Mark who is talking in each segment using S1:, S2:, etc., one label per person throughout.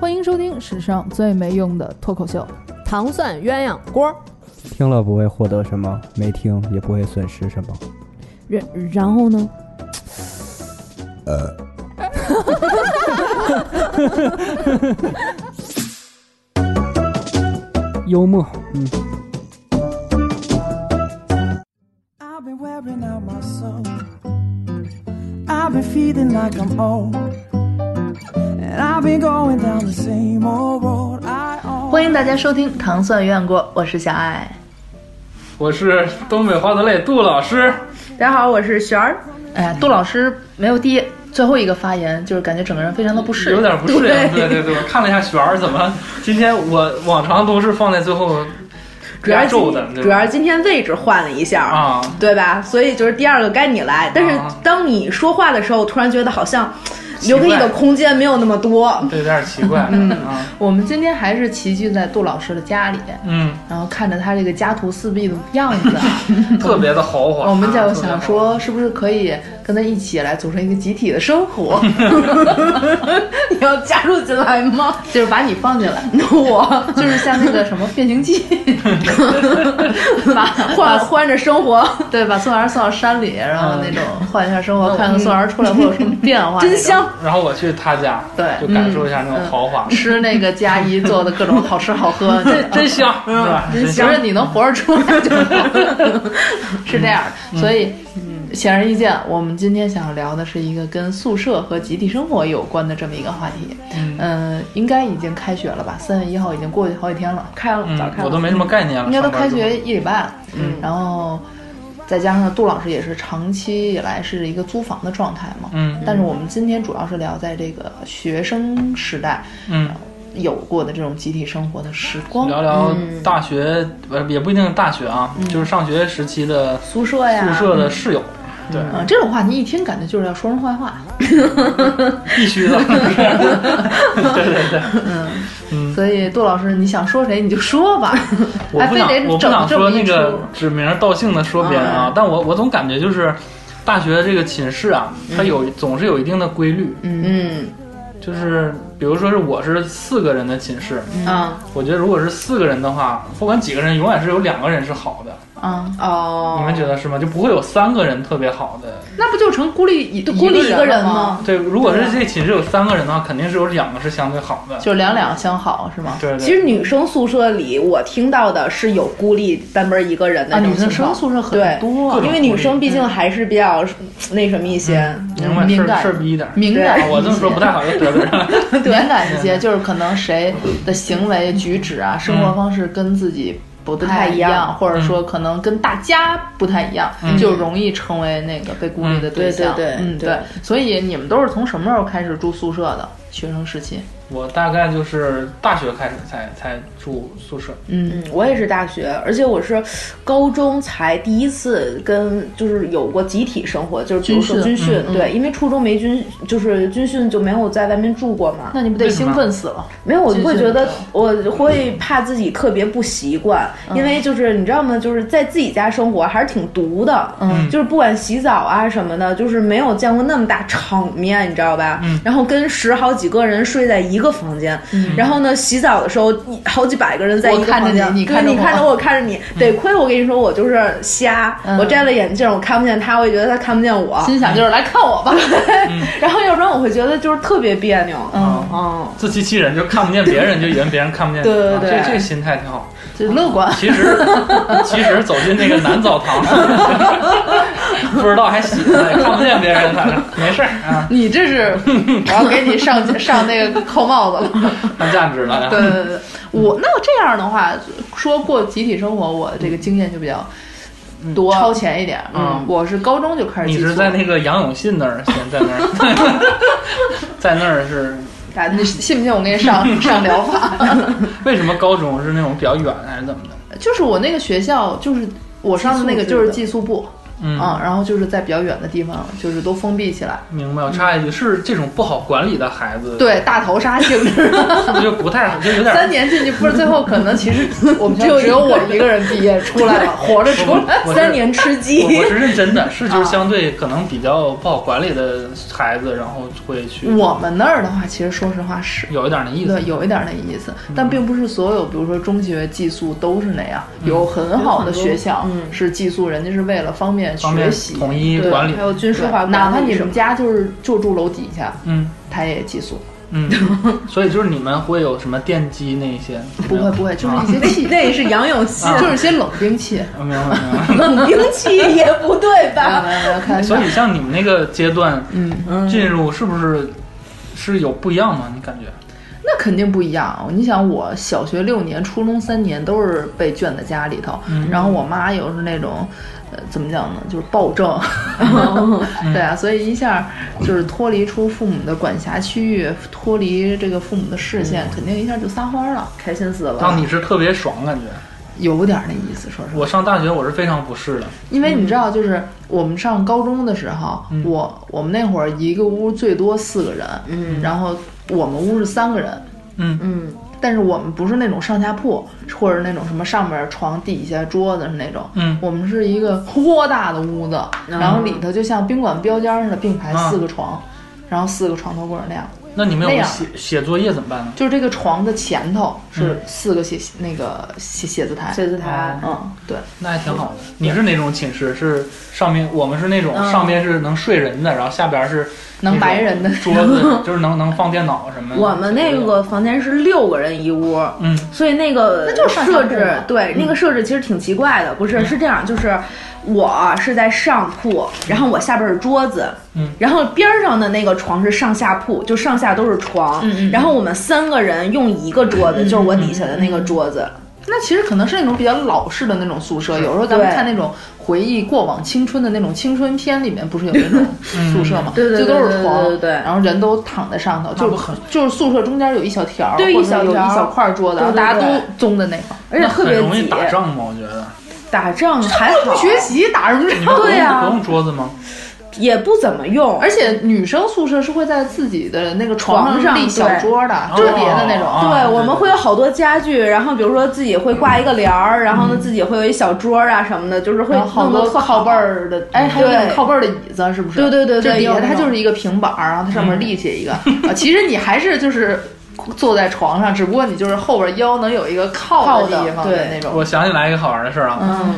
S1: 欢迎收听史上最没用的脱口秀。
S2: 糖蒜鸳鸯锅，
S3: 听了不会获得什么，没听也不会损失什么。
S2: 然然后呢？
S3: 幽默，嗯，
S4: I've been wearing out my soul. I've been feeling like I'm old. And I've been going down the same old road. I
S5: 欢
S4: always
S5: 迎大家收听《糖蒜鸳鸯锅》，我是小爱。
S6: 我是东北话的泪杜老师，
S5: 大家好，我是璇儿。哎
S1: 嗯
S5: 呀，杜老师没有第一最后一个发言，就是感觉整个人非常的不适应，
S6: 有点不适应。
S5: 对，
S6: 对对对，我看了一下璇儿，怎 么今天我往常都是放在最后
S7: 主要
S6: 压
S7: 是
S6: 轴的，
S7: 主要是今天位置换了一下，
S6: 啊，
S7: 对吧？所以就是第二个该你来。但是
S6: 啊
S7: 当你说话的时候，突然觉得好像留给
S6: 奇
S7: 你
S6: 怪
S7: 的空间没有那么多。
S6: 对，有点奇怪。嗯啊，
S5: 我们今天还是齐聚在杜老师的家里，
S6: 嗯，
S5: 然后看着他这个家徒四壁的样子啊，
S6: 特别的豪华。
S5: 哦我们
S6: 啊
S5: 就想，说，是不是可以跟他一起来组成一个集体的生 活，
S7: 你要加入进来吗？
S5: 就是把你放 进来，
S7: 我
S5: 就是像那个什么变形 记，把
S7: 换
S5: 把
S7: 换着生活，
S5: 对，把宋儿送到山里，然后嗯那种嗯换一下生活，看看宋儿出来会有什么变化，
S7: 真香。
S6: 特别好然后我去他家，
S5: 对嗯
S6: 就感受一下那种豪华
S5: 那种。， 吃那个佳怡做的各种好吃好喝，这
S6: 真香，是
S5: 嗯
S6: 吧？真
S5: 不是你能活着出来 就好，是这样的。所以，显而易见，我们今天想要聊的是一个跟宿舍和集体生活有关的这么一个话题。嗯，应该已经开学了吧？三月一号已经过去好几天了，开了，早
S6: 嗯，
S5: 开了，
S6: 我都没什么概念了。
S5: 应该都
S6: 上班
S5: 开
S6: 之后
S5: 学一礼拜了，嗯，然后再加上杜老师也是长期以来是一个租房的状态嘛，
S6: 嗯
S5: 但是我们今天主要是聊在这个学生时代
S6: 嗯，
S5: 有过的这种集体生活的时光，
S6: 聊聊
S5: 嗯
S6: 大学，呃，也不一定大学啊，就是上学时期的
S5: 宿舍呀，
S6: 宿舍的室友，对，
S5: 嗯，这种话你一听感觉就是要说人坏话，
S6: 必 须的。 对对对。
S5: 所以杜老师你想说谁你就说吧，
S6: 我
S5: 哎，
S6: 不
S5: 非
S6: 想，我
S5: 得
S6: 不
S5: 整
S6: 想
S5: 这
S6: 说
S5: 么
S6: 那
S5: 一出，
S6: 个指名道姓的说别人啊，但我我总感觉就是，大学这个寝室啊，
S5: 嗯
S6: 它有、总是有一定的规律，
S7: 嗯
S6: 就是比如说是我是四个人的寝室，
S5: 嗯
S7: 啊
S6: 我觉得如果是四个人的话，不管几个人，永远是有两个人是好的，
S5: 啊，
S7: 哦
S6: 你，们觉得是吗？就不会有三个人特别好的。
S5: 那不就成孤立一
S7: 孤立一个人
S5: 了吗？
S7: 吗？
S6: 对，如果是这寝室有三个人的话，肯定是有两个是相对好的。
S5: 啊就两两相好是吗？啊
S6: 对对，
S7: 其实女生宿舍里，我听到的是有孤立单门一个人的
S5: 啊，
S7: 这种
S5: 女
S7: 情
S5: 生
S7: 况
S5: 宿舍很
S7: 对
S5: 多啊，
S7: 因为女生
S6: 嗯
S7: 毕竟还是比较那什么一些，
S6: 明白事
S5: 敏
S6: 儿
S5: 感
S6: 事儿逼一点。
S5: 敏感一些，
S6: 啊我这么说不太好，又得罪 人。
S5: 敏感一些，就是可能谁的行为举止啊、生活方式跟自己不太一
S7: 不太一
S5: 样，
S7: 样
S5: 或者说可能跟大家不太一样，就容易成为那个被孤立的象。
S7: 嗯对对对
S5: 嗯
S7: 对
S5: 对。所以你们都是从什么时候开始住宿舍的？学生时期，
S6: 我大概就是大学开始才才住宿舍，
S5: 嗯，
S7: 嗯，我也是大学，而且我是高中才第一次跟就是有过集体生活，就是比如说
S5: 军嗯
S7: 军训，对，因为初中没军，就是军训就没有在外面住过 嘛。
S5: 那你不得
S6: 为什么
S5: 兴奋死了？
S7: 没有，我就会
S5: 军训
S7: 觉得我会怕自己特别不习惯，
S5: 嗯
S7: 因为就是你知道吗？就是在自己家生活还是挺毒的，
S6: 嗯
S7: 就是不管洗澡啊什么的，就是没有见过那么大场面，你知道吧？
S6: 嗯
S7: 然后跟十好几个人睡在一个房间，然后呢，洗澡的时候一好几百个人在
S5: 嗯
S7: 一
S5: 我
S7: 个
S5: 看着
S7: 房
S5: 你
S7: 间，
S5: 你
S7: 对
S5: 看着
S7: 你
S5: 我
S7: 看着我，我看着你，得亏我跟你说，我就是瞎，
S5: 嗯
S7: 我摘了眼镜，我看不见他，我也觉得他看不见我，
S5: 心想就是来看我吧。
S7: 然后要不然我会觉得就是特别别扭，
S5: 嗯，
S7: 嗯，
S6: 啊自欺欺人，就看不见别人，就以为别人看不见你。
S7: 对对
S6: 啊
S7: 对
S6: 这这个心态挺好。
S5: 就嗯乐观。
S6: 其实 其实走进那个男澡堂， 不知道还洗呢，看不见别人，反正没事儿啊，
S5: 你这是， 我要给你 上上那个扣帽子了。
S6: 看价值了。
S5: 对对对，我那这样的话，说过集体生活，我这个经验就比较多、超前一点。
S6: 嗯
S5: 我是高中就开始
S6: 你
S5: 寄宿。
S6: 是在那个杨永信那儿，先在那儿，在那儿 是
S5: 啊你信不信我给你上上 疗法？
S6: 为什么高中是那种比较远还是怎么的？
S5: 就是我那个学校，就是我上的那个就是寄宿部，
S6: 嗯
S5: 啊，然后就是在比较远的地方，就是都封闭起来。
S6: 明白。我插一句，是这种不好管理的孩子，，
S5: 对，大逃杀 性质，
S6: 是不是就不太好，就有
S5: 三
S6: 点。
S5: 年进去，不是最后可能其实我们学校只有我一个人毕业出 来了，活着出
S6: 我
S5: 来。
S6: 我
S7: 三年吃鸡
S6: 我， 我是认真的，
S5: 啊
S6: 是就是相对可能比较不好管理的孩子，然后会去
S5: 我们那儿的话，其实说实话是
S6: 有一点那意思
S5: 对，。有一点那意思，但并不是所有，比如说中学寄宿都是那样，嗯有很好的学校
S7: 嗯
S5: 是寄宿，人家是为了方便
S6: 方便
S5: 学习，
S6: 统一
S5: 对
S6: 管理
S7: 还，有军事化管理什么的，
S5: 哪怕你们家就是就住楼底下，
S6: 嗯
S5: 他也寄宿，
S6: 嗯， 所以就是你们会有什么电击那些？
S5: 不会不会，就是
S6: 啊
S5: 一些器，
S7: 那是杨永信，
S5: 就是一些冷兵 器。
S6: 啊明白明白。
S5: 嗯
S7: 冷兵器也不对
S5: 没有
S7: 吧？
S5: 没有没啊有，开玩笑
S6: 所。以像你们那个阶段
S5: 嗯，
S6: 进入，是不是是有不一样吗？你感觉？
S5: 那肯定不一样。你想，我小学六年、初中三年都是被圈在家里头，
S6: 嗯
S5: 然后我妈又是那种，呃，怎么讲呢，就是暴政， 对啊，所以一下就是脱离出父母的管辖区域，脱离这个父母的视线，肯定一下就撒欢了，
S7: 开心死了，
S6: 让嗯你是特别爽感觉。
S5: 有点儿那意思，说实话。
S6: 我上大学我是非常不适的，
S5: 因为你知道，就是我们上高中的时候，
S6: 嗯
S5: 我我们那会儿一个屋最多四个人，
S7: 嗯
S5: 然后我们屋是三个人，
S6: 嗯
S7: 嗯，
S5: 但是我们不是那种上下铺，或者那种什么上面床底下桌子是那种，
S6: 嗯
S5: 我们是一个豁大的屋子，然后里头就像宾馆标间似的并排
S6: 啊
S5: 四个床，然后四个床头柜儿那样，
S6: 那你们
S5: 那
S6: 有
S5: 样
S6: 写写作业怎么办呢？
S5: 就是这个床的前头是
S6: 嗯
S5: 四个写、那个写写字台，
S7: 写字台，
S5: 嗯，对，
S6: 那还挺好的。你是哪种寝室？是上面我们是那种
S7: 嗯
S6: 上边是能睡人的，然后下边是
S5: 能埋人的，
S6: 桌子， 就是能能放电脑什么的。
S7: 我们那个房间是六个人一屋，
S6: 嗯
S7: 所以那个
S5: 那就是上下
S7: 设
S5: 铺
S7: 置
S5: 嘛，
S7: 对那个设置其实挺奇怪的，不
S5: 嗯
S7: 是是这样，就是我是在上铺，
S5: 嗯
S7: 然后我下边是桌子，
S6: 嗯，
S7: 然后边儿上的那个床是上下铺，就上下都是床，
S5: 嗯嗯嗯
S7: 然后我们三个人用一个桌子，就是我底下的那个桌子，
S5: 那其实可能是那种比较老式的那种宿舍，有时候咱们
S7: 对
S5: 看那种回忆过往青春的那种青春片里面，不是有那种
S6: 嗯
S5: 宿舍吗？
S7: 对对对
S5: 就都是床，
S7: 对对对对
S5: 然后人都躺在上头，就
S6: 不很
S5: 就是宿舍中间有一小条儿，
S7: 对
S5: 或者
S7: 一小
S5: 有一
S7: 条儿
S5: 小块桌子，然后
S7: 对对
S5: 大家
S7: 对
S5: 都棕在那块儿。
S7: 而且特
S6: 很
S7: 别
S6: 容易
S7: 挤，
S6: 打仗嘛，我觉得。
S7: 打仗还好，
S5: 学习打什么
S6: 你们
S5: 仗？
S6: 不
S7: 哦 对
S6: 用
S7: 呀
S6: 不用桌子吗？
S7: 也不怎么用，
S5: 而且女生宿舍是会在自己的那个床
S7: 床上
S5: 立小
S7: 对
S5: 桌的，折叠的那种。
S6: 哦啊
S7: 对，我们会有好多家具，然后比如说自己会挂一个帘儿，然后呢自己会有一小桌儿啊什么的，就是会
S5: 然后好
S7: 弄得
S5: 多
S7: 特
S5: 靠背儿的，哎，还有那种
S7: 对
S5: 靠背儿的椅子，是不是？
S7: 对对对对
S5: 就底下
S7: 有那
S5: 它
S7: 种
S5: 就是一个平板儿，然后它上面立起一个。啊，其实你还是就是坐在床上，只不过你就是后边腰能有一个靠
S7: 靠的
S5: 地方
S7: 对
S5: 那种。
S6: 我想起来一个好玩的事儿啊，
S5: 嗯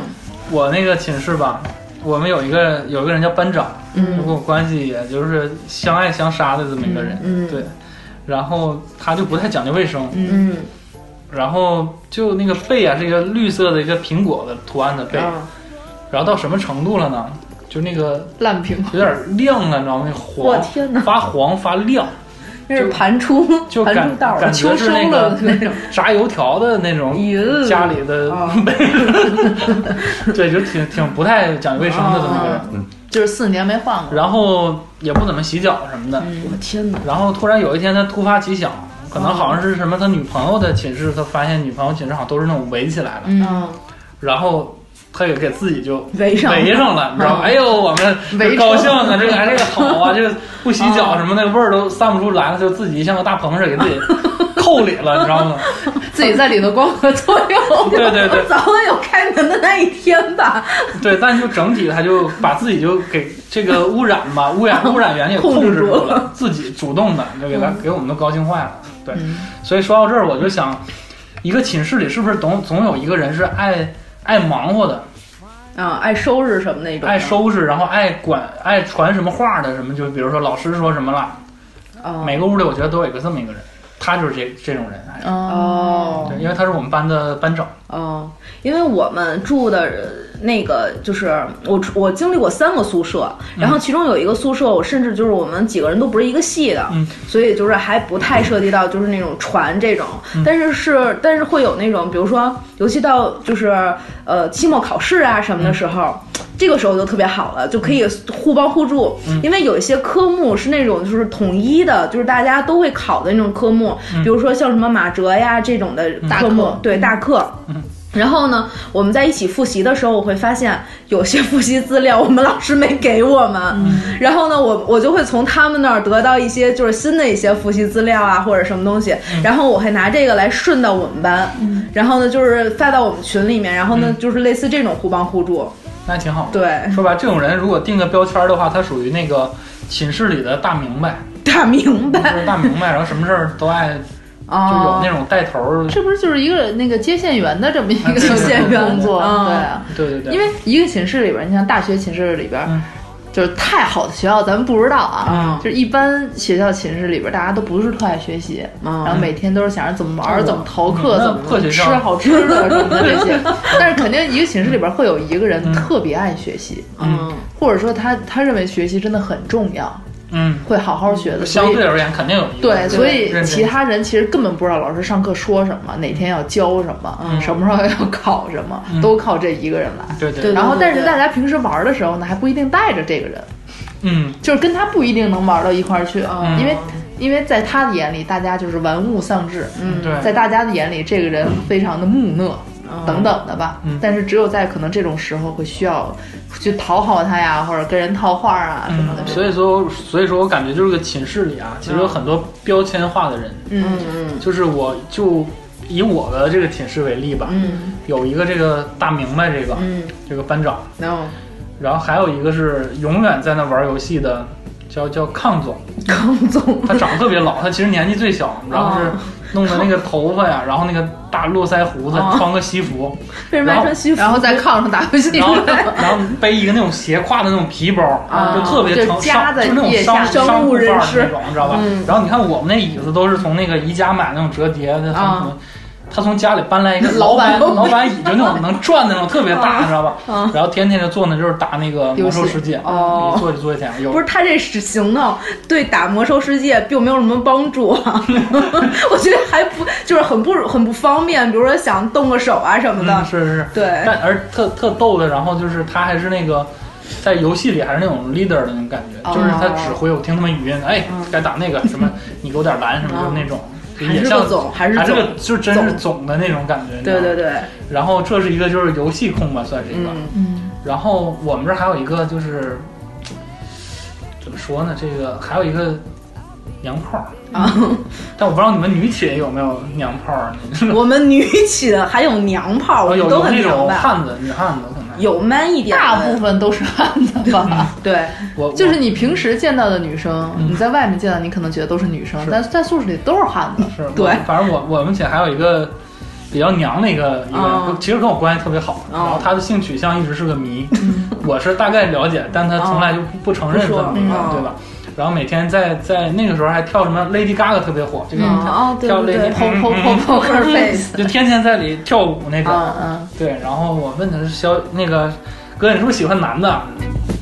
S6: 我那个寝室吧，我们有一个有一个人叫班长，就
S5: 嗯
S6: 跟我关系也就是相爱相杀的这么一个人，
S7: 嗯嗯
S6: 对。然后他就不太讲究卫生，
S5: 嗯，
S7: 嗯，
S6: 然后就那个被啊是一个绿色的一个苹果的图案的被，
S7: 嗯
S6: 然后到什么程度了呢？就那个
S5: 烂平
S6: 有点亮了，你知道吗？那黄，
S7: 我天哪，
S6: 发黄发亮，
S7: 这是盘出
S6: 就
S7: 盘
S6: 感
S7: 出道
S6: 感
S7: 了，
S6: 觉
S5: 秋
S6: 是
S5: 收
S6: 那
S5: 了
S6: 个
S5: 那种。
S6: 炸油条的那种
S7: 哟
S6: 家里的
S7: 啊
S6: 被， 对，就挺挺不太讲究卫生的这么一个人。
S5: 就是四年没换过。
S6: 然后也不怎么洗脚什么的。
S7: 我天哪，
S6: 然后突然有一天，他突发奇想，可能好像是什么他女朋友的寝室，他发现女朋友寝室好像都是那种围起来了，
S5: 嗯，
S7: 嗯，
S6: 然后他也给自己就。
S7: 围上
S6: 围上了，你知道吗？哎呦，我们
S5: 围
S6: 高
S5: 城
S6: 兴的这个哎这个好啊，这个不洗脚什么那个味儿都散不出来了，就自己像个大棚似的给自己扣里了，你知道吗？
S5: 自己在里头光合作用。
S6: 对对对
S7: 早晚有开门的那一天吧，
S6: 对，但就整体他就把自己就给这个污染吧，污染污染源给控制住了，嗯自己主动的就给他给我们都高兴坏了。对，所以说到这儿，我就想，一个寝室里是不是总总有一个人是爱爱忙活的，
S7: 嗯，爱收拾什么那种的，
S6: 爱收拾，然后爱管爱传什么话的什么，就比如说老师说什么了，
S7: 哦，
S6: 每个屋里我觉得都有一个这么一个人，他就是这这种人，哎
S5: 哦，
S7: 哦
S6: 对，因为他是我们班的班长，
S7: 哦，因为我们住的呃那个就是我住我经历过三个宿舍，然后其中有一个宿舍，我甚至就是我们几个人都不是一个系的，
S6: 嗯
S7: 所以就是还不太涉及到就是那种船这种，但是是但是会有那种，比如说尤其到就是呃期末考试啊什么的时候。这个时候就特别好了，就可以互帮互助，因为有一些科目是那种就是统一的，就是大家都会考的那种科目，比如说像什么马哲呀这种的
S5: 大
S7: 科目，
S5: 课
S7: 对大课，然后呢，我们在一起复习的时候，我会发现有些复习资料我们老师没给我们，然后呢，我我就会从他们那儿得到一些就是新的一些复习资料啊，或者什么东西，然后我会拿这个来顺到我们班，然后呢就是发到我们群里面，然后呢、
S6: 嗯
S7: 就是类似这种互帮互助，
S6: 那还挺好。
S7: 对，
S6: 说吧，这种人如果定个标签儿的话，他属于那个寝室里的大明白，
S7: 大明
S6: 就
S7: 白
S6: 是大 明白，然后什么事儿都爱就有
S7: 啊
S6: 那，种带头儿。
S5: 这不是就是一个那个接线员的这么一
S6: 啊
S5: 个
S6: 接线
S7: 员
S5: 工作？
S7: 嗯
S5: 对啊，
S6: 对对对，
S5: 因为一个寝室里边，你像大学寝室里边，
S6: 嗯
S5: 就是太好的学校咱们不知道啊，
S7: 嗯
S5: 就是一般学校寝室里边大家都不是特爱学习，
S7: 嗯
S5: 然后每天都是想着怎么玩儿、怎么逃课、
S6: 嗯那
S5: 怎么
S6: 破学
S5: 吃
S6: 校
S5: 好吃的什么 的这些，但是肯定一个寝室里边会有一个
S6: 嗯
S5: 人特别爱学习，
S7: 嗯，
S5: 或者说他他认为学习真的很重要，
S6: 嗯，
S5: 会好好学的，所以
S6: 相对而言肯定有一个
S5: 对，所以
S6: 认真
S5: 其他人其实根本不知道老师上课说什么，哪天要教什么，
S6: 嗯
S5: 什么时候要考什么，
S6: 嗯
S5: 都靠这一个人来。
S6: 对对
S7: 对
S5: 然后，但是大家平时玩的时候呢，还不一定带着这个人，
S6: 嗯
S5: 就是跟他不一定能玩到一块儿去，
S6: 嗯
S5: 因为因为在他的眼里，大家就是玩物丧志，
S7: 嗯
S6: 对
S5: 在大家的眼里，这个人非常的木讷。等等的吧，
S6: 嗯
S5: 但是只有在可能这种时候会需要去讨好他呀，或者跟人套话啊什么的
S6: 嗯，
S5: 这种。
S6: 所以说所以说我感觉就是个寝室里啊，其实有很多标签化的人，
S5: 嗯
S7: 嗯
S6: 就是我就以我的这个寝室为例吧，
S7: 嗯
S6: 有一个这个大明白这个
S7: 嗯，
S6: 这个班长，
S7: 然后
S6: 然后还有一个是永远在那玩游戏的。叫叫康总，
S7: 康总
S6: 他长得特别老，他其实年纪最小，然后是弄的那个头发呀，然后那个大络腮胡子，
S7: 哦
S6: 穿个西服，
S7: 为什么还穿西服？
S5: 然后在炕上打游戏，
S6: 然后然后背一个那种斜挎的那种皮包，
S5: 啊
S6: 就特别
S5: 就是
S6: 成
S5: 夹
S6: 商，
S5: 在
S6: 就是那种
S5: 腋下
S6: 商
S7: 商
S6: 商务
S7: 务
S6: 范
S7: 人
S6: 儿的
S7: 士
S6: 那种，你知道吧？
S7: 嗯
S6: 然后你看我们那椅子都是从那个宜家买那种折叠的，他
S7: 啊
S6: 从他从家里搬来一 个
S5: 老板
S6: 板老板椅，就那种能转的那种特别
S7: 啊
S6: 大，你知道吧？然后天天就坐那就是打那个
S5: 游
S6: 魔
S5: 戏
S6: 兽世界，
S7: 哦
S6: 一坐就坐一天，有
S7: 不是他这行动对打魔兽世界并没有什么帮助啊， 我觉得还不就是很不很不方便，比如说想动个手啊什么的
S6: 嗯，是是是，
S7: 对，
S6: 但而特特逗的，然后就是他还是那个。在游戏里还是那种 leader 的那种感
S7: 哦
S6: 觉，就是他指挥我听他们语音，哎，
S7: 嗯
S6: 该打那个什么，你给我点蓝什么，就是那种，就
S7: 哦还
S6: 也
S7: 是
S6: 像
S7: 个总，还是
S6: 还是
S7: 总，
S6: 个就真是总的那种感觉。
S7: 对对
S6: 对。
S7: 对，
S6: 然后这是一个就是游戏控吧，算是一个。
S7: 嗯
S5: 嗯，
S6: 然后我们这儿还有一个就是怎么说呢？这个还有一个娘炮儿，
S7: 啊，
S6: 但我不知道你们女寝有没有娘炮儿，啊
S7: 我们女寝还有娘炮，啊我
S6: 哦有
S7: 们都
S6: 有
S7: 很
S6: 那
S7: 娘
S6: 种
S7: 吧，
S6: 汉子女汉子可能。
S7: 有 man 一点的，
S5: 大部分都是汉子吧。
S7: 对，
S6: 我
S5: 就是你平时见到的女生，
S6: 嗯
S5: 你在外面见到，你可能觉得都是女生，
S6: 是
S5: 但在宿舍里都是汉子
S6: 我。是我
S7: 对
S6: 反正我我们寝还有一个比较娘的一个一个
S7: 嗯
S6: 人，其实跟我关系特别好。
S7: 嗯
S6: 然后他的性取向一直是个 谜，我是大概了解，但他从来就不不承认
S7: 嗯
S6: 这
S7: 不说
S6: 么一个
S7: 嗯，
S6: 对吧？然后每天在在那个时候还跳什么 Lady Gaga 特别火，这个
S7: 嗯哦，对
S6: 跳
S7: 对
S6: Lady
S7: 对
S5: p o p o p o p o
S6: 嗯
S7: ，poker
S5: k
S7: face，
S6: 就天天在里跳舞那种。
S7: 嗯
S5: 嗯，
S6: 对，然后我问他是小那个哥，你是不是喜欢男的？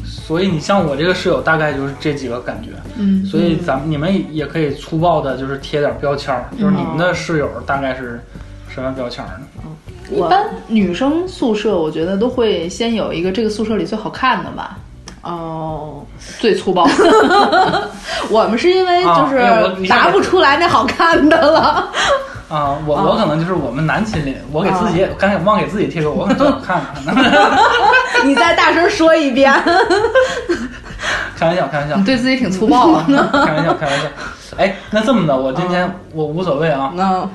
S6: 所以你像我这个室友，大概就是这几个感觉。
S5: 嗯，
S6: 所以咱们你们也可以粗暴的，就是贴点标签儿，就是你们
S5: 哦
S6: 的室友大概是什么标签儿呢？
S5: 一般女生宿舍，我觉得都会先有一个这个宿舍里最好看的吧，
S7: 哦，
S5: 最粗 暴。
S7: 我们是因为
S6: 啊
S7: 就
S6: 哎我你
S7: 是
S6: 先
S7: 答不出来那好看 的了，
S6: 啊，我
S5: 哦
S6: 我可能就是我们男寝里，我给自己也刚才忘给自己贴个，我可能最好看了。
S7: 你再大声说一遍，
S6: 开玩笑，开玩笑
S5: 你，对自己挺粗暴 啊，
S6: 开玩笑，开 玩笑。哎，那这么的，我今
S5: 哦
S6: 天我无所谓啊，
S7: 嗯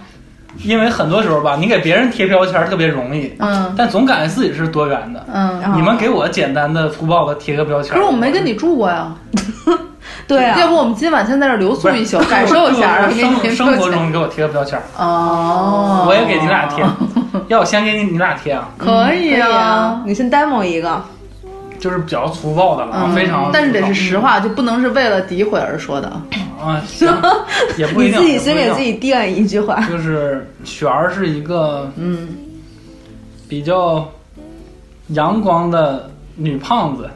S6: 因为很多时候吧，你给别人贴标签儿特别容易，
S5: 嗯
S6: 但总感觉自己是多元的。
S5: 嗯。
S6: 你们给我简单的、粗暴的贴个标签儿。
S5: 可是我没跟你住过呀，
S7: 对啊，
S5: 要不我们今晚先在这儿留宿一 宿，感受一下，然后给你
S6: 生
S5: 贴
S6: 生活
S5: 标签
S6: 中给我贴个标签儿，
S5: 哦，
S6: 我也给你俩 贴。要我先给你你俩贴啊，
S5: 可以
S7: 可以
S5: 啊
S7: 啊，，你先 demo 一个，
S6: 就是比较粗暴的了啊，非常
S5: 嗯
S6: 粗暴。
S5: 但是得是实话，就不能是为了诋毁而说的。
S6: 啊， 行，也不一
S7: 你
S6: 定。
S7: 自己
S6: 也不一
S7: 先给
S6: 定
S7: 自己定一句话，
S6: 就是雪儿是一个
S7: 嗯，
S6: 比较阳光的女 胖子，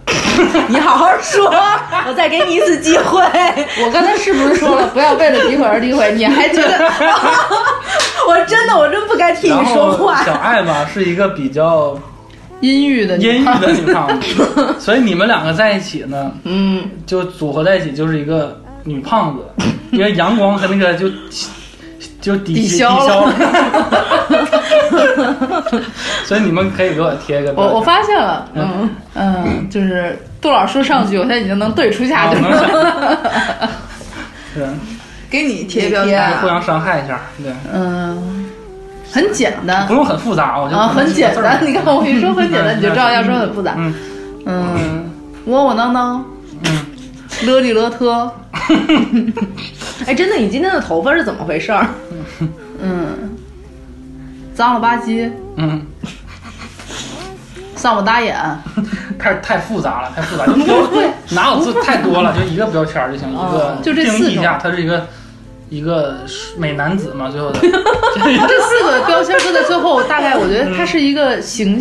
S7: 你好好说， 我再给你一次机 会。
S5: 我刚才是不是说了不要为了诋毁而诋毁？你还觉得
S7: 哎 我真的，我真不该替
S6: 然
S7: 你说
S6: 后
S7: 话
S6: 小。爱吧是一个比较
S5: 阴郁的
S6: 阴
S5: 你
S6: 郁的女胖子，所以你们两个在一起呢，
S7: 嗯，
S6: 就组合在一起就是一个女 胖子，因为阳光和那个就就抵
S5: 抵
S6: 抵
S5: 消
S6: 消
S5: 了
S6: 了， 所以你们可以给我贴一个标签。
S5: 我我发现了，嗯嗯，就是杜老师说上句，我现在已经能对出下
S6: 啊，
S5: 句
S6: 能
S5: 了，
S6: 想 是
S7: 给你贴
S5: 你
S7: 标
S5: 贴
S7: 签
S5: 啊
S7: 啊，
S6: 互相伤害一下，对，
S5: 嗯，很简单
S6: 不用很复杂，我就
S5: 啊，很简单。你看我一说很简单，
S6: 嗯
S5: 你就知道要说很复杂。
S6: 嗯
S5: 嗯，窝窝囊囊，
S6: 嗯，
S5: 勒里勒特，
S7: 哎，真的，你今天的头发是怎么回事儿？
S5: 嗯，脏了吧唧，
S6: 嗯，
S5: 上我打眼，
S6: 太太复杂了，太 复杂，就标哪有字太多了，就一个标签儿就行，一个
S5: 哦就这
S6: 定
S5: 四
S6: 义一
S5: 种
S6: 下，它是一个一个美男子嘛，最后 的
S5: 这四个标签搁在最后，大概我觉得它是一个形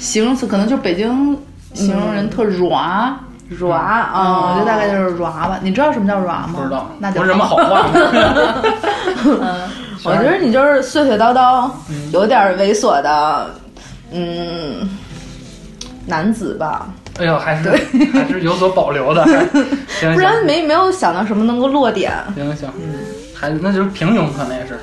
S5: 形容词，可能就是北京形容人特软。
S7: 软
S5: 嗯，
S7: 啊，
S5: 我觉得大概就是软吧。你知道什么叫软吗？
S6: 不知道，
S5: 那就
S6: 我什么好话 呢？
S7: 我觉得你就是碎碎叨叨，
S6: 嗯
S7: 有点猥琐的，嗯，男子吧，
S6: 哎呦，还是 还是有所保 留的，还行行
S7: 不然没没有想到什么能够落点。
S6: 行行，嗯还那就是平庸，可能也是，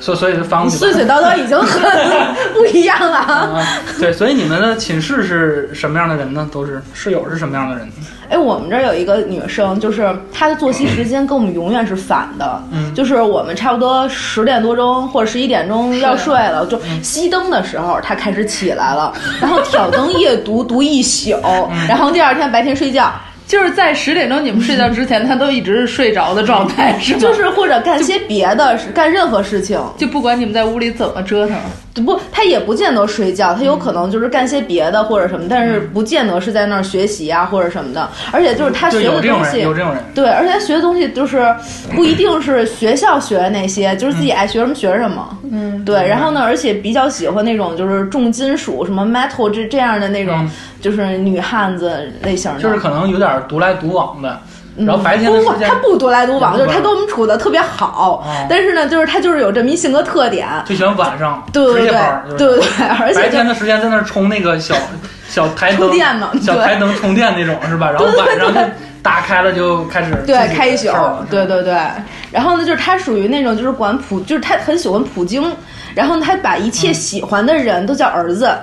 S6: 所所以就翻
S7: 你
S6: 过去
S7: 碎
S6: 吧。
S7: 碎叨叨已经很 不一样了啊。
S6: 啊，对，所以你们的寝室是什么样的人呢？都是室友是什么样的人呢？
S7: 哎，我们这儿有一个女生，就是她的作息时间跟我们永远是反的，
S6: 嗯
S7: 就是我们差不多十点多钟或者十一点钟要睡了，就
S6: 嗯
S7: 熄灯的时候她开始起来了，然后挑灯夜读 读一宿，
S6: 嗯
S7: 然后第二天白天睡觉，
S5: 就是在十点钟你们睡觉之前，他都一直是睡着的状态，是吗？
S7: 就是或者干些别的事，干任何事情，
S5: 就不管你们在屋里怎么折腾，
S7: 不，她也不见得睡觉，
S6: 嗯
S7: 她有可能就是干些别的或者什么，但是不见得是在那儿学习啊或者什么的，而且就是她
S6: 就
S7: 学
S6: 有
S7: 的
S6: 这种
S7: 东
S6: 人，
S7: 西
S6: 有。这种人。
S7: 对，而且他学的东西就是不一定是学校学的那些，就是
S6: 嗯
S7: 自己爱学什么学什么。
S5: 嗯，
S7: 对，然后呢，而且比较喜欢那种就是重金属什么 metal 这这样的那种
S6: 嗯，
S7: 就是女汉子类型的。
S6: 就是可能有点独来独往的，然后白天的
S7: 不
S6: 时
S7: 嗯不，
S6: 间
S7: 他不独来独往，
S6: 也
S7: 就
S6: 不
S7: 是他跟我们处的特别好
S6: 哦，
S7: 但是呢，就是他就是有这么一性格特点。
S6: 就喜欢晚上
S7: 对对
S6: 值夜
S7: 对
S6: 班儿，就是
S7: 对对对，
S6: 白
S7: 而且就
S6: 天的时间在那儿充那个 小小台灯
S7: 充电嘛
S6: 小
S7: 对
S6: 台灯充电那种是吧？然后晚上就打开了就开始
S7: 对
S6: 自己
S7: 开一
S6: 的
S7: 宿
S6: 事儿了，
S7: 对
S6: 是吧
S7: 对对。然后呢，就是他属于那种就是管普，就是他很喜欢普京，然后呢，他把一切喜欢的人都叫儿子。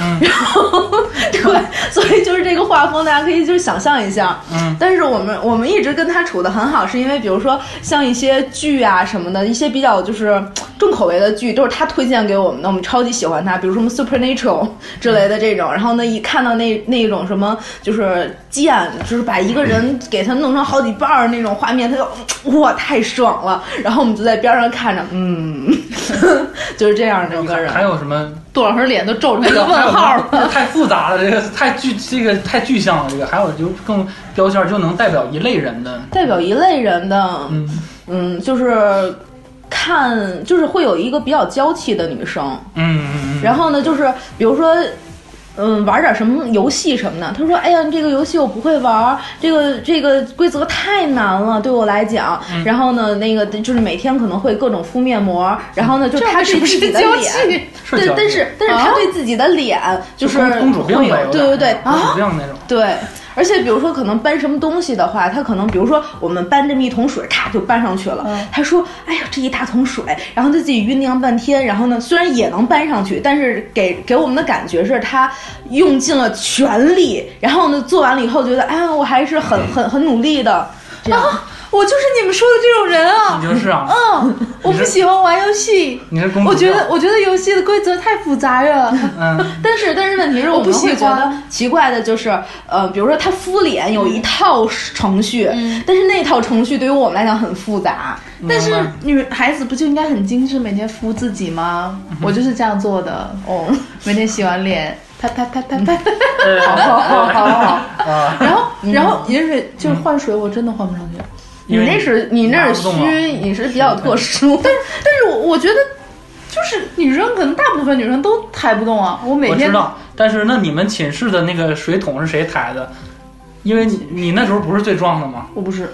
S6: 嗯
S7: 然后 对，所以就是这个画风，大家可以就是想象一下。
S6: 嗯，
S7: 但是我们我们一直跟他处的很好，是因为比如说像一些剧啊什么的，一些比较就是重口味的剧，都是他推荐给我们的，我们超级喜欢他，比如什么 Supernatural 之类的这种。然后呢，一看到那那种什么就是剑，就是把一个人给他弄成好几半儿那种画面，他就哇太爽了。然后我们就在边上看着，嗯， 就是这样的一个人。
S6: 还有什么？
S5: 杜老师脸都皱成一
S6: 还
S5: 个
S6: 有还有
S5: 问号
S6: 什
S5: 了。
S6: 么太复杂了，这个太具这个太具象了，这个还有就更标签儿就能代表一类人的，
S7: 代表一类人的，
S6: 嗯
S7: 嗯，就是看，就是会有一个比较娇气的女生，
S6: 嗯嗯嗯，
S7: 然后呢，就是比如说。嗯，玩点什么游戏什么的？他说：“哎呀，这个游戏我不会玩，这个这个规则太难了，对我来讲。
S6: 嗯
S7: 然后呢，那个就是每天可能会各种敷面膜，然后呢，就他对
S5: 是不
S7: 自
S5: 是
S7: 己的
S5: 娇
S7: 脸，
S5: 气？
S6: 是
S7: 对
S6: 叫，
S7: 但是但是
S5: 啊
S7: 他对自己的脸就是
S6: 公公主病
S7: 会有
S6: 呗，有点
S7: 对对对啊
S6: 公主病那种，
S7: 对，而且比如说可能搬什么东西的话，他可能比如说我们搬这么一桶水，咔就搬上去了。
S5: 嗯
S7: 他说：“哎呀，这一大桶水，然后他自己酝酿半天，然后呢，虽然也能搬上去，但是给给我们的感觉是他用尽了全力，然后呢，做完了以后觉得，哎呀，我还是很很很努力的。”这样，
S5: 嗯啊我就是你们说的这种人啊！
S6: 你就是啊，
S5: 嗯，我不喜欢玩游戏，
S6: 你是公主
S5: 我觉
S6: 病，
S5: 得我觉得游戏的规则太复杂了。
S6: 嗯，
S7: 但是但是问题是我
S5: 我不
S7: 们会
S5: 喜
S7: 觉得
S5: 欢
S7: 奇怪的就是，呃，比如说他敷脸有一套程序，但是那套程序对于我们来讲很复杂。
S5: 但是
S6: 明白
S5: 女孩子不就应该很精致，每天敷自己吗？我就是这样做的，
S7: 哦，
S5: 每天洗完脸，啪啪啪啪啪。
S6: 好哎好好
S7: 好好 好。
S6: 啊，
S5: 然后，然后饮水就是换水，我真的换不上去。
S7: 你
S6: 因为
S7: 那是你那是
S6: 拿不动啊
S7: 虚，你是比较特殊。
S5: 嗯
S7: 但
S5: 但是我我觉得，就是女生可能大部分女生都抬不动啊。我每
S6: 我
S5: 天
S6: 知道，但是那你们寝室的那个水桶是谁抬的？因为你你那时候不是最壮的吗？
S5: 我不是，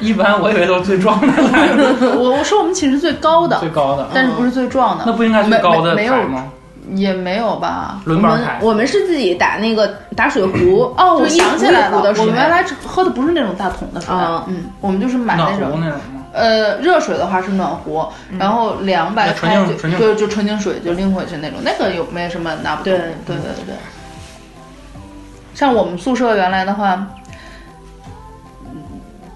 S6: 一般我以为都是最壮的抬的，
S5: 我我说我们寝室最高嗯的
S6: 最，高的，
S5: 但是不是最壮
S6: 那
S5: 的，
S6: 不应该最高的
S5: 没没
S6: 抬吗？
S5: 也没有吧。
S7: 我
S6: 轮班
S7: 们
S6: 抬。
S7: 我们是自己打那个打 水壶，
S5: 哦，
S7: 就
S5: 我
S7: 是一
S5: 想起来了，
S7: 壶一壶的
S5: 我
S7: 水
S5: 们原来喝的不是那种大桶的水
S7: 嗯，
S5: 嗯，我们就是买
S6: 暖
S5: 那
S6: 壶
S5: 种，
S6: 那种吗？
S5: 呃，热水的话是暖壶，然后凉白
S6: 那纯
S5: 开
S6: 净
S5: 就
S6: 纯净
S5: 对，就纯净水就拎回去那种，那个有没什么拿不动。
S7: 对
S5: 对对对。像我们宿舍原来的话，嗯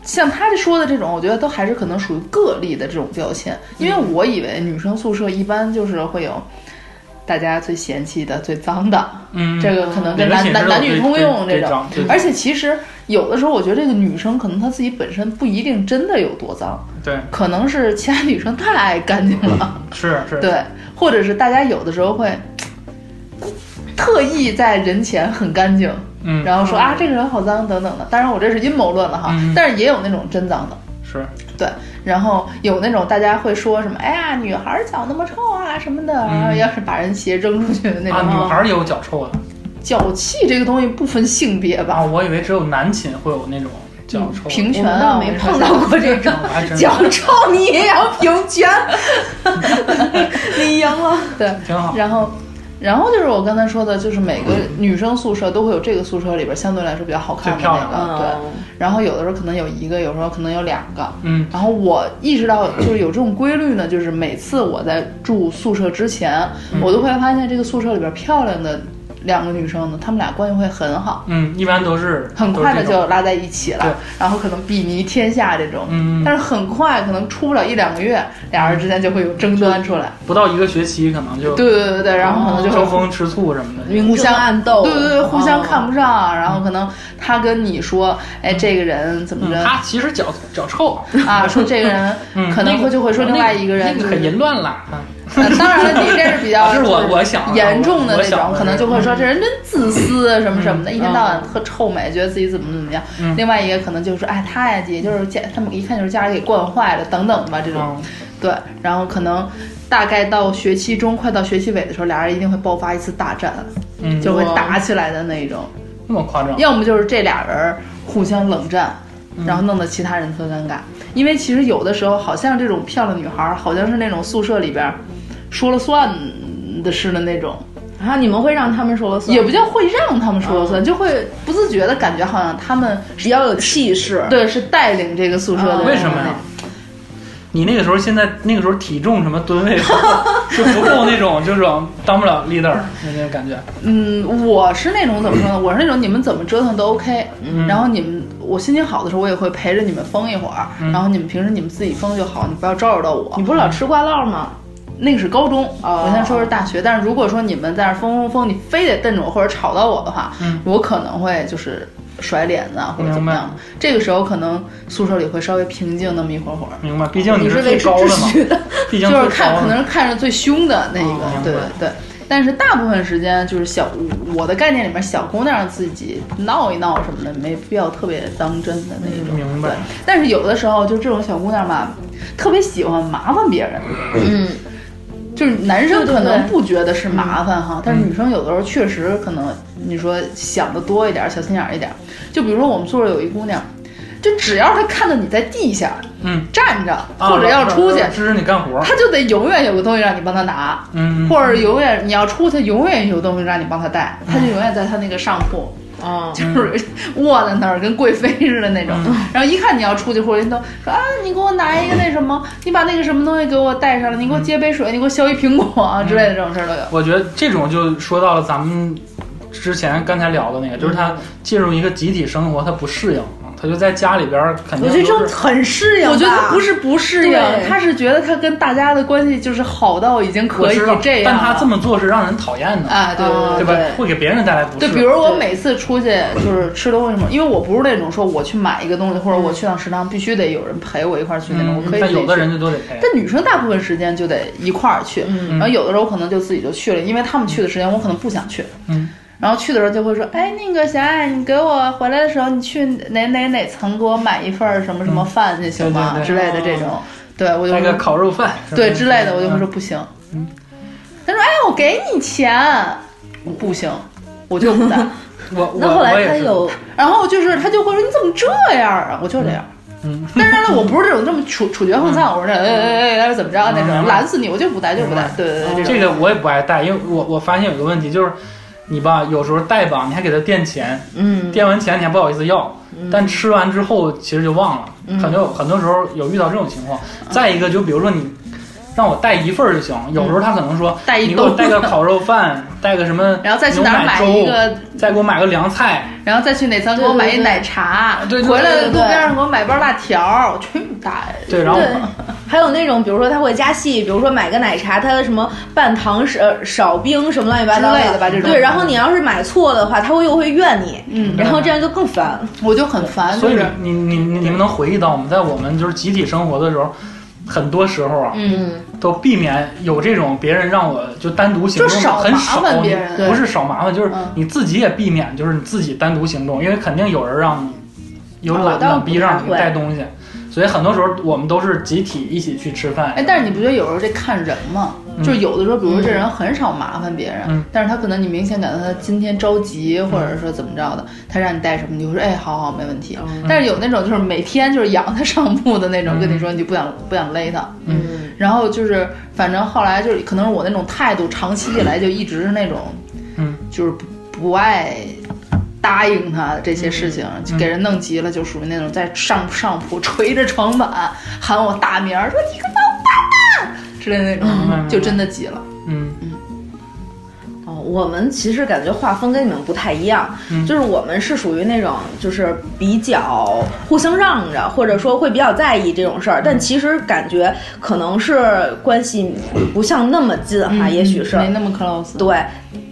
S5: 像他说的这种，我觉得都还是可能属于个例的这种标签，因为我以为女生宿舍一般就是会有大家最嫌弃的、最脏的，
S6: 嗯，
S5: 这个可能跟
S6: 每个
S5: 男
S6: 寝室
S5: 男
S6: 都
S5: 男
S6: 有
S5: 女通用这种。，
S6: 对
S5: 而且其实有的时候，我觉得这个女生可能她自己本身不一定真的有多脏，
S6: 对
S5: 可能是其他女生太爱干净了，
S6: 是 是，
S5: 对，或者是大家有的时候会特意在人前很干净，
S6: 嗯
S5: 然后说啊这个人好脏等等的。当然我这是阴谋论了哈，
S6: 嗯
S5: 但是也有那种真脏的。
S6: 是，
S5: 然后有那种大家会说什么，哎呀，女孩儿脚那么臭啊什么的，然后要是把人鞋扔出去的那
S6: 嗯啊，
S5: 种，哦
S6: 女孩儿也有脚臭的
S5: 脚气这个东西不分性别
S6: 啊，
S5: 吧，
S6: 我以为只有男寝会有那种脚臭的。
S5: 平
S7: 我
S5: 权
S7: 们
S5: 啊，
S7: 倒没
S5: 我跟你说
S7: 碰到过这种。
S6: 我还真
S7: 脚臭你也要平 权，你赢了。
S5: 对，
S6: 挺好，
S5: 然后，然后就是我刚才说的，就是每个女生宿舍都会有这个宿舍里边相对来说比较好看的
S6: 最漂
S5: 那
S6: 亮
S7: 嗯
S5: 个，对。然后有的时候可能有一个，有时候可能有两个。
S6: 嗯
S5: 然后我意识到就是有这种规律呢，就是每次我在住宿舍之前，
S6: 嗯
S5: 我都会发现这个宿舍里边漂亮的两个女生呢，她们俩关系会很好，
S6: 嗯，一般都是
S5: 很快的
S6: 都是这种
S5: 就拉在一起
S6: 对
S5: 了。然后可能比尼天下这种，
S6: 嗯，
S5: 但是很快可能出不了一两个月，俩人之间就会有争端出来。
S6: 不到一个学期可能就
S5: 对对对对，然后可能就会
S6: 争风吃醋什么的。
S5: 互相
S7: 暗
S6: 哦
S7: 斗哦
S5: 对对对，互相看
S7: 不。
S5: 不上，然后可能他跟你说，哎，这个人怎么
S6: 嗯，
S5: 着
S6: 他其实脚脚 臭，
S5: 啊？说这个人
S6: 嗯，
S5: 可能会就会说另外一个人
S6: 那
S5: 就
S6: 可
S5: 是，
S6: 淫乱了。啊
S5: 呃当然了，你这是比较
S6: 啊这是我我想的
S5: 严重的
S6: 我
S5: 那
S6: 想啊
S5: 种，可能
S6: 是
S5: 就会说这人真自私啊什么什么的，一天到晚特臭美，觉得自己怎么怎么样。
S6: 嗯
S5: 另外一个可能就是说，哎，他呀，姐就是家，他们一看就是家里给惯坏了，等等吧，这种。
S6: 嗯
S5: 对，然后可能大概到学期中，快到学期尾的时候，俩人一定会爆发一次大战，
S6: 嗯，
S5: 就会
S7: 哇
S5: 打起来的那种。
S6: 那么夸张，
S5: 要么就是这俩人儿互相冷战，然后弄得其他人特尴尬。因为其实有的时候，好像这种漂亮女孩，儿，好像是那种宿舍里边儿说了算的似的那种，
S7: 然后你们会让他们说了算，
S5: 也不叫会让他们说了算，就会不自觉的感觉好像他们
S7: 比较有气势。
S5: 对是带领这个宿舍的人。
S6: 为什么呀？你那个时候现在那个时候体重什么吨位 就不够那种，就是当不了 leader 那种感觉。
S5: 嗯，我是那种怎么说呢？我是那种你们怎么折腾都 OK，、然后你们我心情好的时候，我也会陪着你们疯一会儿，然后你们平时你们自己疯就好，你不要招惹到我。
S7: 你不是老吃瓜烙吗？
S5: 那个是高中，呃
S7: 哦
S5: 我现在说是大学。但是如果说你们在那儿疯疯疯，你非得瞪着我或者吵到我的话，
S6: 嗯
S5: 我可能会就是甩脸子啊或者怎么样
S6: 明。
S5: 这个时候可能宿舍里会稍微平静那么一会儿会儿，
S6: 明白？毕竟你
S7: 你
S6: 是
S7: 维
S6: 最
S7: 持
S6: 高的
S7: 秩
S6: 嘛，
S7: 序的，
S6: 毕竟
S5: 就是
S6: 最
S5: 看
S6: 高
S5: 可
S6: 的
S5: 能是看着最凶的那一个，
S6: 哦
S5: 对
S6: 明白
S5: 对对。但是大部分时间就是小，我的概念里面小姑娘自己闹一闹什么的，没必要特别当真的那种。
S6: 明白
S5: 对，但是有的时候就这种小姑娘吧，特别喜欢麻烦别人。
S7: 嗯，
S5: 就是男生
S7: 对对
S5: 可能
S7: 对
S5: 不觉得是麻烦哈，但是女生有的时候确实可能你说想的多一点，小心眼儿一点。就比如说我们宿舍有一姑娘，就只要她看到你在地下
S6: 嗯，
S5: 站着
S6: 啊
S5: 或者要出去，
S6: 支持你干活，
S5: 她就得永远有个东西让你帮她拿，
S6: 嗯，
S5: 或者永远你要出去，永远有东西让你帮她带，她就永远在她那个上铺。
S7: 啊，
S5: 就是卧在那儿跟贵妃似的那种
S6: 嗯，
S5: 然后一看你要出去或者人都说啊，你给我拿一个那什么，你把那个什么东西给我带上了，你给我接杯水，你给我削一苹果啊之类的这种事儿都有。
S6: 我觉得这种就说到了咱们之前刚才聊的那个，就是
S5: 嗯
S6: 他进入一个集体生活，他不适应，啊他就在家里边儿肯
S7: 我
S6: 定
S7: 觉得这种
S6: 都是
S7: 很适
S6: 嗯
S7: 应吧。
S5: 我觉得他不
S7: 是
S5: 是不适应，
S7: 对
S5: 他是觉得他跟大家的关系就是好到已经
S6: 我
S5: 可以
S6: 知道
S5: 这样
S6: 但
S5: 了。
S6: 他这么做是让人讨厌的，
S5: 啊，对对
S6: 对
S5: 对
S6: 吧
S5: 对。？
S6: 会给别人带来不适。
S5: 就比如我每次出去就是吃东西什么，因为我不是那种说我去买一个东西或者我去趟食堂必须得有人陪我一块儿去那种，
S6: 嗯
S5: 我可以自
S6: 但
S5: 己
S6: 有的
S5: 去
S6: 人就都得陪。
S5: 但女生大部分时间就得一块儿去，
S6: 嗯
S5: 然后有的时候可能就自己就去了，因为他们去的时间我可能不想去，
S6: 嗯，
S5: 然后去的时候就会说，哎，那个小爱，你给我回来的时候，你去哪哪哪层给我买一份儿什么什么饭去行吗？
S6: 嗯对对
S5: 之类的这种，对我就
S6: 带
S5: 会
S6: 个嗯
S5: 说
S6: 烤肉饭，是吧
S5: 对之类的，我就会说不行。
S6: 嗯
S5: 他说，哎，我给你钱，我不行，我就不带。
S6: 我我
S7: 那后
S6: 嗯我
S7: 来
S6: 也
S7: 他
S6: 是
S7: 有
S5: 然后就是他就会说你怎么这样啊？我就是这样。
S6: 嗯，
S5: 但是呢，我不是这种这么处处决横丧，我说哎哎哎哎怎么着那
S6: 嗯
S5: 种，拦死你我就不带就不带
S6: 嗯，
S5: 对对对，这
S6: 这
S5: 种
S6: 个我也不爱带，因为我我发现有个问题就是，你吧，有时候代绑你还给他垫钱，
S7: 嗯
S6: 垫完钱你还不好意思要，
S5: 嗯
S6: 但吃完之后其实就忘了，很多很多时候有遇到这种情况。再一个就比如说你让我带一份儿就行，有时候他可能说
S5: 嗯带一
S6: 你给我
S5: 兜
S6: 带个烤肉饭， 带个什么，
S5: 然后再去哪儿买一个，
S6: 再给我买个凉菜，
S5: 然后再去哪餐给我买一奶茶，
S6: 对对对
S5: 回来
S7: 对对
S5: 路
S7: 对
S5: 边上给我买包辣条，去你大爷！
S6: 对，然后
S7: 对还有那种，比如说他会加戏，比如说买个奶茶，他的什么半糖少少冰什么乱七八糟
S5: 之类的吧这种
S7: 对，然后你要是买错了的话，他会又会怨你，
S5: 嗯
S7: 然后这样就更烦。
S5: 我就很烦，
S6: 所
S5: 就
S6: 以
S5: 是
S6: 你你你你们能回忆到我们在我们就是集体生活的时候，很多时候啊，
S7: 嗯，
S6: 都避免有这种别人让我就单独行动
S5: 就
S6: 的，
S5: 少
S6: 很
S5: 麻
S6: 少
S5: 烦
S6: 你
S5: 别人对
S6: 不是少麻烦，就是
S5: 嗯
S6: 你自己也避免，就是你自己单独行动，因为肯定有人让你有
S7: 啊我
S6: 懒
S7: 倒
S6: 懒
S7: 不
S6: 逼
S7: 太
S6: 让你
S7: 会
S6: 带东西，所以很多时候我们都是集体一起去吃饭。
S5: 哎，但是你不觉得有时候这看人吗？
S6: 嗯
S5: 就是有的时候，比如说这人很少麻烦别人，
S6: 嗯
S5: 但是他可能你明显感到他今天着急，或者说怎么着的，
S6: 嗯
S5: 他让你带什么，你就说哎，好好，没问题。但是有那种就是每天就是养他上步的那种，
S6: 嗯
S5: 跟你说你就不想不想勒他。
S6: 嗯，
S5: 然后就是反正后来就是可能是我那种态度，长期以来就一直是那种，
S6: 嗯，
S5: 就是不不爱。答应他这些事情，
S6: 嗯
S5: 就给人弄急了，就属于那种在上上铺捶着床板喊我大名儿，说你个王八蛋之类的那种，
S6: 嗯
S5: 就真的急了。
S6: 嗯
S7: 哦，我们其实感觉画风跟你们不太一样，
S6: 嗯
S7: 就是我们是属于那种就是比较互相让着，或者说会比较在意这种事儿，
S5: 嗯
S7: 但其实感觉可能是关系不像那么近哈，啊也许是
S5: 嗯没那么 close。
S7: 对，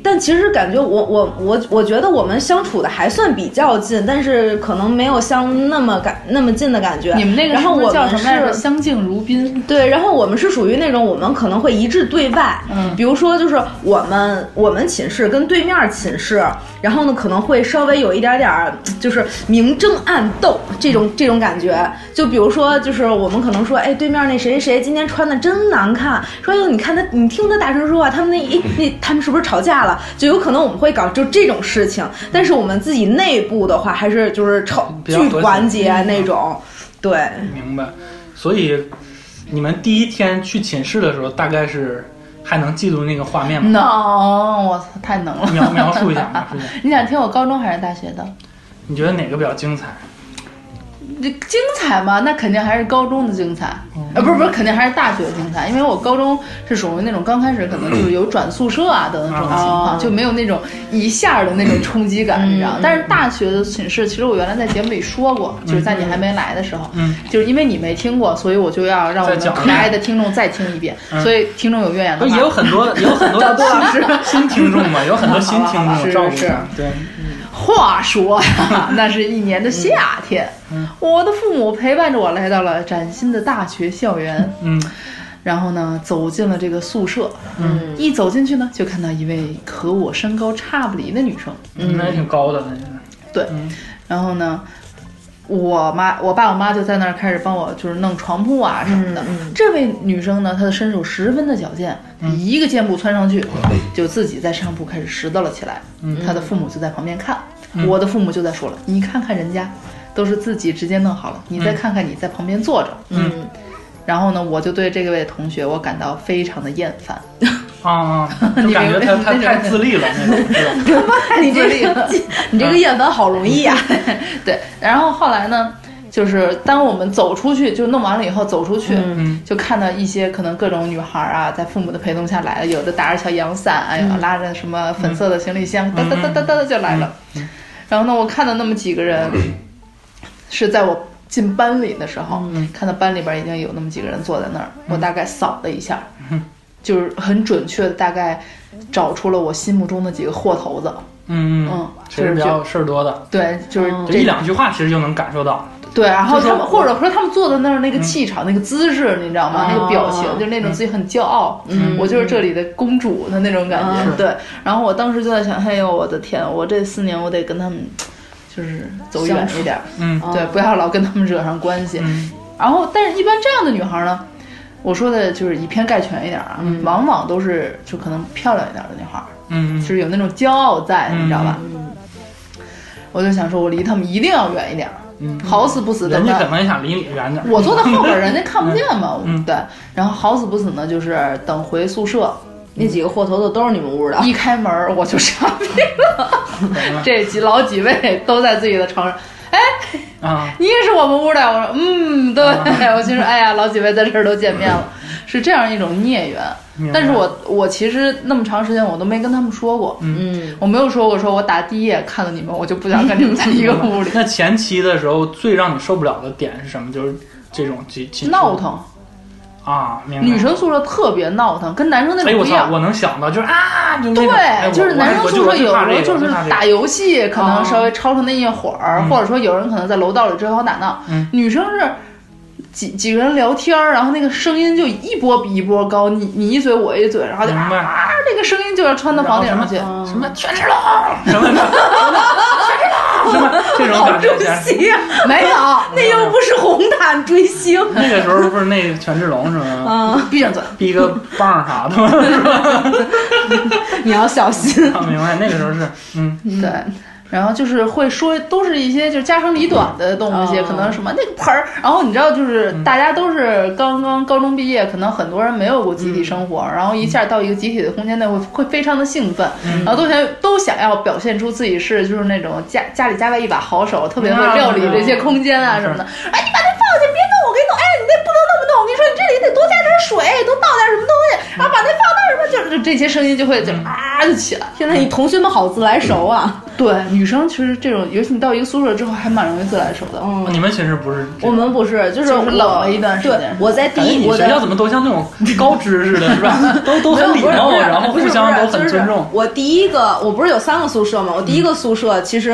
S7: 但其实感觉我我我我觉得我们相处的还算比较近，但是可能没有相那么感那么近的感觉。
S5: 你们那个
S7: 然
S5: 是
S7: 后
S5: 不
S7: 我
S5: 是叫
S7: 们
S5: 什么来着？
S7: 是
S5: 相敬如宾。
S7: 对，然后我们是属于那种我们可能会一致对外，
S5: 嗯
S7: 比如说就是我们我们寝室跟对面寝室，然后呢可能会稍微有一点点儿就是明争暗斗这种这种感觉，就比如说就是我们可能说，哎，对面那谁谁谁今天穿的真难看，说哎哟你看他你听他大声说话，他们那一那他们是不是吵架了？就有可能我们会搞就这种事情，但是我们自己内部的话还是就是吵
S6: 嗯比较
S7: 去
S6: 和谐嗯
S7: 团结那种，对，
S6: 明白。所以你们第一天去寝室的时候，大概是还能记住那个画面 吗？
S5: 能，我操，太能了！
S6: 描描述一下，描述一下，
S5: 你想听我高中还是大学的？
S6: 你觉得哪个比较精 彩？
S5: 这精彩吗？那肯定还是高中的精彩，
S6: 嗯
S5: 呃，不是不是，肯定还是大学精彩，因为我高中是属于那种刚开始可能就是有转宿舍啊的那种情况，
S6: 嗯
S7: 哦
S5: 就没有那种一下的那种冲击感，你知道吗
S7: 嗯。
S5: 但是大学的寝室，其实我原来在节目里说过，就是在你还没来的时候，
S6: 嗯，
S5: 就是因为你没听过，所以我就要让我们
S6: 再讲
S5: 可爱的听众再听一遍，
S6: 嗯哎
S5: 所以听众有怨言
S6: 不
S5: 的
S6: 是
S5: 话
S6: 也，有很多，也有很多新新听众嘛，有很多新听
S5: 好吧好吧啊
S6: 众
S5: 是
S6: 照顾
S5: 是
S6: 一下，对。
S5: 话说呀，那是一年的夏天，
S6: 嗯
S5: 我的父母陪伴着我来到了崭新的大学校园。
S6: 嗯
S5: 然后呢，走进了这个宿舍，
S7: 嗯
S5: 一走进去呢，就看到一位和我身高差不离的女生。，
S6: 那也挺高的，那是。
S5: 对，
S6: 嗯
S5: 然后呢，我妈、我爸、我妈就在那儿开始帮我就是弄床铺啊什么的。
S7: 嗯
S5: 这位女生呢，她的身手十分的矫健，一个箭步窜上去，
S7: 嗯
S5: 就自己在上铺开始拾掇了起来。她的父母就在旁边看，
S7: 嗯
S5: 我的父母就在说了：“你看看人家，都是自己直接弄好了，你再看看你在旁边坐着。”
S7: 嗯。
S5: 然后呢，我就对这位同学我感到非常的厌烦。
S6: 啊 啊，就感觉他他太自立了那 种是吧。
S7: 你这个你
S6: 嗯
S7: 这个厌烦好容易啊！
S5: 对，然后后来呢，就是当我们走出去，就弄完了以后走出去，
S6: 嗯
S5: 就看到一些可能各种女孩儿啊，在父母的陪同下来了，有的打着小阳伞，哎
S6: 嗯
S5: 呀，拉着什么粉色的行李箱，哒哒哒哒哒哒就来了。
S6: 嗯
S5: 然后呢，我看到那么几个人，是在我进班里的时候，
S6: 嗯
S5: 看到班里边已经有那么几个人坐在那儿，我大概扫了一下，
S6: 嗯
S5: 就是很准确的大概找出了我心目中的几个货头子。
S6: 嗯嗯
S5: 嗯，
S6: 谁是比较事儿多的，
S5: 对，就是
S6: 嗯就
S5: 这
S6: 一两句话其实就能感受到。
S5: 对，然后他们
S6: 就是嗯
S5: 或者说他们坐在那儿那个气场、那个姿势，你知道
S6: 哦
S5: 吗？那个表情，就是那种自己很骄傲，
S7: 嗯
S5: 我就是这里的公主的那种感觉。
S6: 嗯
S5: 对，然后我当时就在想，哎呦，我的天，我这四年我得跟他们就是走远一点儿，
S6: 嗯
S5: 对，不要老跟他们惹上关系。
S6: 嗯
S5: 然后，但是一般这样的女孩呢，我说的就是以偏概全一点儿啊，往往都是就可能漂亮一点儿的女孩儿，
S6: 嗯
S5: 就是有那种骄傲在，
S6: 嗯
S5: 你知道吧？我就想说，我离他们一定要远一点儿，
S6: 嗯，
S5: 好死不死
S6: 嗯，
S5: 的
S6: 人家
S5: 呢
S6: 可。能也想离你远点儿。
S5: 我坐在后边儿，人家看不见嘛。
S6: 嗯
S5: 对，然后好死不死呢，就是等回宿舍，
S7: 那几个货头子都是你们屋的。
S5: 一开门儿我就上去
S6: 嗯
S5: 了， 这几老几位都在自己的床上。哎，
S6: 啊，
S5: 你也是我们屋的呀？我说，嗯，对。我心说，哎呀，老几位在这儿都见面了，
S6: 嗯
S5: 是这样一种孽缘。
S6: 明白
S5: 但是我我其实那么长时间我都没跟他们说过，
S7: 嗯，
S5: 我没有说过说我打第一眼看到你们，我就不想跟你们在一个屋 里
S6: 那前期的时候最让你受不了的点是什么？就是这种集集
S5: 闹腾。
S6: 啊，明白。
S5: 女生宿舍特别闹腾，跟男生那
S6: 哎，
S5: 种
S6: 我
S5: 不一
S6: 操，
S5: 样。
S6: 我能想到，就是啊，就那种
S5: 对，
S6: 哎我
S5: 就是男生
S6: 我
S5: 宿舍有
S6: 我怕这
S5: 时候就
S6: 个
S5: 是
S6: 我怕这个
S5: 打游戏，可
S7: 哦
S5: 能稍微吵吵那一会儿，
S6: 嗯
S5: 或者说有人可能在楼道里追跑打闹
S6: 嗯。
S5: 女生是几几个人聊天儿，然后那个声音就一波比一波高，你你一嘴我一嘴，然后就
S6: 明白
S5: 啊，这个声音就要穿到房顶上去。
S6: 什么权志龙什么 的，什么 这种感觉。前
S7: 行，
S5: 没 有，
S7: 那又不是红毯追星。
S6: 那个时候不是那个权志龙是吗？
S7: 嗯，
S5: 闭上嘴，
S6: 逼个棒儿啥的吗？
S7: 你要小心。
S6: 啊明白，那个时候是，嗯，
S5: 对。然后就是会说，都是一些就是家长里短的东西，
S7: 哦
S5: 可能什么那个盆儿。然后你知道，就是
S6: 嗯
S5: 大家都是刚刚高中毕业，可能很多人没有过集
S6: 嗯
S5: 体生活，然后一下到一个集体的空间内会会非常的兴奋，
S6: 嗯
S5: 然后都想都想要表现出自己是就是那种家家里家外一把好手，特别会料理这些空间啊
S6: 啊嗯
S5: 什么的。哎，你把这放下，别动，我给你弄。哎，你那不能那么弄，我跟你说，你这里得多加点水，多倒点什么东西，然后把那放那儿什么，就是就这些声音就会就
S6: 嗯
S5: 啊就起来。
S7: 现在你同学们好自来熟啊。
S5: 对，女生其实这种，尤其你到一个宿舍之后，还蛮容易自来熟的。
S7: 嗯
S6: 哦你们寝室不是这种？
S7: 我们不是，就
S5: 就
S7: 是
S5: 是
S7: 我
S5: 冷了一段时间
S7: 对，我在第
S6: 感觉
S7: 一，
S6: 你
S7: 我
S6: 学校
S7: 的
S6: 怎么都像那种高知似的，是吧？ 都都很礼
S7: 不是
S6: 貌，
S7: 不是
S6: 然后
S7: 不是
S6: 互相
S7: 不是
S6: 都很
S7: 就是
S6: 尊重。
S7: 我第一个，我不是有三个宿舍吗？我第一个宿舍其实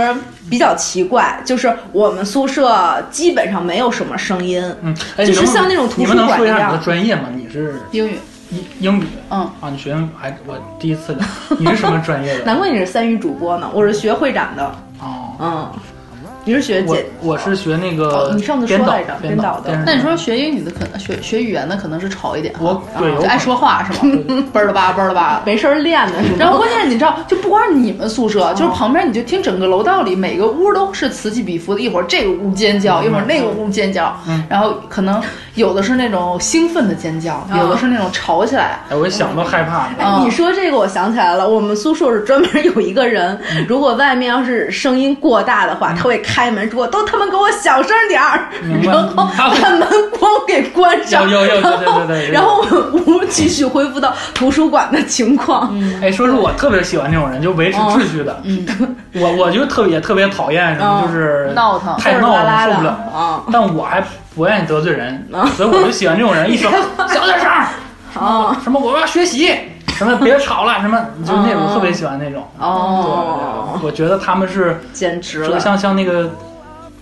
S7: 比较奇怪，就是我们宿舍基本上没有什么声音。
S6: 嗯，哎，
S7: 就是
S6: 你能
S7: 像那种图
S6: 你们
S7: 书
S6: 能
S7: 馆
S6: 说一
S7: 一
S6: 下
S7: 样
S6: 你的专业吗？你是
S5: 英语，
S6: 英英语
S5: 嗯，
S6: 啊？你学英语还我第一次聊，你是什么专业的？
S7: 难怪你是三语主播呢，我是学会展的，
S6: 哦，
S7: 嗯，你是学
S6: 我
S7: 姐，
S6: 我是学那
S7: 哦
S6: 个
S7: 你上次说
S6: 编导
S7: 来着
S6: 编
S7: 编导的
S6: 电视
S5: 那你说学英语的可能学学语言的可能是吵一点，
S6: 我
S7: 啊
S6: 对有
S5: 就爱说话是 吗？嘣儿了吧嘣儿了吧。
S7: 没事儿练的是吗？
S5: 然后关键是你知道，就不光是你们宿舍，就是旁边你就听整个楼道里每个屋都是此起彼伏的，一会儿这个屋尖叫，一会儿那个屋尖叫，然后可能有的是那种兴奋的尖叫，有的是那种吵起来，
S6: 哎，我一想都害怕呢。
S5: 嗯
S7: 哎你说这个，我想起来了，我们宿舍是专门有一个人，
S6: 嗯
S7: 如果外面要是声音过大的话，他会开门说：“都他妈给我小声点儿！”
S6: 明白
S7: 然后把门光给关
S6: 有
S7: 上。
S6: 有有，对对对 对。
S7: 然后我们屋继续恢复到图书馆的情况。嗯
S6: 哎，说是我特别喜欢这种人，就维持秩序的。嗯， 我我就特别特别讨厌什么，
S7: 嗯
S6: 就是
S5: 闹腾
S6: 太闹
S7: 啦
S6: 了，
S7: 啦的
S6: 受不了。
S7: 啊
S6: 但我还不愿意得罪人，所以我就喜欢这种人，一说小点声儿，
S7: 啊
S6: 什么我要学习，什么别吵了，什么就那种
S7: 嗯
S6: 特别喜欢那种。
S7: 哦，
S6: 我觉得他们是
S7: 简直
S6: 就
S7: 了！
S6: 像像那个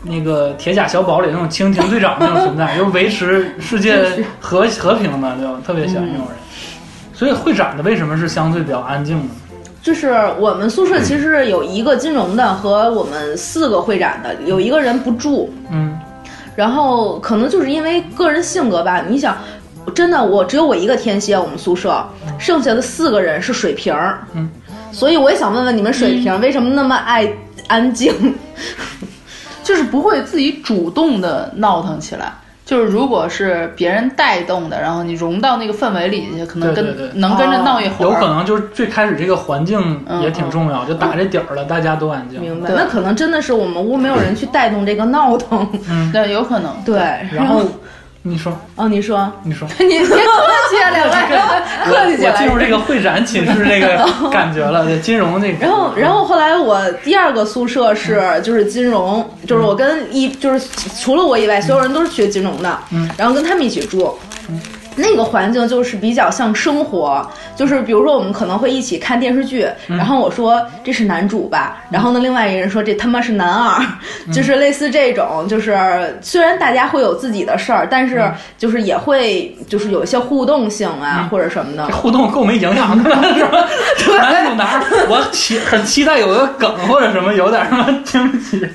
S6: 那个《铁甲小宝》里那种蜻蜓队长那种存在，就是维持世界和和平的，对吧？特别喜欢这种人。所以会展的为什么是相对比较安静的？
S7: 就是我们宿舍其实是有一个金融的和我们四个会展的，有一个人不住，
S6: 嗯，
S7: 然后可能就是因为个人性格吧，你想。真的，我只有我一个天蝎，我们宿舍剩下的四个人是水瓶儿，
S6: 嗯，
S7: 所以我也想问问你们水瓶儿为什么那么爱安静？
S5: 就是不会自己主动的闹腾起来。就是如果是别人带动的，然后你融到那个氛围里去，可能
S6: 对
S5: 跟
S6: 对对哦
S5: 能跟着闹一会
S6: 有
S5: 儿。
S6: 可能就是最开始这个环境也挺重要，就打这底儿了，大家都安静。
S7: 嗯明白？
S5: 对
S7: 那可能真的是我们屋没有人去带动这个闹腾。
S5: 对，有可能。
S7: 对，
S6: 然后你说，
S7: 哦，你说
S6: 你说，
S5: 你别客气啊，两位。
S6: 我
S7: 客气起
S6: 我进
S7: 来
S6: 入。这个会展寝室这 个感觉了，对金融那个。
S7: 然后，然后后来我第二个宿舍是
S6: 嗯
S7: 就是金融，就是我跟一就是除了我以外，所有人都是学金融的，
S6: 嗯
S7: 然后跟他们一起住。那个环境就是比较像生活，就是比如说我们可能会一起看电视剧，
S6: 嗯
S7: 然后我说这是男主吧，然后呢另外一个人说这他妈是男二，
S6: 嗯
S7: 就是类似这种，就是虽然大家会有自己的事儿，但
S6: 嗯
S7: 是就是也会就是有一些互动性啊或者什么的
S6: 这，互动够没营养的，是吧？ 男主男二，我期很期待有个梗或者什么，有点什么惊喜，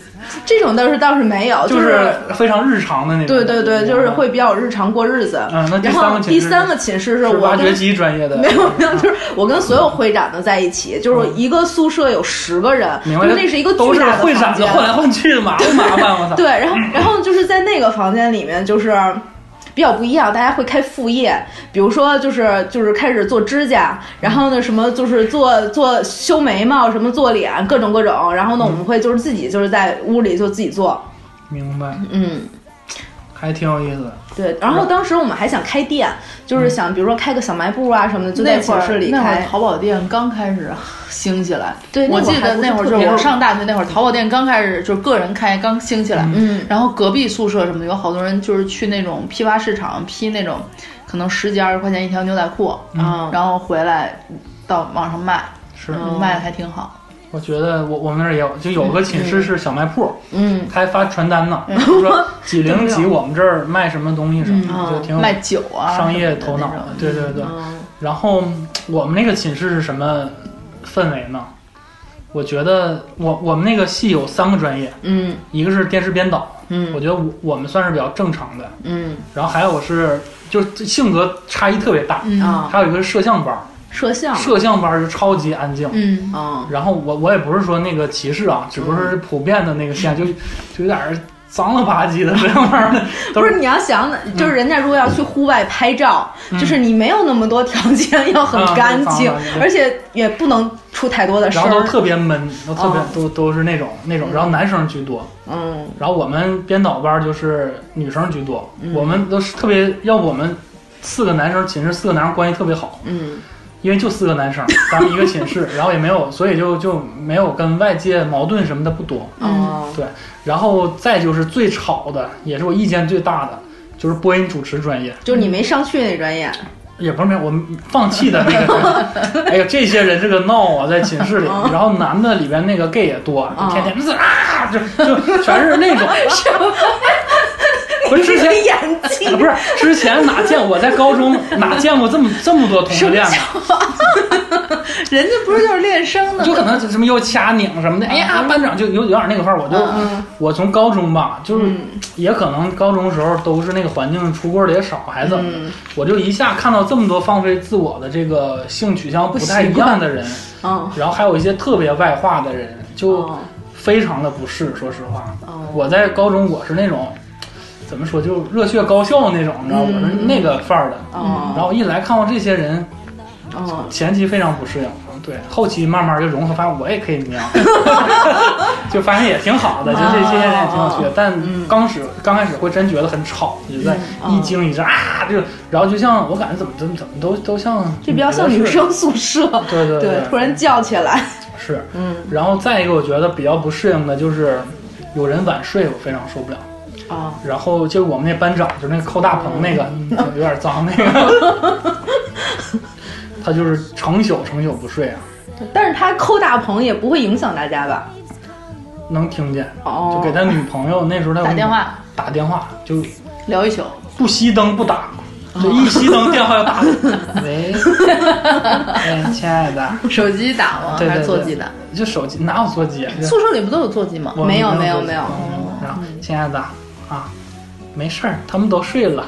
S7: 这种倒是倒是没有，
S6: 就
S7: 就是
S6: 是非常日常的那种。
S7: 对对对，就是会比较日常过日子。
S6: 嗯那第
S7: 然
S6: 三
S7: 后
S6: 个寝室
S7: 第三个寝室是
S6: 是
S7: 我
S6: 挖掘
S7: 跟
S6: 机专业的，啊嗯
S7: 没有没有，就是我跟所有会展的在一起，就是一个宿舍有十个人，
S6: 明
S7: 就
S6: 白？
S7: 那是一个
S6: 嗯都
S7: 巨
S6: 是
S7: 大
S6: 会
S7: 房
S6: 展的，嗯
S7: 间。
S6: 换来换去的，麻不麻烦？我操！
S7: 对，然后然后就是在那个房间里面，就是比较不一样，大家会开副业，比如说就是就是开始做指甲，然后呢什么就是做做修眉毛，什么做脸，各种各种。然后呢，我
S6: 嗯
S7: 们会就是自己就是在屋里就自己做，
S6: 明白，
S7: 嗯。
S6: 还挺有意思的。
S7: 对，然后当时我们还想开店，就是想比如说开个小卖部啊什么的，就在
S5: 那会
S7: 寝室
S5: 儿
S7: 里
S5: 那会儿
S7: 开。
S5: 淘宝店刚开始兴起来，
S7: 对那
S5: 我
S7: 会儿
S5: 记得
S7: 还不是
S5: 那会儿
S7: 特
S5: 就是
S7: 别
S5: 我上大学那会儿，淘宝店刚开始就是个人开刚兴起来，
S7: 嗯，
S5: 然后隔壁宿舍什么的有好多人就是去那种批发市场批那种可能十几二十块钱一条牛仔裤，
S7: 嗯
S5: 然后回来到网上卖，
S6: 是，
S7: 嗯
S5: 卖的还挺好。
S6: 我觉得我我们那儿也有，就有个寝
S5: 嗯
S6: 室是小卖铺，
S7: 嗯，
S6: 还发传单呢，就 说几零几我们这儿卖什么东西什么
S7: 嗯
S6: 的，就挺有
S5: 哦卖酒啊，
S6: 商业
S5: 什么的
S6: 头脑
S5: 那种
S6: 的。对对对。
S7: 嗯
S6: 然后我们那个寝室是什么氛围呢？我觉得我我们那个系有三个专业，
S7: 嗯
S6: 一个是电视编导，我
S7: 嗯
S6: 觉得我我们算是比较正常的，
S7: 嗯
S6: 然后还有是就是性格差异特别大，
S5: 嗯
S7: 啊，
S6: 还有一个是摄像班儿，
S7: 摄像
S6: 摄像班儿就超级安静。
S5: 嗯，
S7: 啊，
S6: 然后我我也不是说那个歧视
S7: 嗯
S6: 啊，只不过是普遍的那个现象，就就有点儿脏了吧唧的这样儿的，都
S7: 不 是你要想的，就是人家如果要去户外拍照，
S6: 嗯
S7: 就是你没有那么多条件，要很
S6: 啊
S7: 干
S6: 对
S7: 净
S6: 房子，
S7: 而且也不能出太多的声
S6: 然后都
S7: 儿。
S6: 特别闷，都特别、
S7: 哦
S6: 都都是那种那种，然后男生居多，
S7: 嗯
S6: 然后我们编导班儿就是女生居多，
S7: 嗯
S6: 我们都是特别，要不我们四个男生寝室四个男生关系特别好，
S7: 嗯
S6: 因为就四个男 生，咱们一个寝室，然后也没有，所以就就没有跟外界矛盾什么的不多。
S7: 哦
S6: 然后再就是最吵的，也是我意见最大的，就是播音主持专业，
S7: 就是你没上去那专业，
S6: 也不是没有我们放弃的那个专业。哎呀，这些人这个闹啊，在寝室里，然后男的里边那个 gay 也多，就天天就是啊，就就全是那种。不是之前
S7: 你这演 技
S6: 啊，不是之前哪见我在高中哪见过这么这么多同性恋呢？
S5: 人家不是就是练声的，
S6: 就可能什么又掐拧什么的，哎呀，班长就有有点那个范儿。我就、
S7: 嗯
S6: 我从高中吧，就是也可能高中时候都是那个环境出柜的也少，还是怎么
S7: 嗯
S6: 的，我就一下看到这么多放飞自我的这个性取向不太一样的人，
S7: 嗯
S6: 然后还有一些特别外化的人，就
S7: 哦
S6: 非常的不适。说实话，
S7: 哦
S6: 我在高中我是那种怎么说，就热血高校那种，你知道，我
S7: 嗯
S6: 是那个范儿的。然
S7: 哦
S6: 后一来看到这些人，
S7: 哦，
S6: 前期非常不适应，对，后期慢慢就融合，发现我也可以 那样，就发现也挺好的，就这些人也挺有
S7: 哦
S6: 趣的。但
S7: 嗯
S6: 刚始刚开始会真觉得很吵，就在一惊一乍啊，就然后就像我感觉怎么怎么怎么都都像
S7: 这比较
S5: 嗯
S7: 像
S6: 女
S7: 女
S6: 的似的，
S7: 生宿舍，
S6: 对对
S7: 对，突然叫起来，
S6: 是。
S7: 嗯
S6: 然后再一个，我觉得比较不适应的就是有人晚睡，我非常受不了。
S5: 哦
S7: 啊
S6: 然后就我们那班长，就是那个寇大鹏那个，
S7: 嗯
S6: 有点脏那个， 他就是成宿成宿不睡啊，
S7: 但是他扣大棚也不会影响大家吧？
S6: 能听见，
S7: 哦
S6: 就给他女朋友那时候他有
S5: 打电话
S6: 打电话就
S5: 聊一宿，
S6: 不熄灯不打，
S7: 哦
S6: 就一熄灯电话就打， 喂， 哎，亲爱的，
S5: 手机打吗？
S6: 对对
S5: 还是座机
S6: 对
S5: 打？
S6: 就手机哪有座机啊？就
S5: 宿舍里不都有座机吗？
S6: 我
S7: 没有
S6: 们
S7: 没有
S6: 座机
S7: 没有
S6: 嗯然后亲爱的啊，没事儿，他们都睡 了。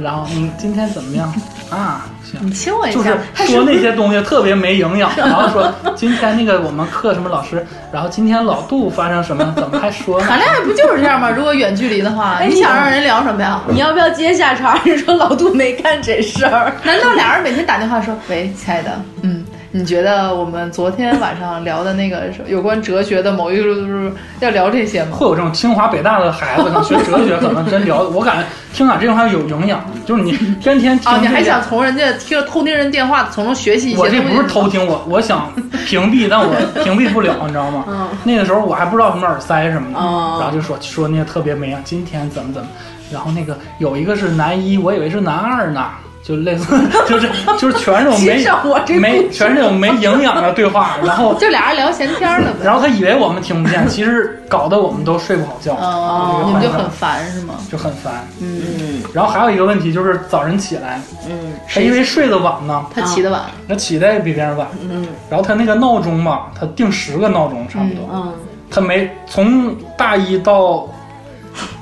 S6: 然后你今天怎么样啊？行。
S5: 你亲我一
S6: 就是
S5: 下，
S6: 说那些东西特别没营养，然后说今天那个我们课什么老师，然后今天老杜发生什么，怎么还说呢？
S5: 谈恋爱不就是这样吗？如果远距离的
S6: 哎
S5: 话，你想让人聊什么呀？
S6: 嗯
S7: 你要不要接下茬儿？你说老杜没干这 事儿，
S5: 难道俩人每天打电话说：“喂，亲爱的，嗯，你觉得我们昨天晚上聊的那个是有关哲学的某一个要聊这些吗
S6: 会有这种清华北大的孩子，可能学哲学，可能真聊，我感觉听啊俺这种话有营养，就是你天天听、
S5: 啊，你还想？从人家听偷听人电话，从中学习一些
S6: 我
S5: 东西？
S6: 这不是偷 听，我我想屏蔽，但我屏蔽不了，你知 道吗？
S5: 嗯
S6: 那个时候我还不知道什么耳塞什么的，
S5: 哦
S7: 嗯
S6: 然后就说说那个特别没用，今天怎么怎么，然后那个有一个是男一，我以为是男二呢，就类似，就是就是全是我 没
S7: 欣赏我这
S6: 没全是那种没营养的对话，然后
S5: 就俩人聊闲天儿了 呗。
S6: 然后他以为我们听不见，其实搞得我们都睡不好觉，
S5: 哦，你们就很烦是吗？
S6: 就很烦。
S7: 嗯
S6: 然后还有一个问题就是早晨起来，
S7: 嗯
S6: 他因为睡得晚呢，
S5: 他起得晚，
S6: 他起得也比别人晚，
S7: 嗯
S6: 然后他那个闹钟吧，他定十个闹钟差不多，
S7: 嗯
S6: 他没从大一到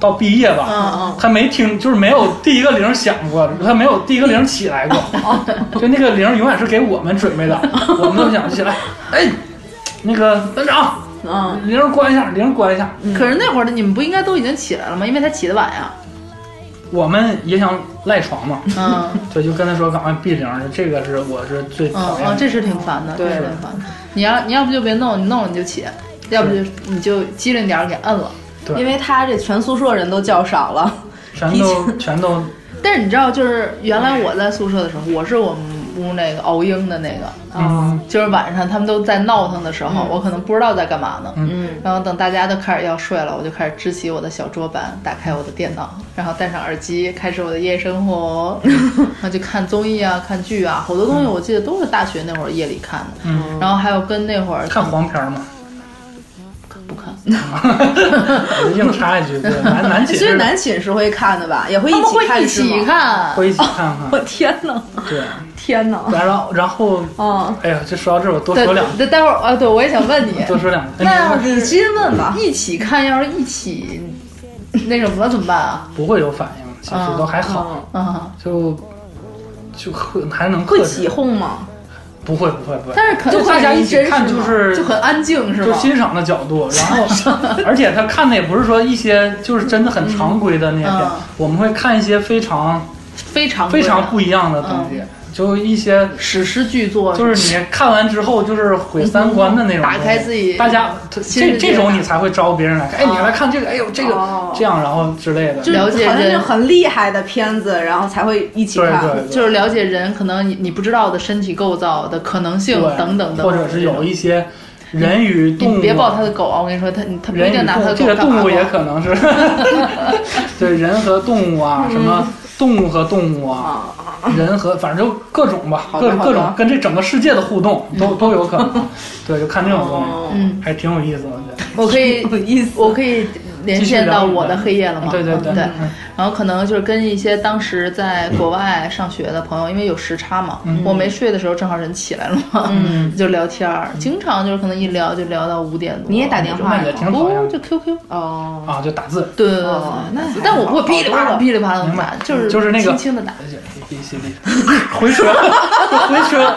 S6: 到毕业吧，
S5: 嗯
S6: 他没听，就是没有第一个铃响过，他没有第一个铃起来 过，就那个铃永远是给我们准备的，我们都想起来，哎，那个班长，
S7: 嗯，
S5: 嗯
S6: 铃儿关一下，铃儿关一下，
S5: 嗯。可是那会儿的你们不应该都已经起来了吗？因为他起得晚呀。
S6: 我们也想赖床嘛，
S5: 嗯
S6: 对，就跟他说赶快闭铃儿，这个是我是最
S5: 嗯
S6: 讨厌
S5: 嗯，
S6: 的。
S5: 这是挺烦的，这
S7: 对
S5: 是挺烦的。你要你要不就别弄，你弄了你就起，要不就你就机灵点儿给摁了。
S6: 对
S7: 因为他这全宿舍人都叫少了，
S6: 全都全都
S5: 但是你知道，就是原来我在宿舍的时候，我是我们屋那个熬鹰的那个，
S6: 嗯
S5: 就是晚上他们都在闹腾的时候，我可能不知道在干嘛呢。
S7: 嗯，
S5: 然后等大家都开始要睡了，我就开始支起我的小桌板，打开我的电脑，然后戴上耳机，开始我的夜生 活，然后就看综艺啊、看剧啊，好多东西我记得都是大学那会儿夜里看的。
S6: 嗯
S5: 然后还有跟那会儿
S6: 看黄片儿嘛，
S5: 不看，
S6: 我就硬插一句，对，男男寝
S7: 所以
S6: 室
S7: 男寝是会看的吧，也会一
S5: 他们
S7: 起
S5: 会
S7: 看
S5: 一
S7: 是
S5: 起
S7: 吗？
S5: 看，
S6: 会一起看看，
S5: 哦
S7: 我天哪，
S6: 对，
S7: 天哪！
S6: 然后然后，
S7: 哦，
S6: 哎呀，这说到这儿我多
S5: 对
S6: 说两句，嗯哎
S5: 对，待会儿啊，对我也想问你，
S6: 多说两句，
S5: 那要
S7: 你
S5: 是
S7: 直接问吧。
S5: 一起看，要是一起那什么了怎么办啊？
S6: 不会有反应，其
S5: 哦
S6: 实都还好，
S7: 嗯，
S5: 啊、
S6: 就就会还能
S7: 会
S6: 克
S7: 起
S6: 制，
S7: 哄吗？
S6: 不会不会不会，
S5: 但是肯
S6: 就大家一
S5: 很
S6: 起
S5: 真实
S6: 看就
S5: 嘛
S6: 是
S5: 就很安静是
S6: 就
S5: 吗？
S6: 欣赏的角度，然后而且他看的也不是说一些就是真的很常规的那些片
S5: 嗯，
S6: 我们会看一些非常
S5: 非常啊
S6: 非常
S5: 规嗯
S6: 不一样的东西，就一些
S5: 史诗巨作，
S6: 就是你看完之后就是毁三观的那种东
S5: 嗯
S6: 西，
S5: 打开自己
S6: 大家
S5: 新世
S6: 这
S5: 界
S6: 这种你才会招别人来看，哎，你来看这个，哎呦这个
S7: 哦
S6: 这样，然后之类的，
S5: 就了解
S7: 好像是
S5: 人
S7: 很厉害的片子，然后才会一起
S6: 对
S7: 看。
S6: 对，
S5: 就是了解人，可能你你不知道的身体构造的可能性
S6: 对
S5: 等等等，
S6: 或者是有一些人与动
S5: 你
S6: 物，
S5: 别抱他的狗啊！我跟你说，他你他不一
S6: 人
S5: 定
S6: 与
S5: 拿他的
S6: 动物，
S5: 狗
S6: 这个
S5: 干嘛
S6: 动物也
S5: 呢
S6: 可 能是，对人和动物啊，什
S7: 嗯
S6: 么动物和动物啊，人和反正就各种吧，
S7: 哦好的
S6: 各
S7: 好的嗯
S6: 各种跟这整个世界的互动都都有可 能，对，就看这种东西，
S7: 哦，
S5: 嗯，
S6: 还挺有意思的，
S5: 我
S6: 我觉得
S5: 可以
S7: 有意思。
S5: 我可以连线到我的黑夜了吗？
S6: 对对对嗯
S5: 对，
S7: 嗯
S5: 然后可能就是跟一些当时在国外上学的朋友，因为有时差嘛，
S6: 嗯
S5: 我没睡的时候正好人起来了嘛，
S7: 嗯
S5: 就聊天儿，经常就是可能一聊就聊到五点多。
S7: 你也打电话
S6: 那也挺讨厌
S5: 不就
S6: 的
S5: QQ
S7: 哦，
S6: 啊，就打字，
S5: 对对对对
S7: 哦那还好
S5: 对，但我不会噼里啪啦噼里啪啦
S6: 明
S5: 的打
S6: 白，，
S5: 就是
S6: 就是那个
S5: 轻轻的打。
S6: B B C D 回车回车，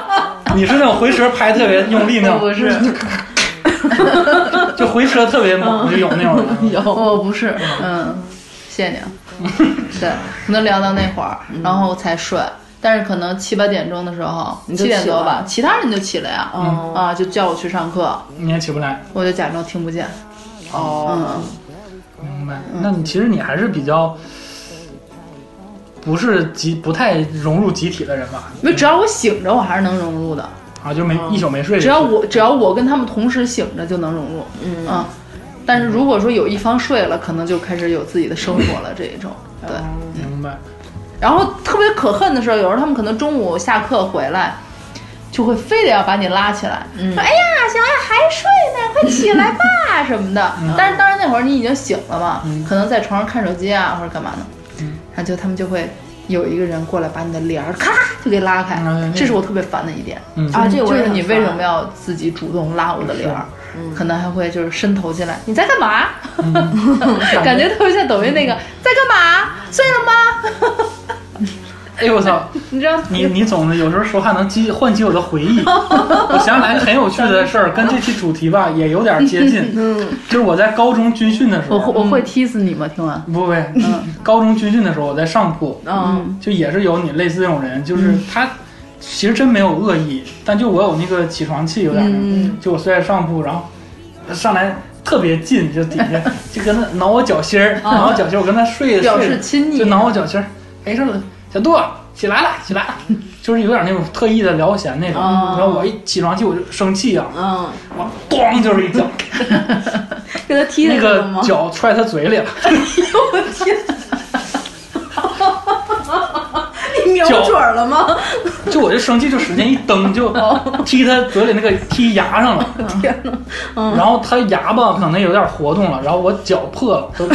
S6: 你是那种回车拍特别用力那种，
S5: 哦我不 是，
S6: 就回车特别
S7: 嗯
S6: 猛，就有那种人，
S7: 啊
S5: 有，哦我不是，嗯，谢谢你啊。对，可能聊到那会儿，然后才睡。但是可能七八点钟的时候，
S7: 你就
S5: 七点
S7: 起
S5: 多
S7: 了
S5: 吧，其他人就起来呀，
S7: 嗯
S5: 啊，就叫我去上课，
S6: 你也起不来。
S5: 我就假装听不见。嗯
S7: 哦，
S6: 明白。那你其实你还是比较不是集不太融入集体的人吧？
S5: 因为只要我醒着，我还是能融入的。
S6: 啊，就没一宿没睡
S5: 只
S6: 就是。
S5: 要我只要我跟他们同时醒着，就能融入。
S7: 嗯
S5: 啊，但是如果说有一方睡了，可能就开始有自己的生活了这一种。对，
S6: 明白，
S5: 然后特别可恨的是，有时候他们可能中午下课回来，就会非得要把你拉起来，
S6: 嗯
S5: 说：“哎呀，小爱还睡呢，快起来吧什么的。”
S6: 嗯
S5: 但是当然那会儿你已经醒了嘛，可能在床上看手机啊或者干嘛呢，
S6: 嗯
S5: 然后就他们就会有一个人过来把你的帘儿咔就给拉开
S6: 嗯，
S5: 这是我特别烦的一点。
S6: 嗯
S7: 啊，这
S5: 就
S7: 我也
S5: 是
S7: 很
S5: 你
S7: 烦
S5: 为什么要自己主动拉我的帘儿？
S6: 嗯
S5: 可能还会就是伸头进来，你在干嘛？
S6: 嗯
S5: 感觉特别像抖音那个在干嘛？睡了吗？
S6: 哎呦我操！
S5: 你知道
S6: 你你总的有时候说话能激唤起我的回忆，我想起来很有趣的事儿，跟这期主题吧也有点接近。嗯，就是我在高中军训的时
S5: 我会
S6: 候，
S5: 我会踢死你吗？听完，
S6: 不不，高中军训的时候我在上铺，
S7: 嗯
S6: 就也是有你类似这种人，就是
S5: 嗯
S6: 他其实真没有恶意，但就我有那个起床气有点儿，
S7: 嗯
S6: 就我睡在上铺，然后上来特别近，就底下 就跟他挠我脚心儿，挠我脚心儿，我跟他睡
S5: 啊表
S6: 睡
S5: 示亲昵啊
S6: 就挠我脚心儿，没事了，小杜起来了，起 来了，就是有点那种特意的聊闲那种。
S7: 哦
S5: 啊
S6: 然后我一起床气我就生气啊，
S7: 嗯，
S6: 我咣就 是一脚，
S7: 给他踢
S6: 那
S7: 那
S6: 个
S7: 吗？
S6: 脚踹他嘴里了，
S7: 你 瞄
S6: 脚
S7: 准了吗？
S6: 就我就生气就使劲一蹬就
S5: 哦
S6: 踢他嘴里那个踢 牙上了。
S7: 天哪！
S5: 嗯
S6: 然后他牙吧可能有点活动了，然后我脚破了， 都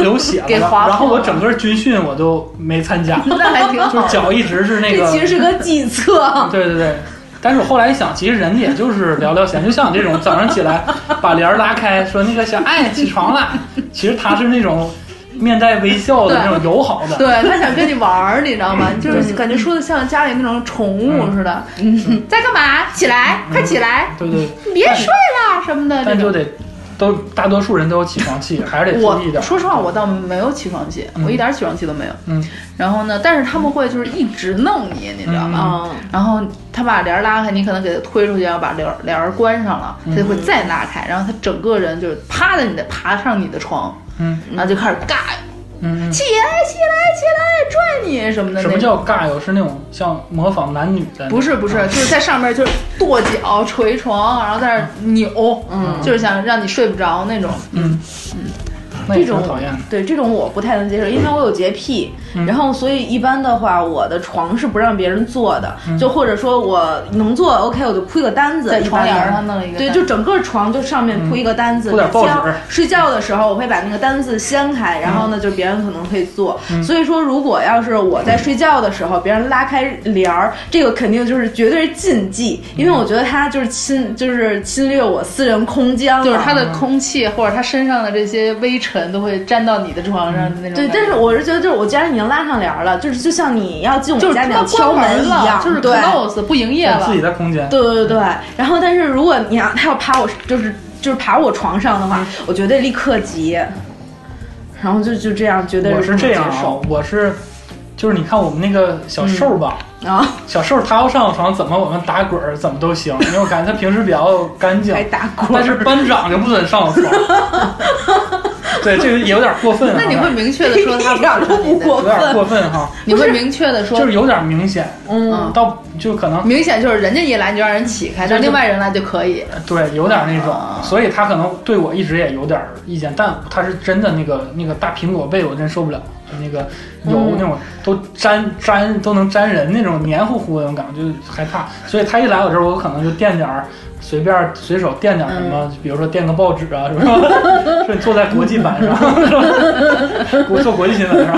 S6: 流血了，
S5: 给划破了
S6: 然后我整个军训我都没参加，
S5: 那还挺
S6: 就
S5: 好。
S6: 脚一直是那
S7: 这
S6: 个，
S7: 其实是个计策。
S6: 对对对。但是我后来一想，其实人家也就是聊聊闲，就像你这种早上起来把帘儿拉开，说那个小爱起床了，其实他是那种面带微笑的
S5: 对
S6: 那种友好的，
S5: 对他想跟你玩儿，你知道
S6: 嗯
S5: 吗？就是感觉说的像家里那种宠物似的，
S6: 嗯
S5: 在干嘛？起来，快起来，
S6: 对对对，
S5: 别睡啦什么的这
S6: 嗯但
S5: 种。
S6: 就得都大多数人都有起床气，还是得注意
S5: 我
S6: 点。
S5: 说实话，我倒没有起床气，
S6: 嗯
S5: 我一点起床气都没有。
S6: 嗯，
S5: 然后呢，但是他们会就是一直弄你，你知道吗？
S6: 嗯
S7: 啊，
S5: 然后他把帘儿拉开，你可能给他推出去，然后把帘儿帘儿关上了，
S6: 嗯
S5: 他就会再拉开，然后他整个人就是趴在你的爬上你的床，
S6: 嗯，
S5: 然后就开始尬，
S6: 嗯，
S5: 起来起来起来，拽你什么的那
S6: 什
S5: 种。
S6: 么叫啊尬游？是那种像模仿男女的那种？
S5: 不是不是，就是在上面就是跺脚捶床，然后在那儿扭，嗯，就是想让你睡不着那种。
S6: 嗯那也挺讨厌的。
S7: 对这种我不太能接受，因为我有洁癖，
S6: 嗯
S7: 然后所以一般的话，我的床是不让别人坐的，
S6: 嗯
S7: 就或者说我能坐，OK，我就铺一个单子，
S5: 在
S7: 一般
S5: 床
S7: 的
S5: 帘儿上弄了一个
S7: 对，
S5: 单
S7: 就整个床就上面铺一个单子，
S6: 嗯铺点报纸
S7: 睡觉睡觉的时候，我会把那个单子掀开，然
S6: 嗯
S7: 后呢，就别人可能会坐。所以说，如果要是我在睡觉的时候，别人拉开帘儿，这个肯定就是绝对是禁忌，因为
S6: 嗯
S7: 我觉得他就是侵，就是侵略我私人空间了，
S5: 就是他的空气或者他身上的这些微尘都会沾到你的床上的那种感觉。
S7: 对，但是我是觉得，就是我既然已经拉上帘儿了，就是就像你要进我
S5: 就
S7: 们
S5: 是
S7: 家那
S5: 他
S7: 样敲门一样，
S5: 就是
S7: 对
S5: close 不营业
S6: 有
S5: 了
S6: 自。己的空间，
S7: 对对对。然后，但是如果你要他要爬我，就是就是爬我床上的话，我绝对立刻急。然后就就这样，绝对
S6: 我
S7: 不能
S6: 这
S7: 接
S6: 样啊
S7: 受，
S6: 我是就是你看我们那个小瘦吧，
S7: 啊，
S6: 小瘦他要上床，怎么我们打滚儿怎么都行，因为我感觉他平时比较干净
S7: 还，打滚
S6: 但是
S7: 儿。
S6: 班长就不准 上我床。对，这个也有点过分啊。
S5: 那你会明确的说他
S7: 一点儿都不过
S6: 有点
S7: 分，
S6: 过分哈，
S5: 你会明确的说
S6: 就，是有点明显，
S5: 嗯，
S6: 到就可能
S5: 明显就是人家一来你就让人起开，
S6: 就
S5: 但另外人来就可以。
S6: 对有点那
S5: 啊
S6: 种，所以他可能对我一直也有点意见，但他是真的那个那个大苹果被我真受不了，就那个
S5: 嗯
S6: 油那种都粘粘都能粘人那种黏糊糊的那种感觉，就害怕。所以他一来我这儿，我可能就垫点儿。随便随手垫点儿什
S5: 嗯
S6: 么，比如说垫个报纸啊，是吧？是坐在国际版上，是 吧？我做国际新闻上，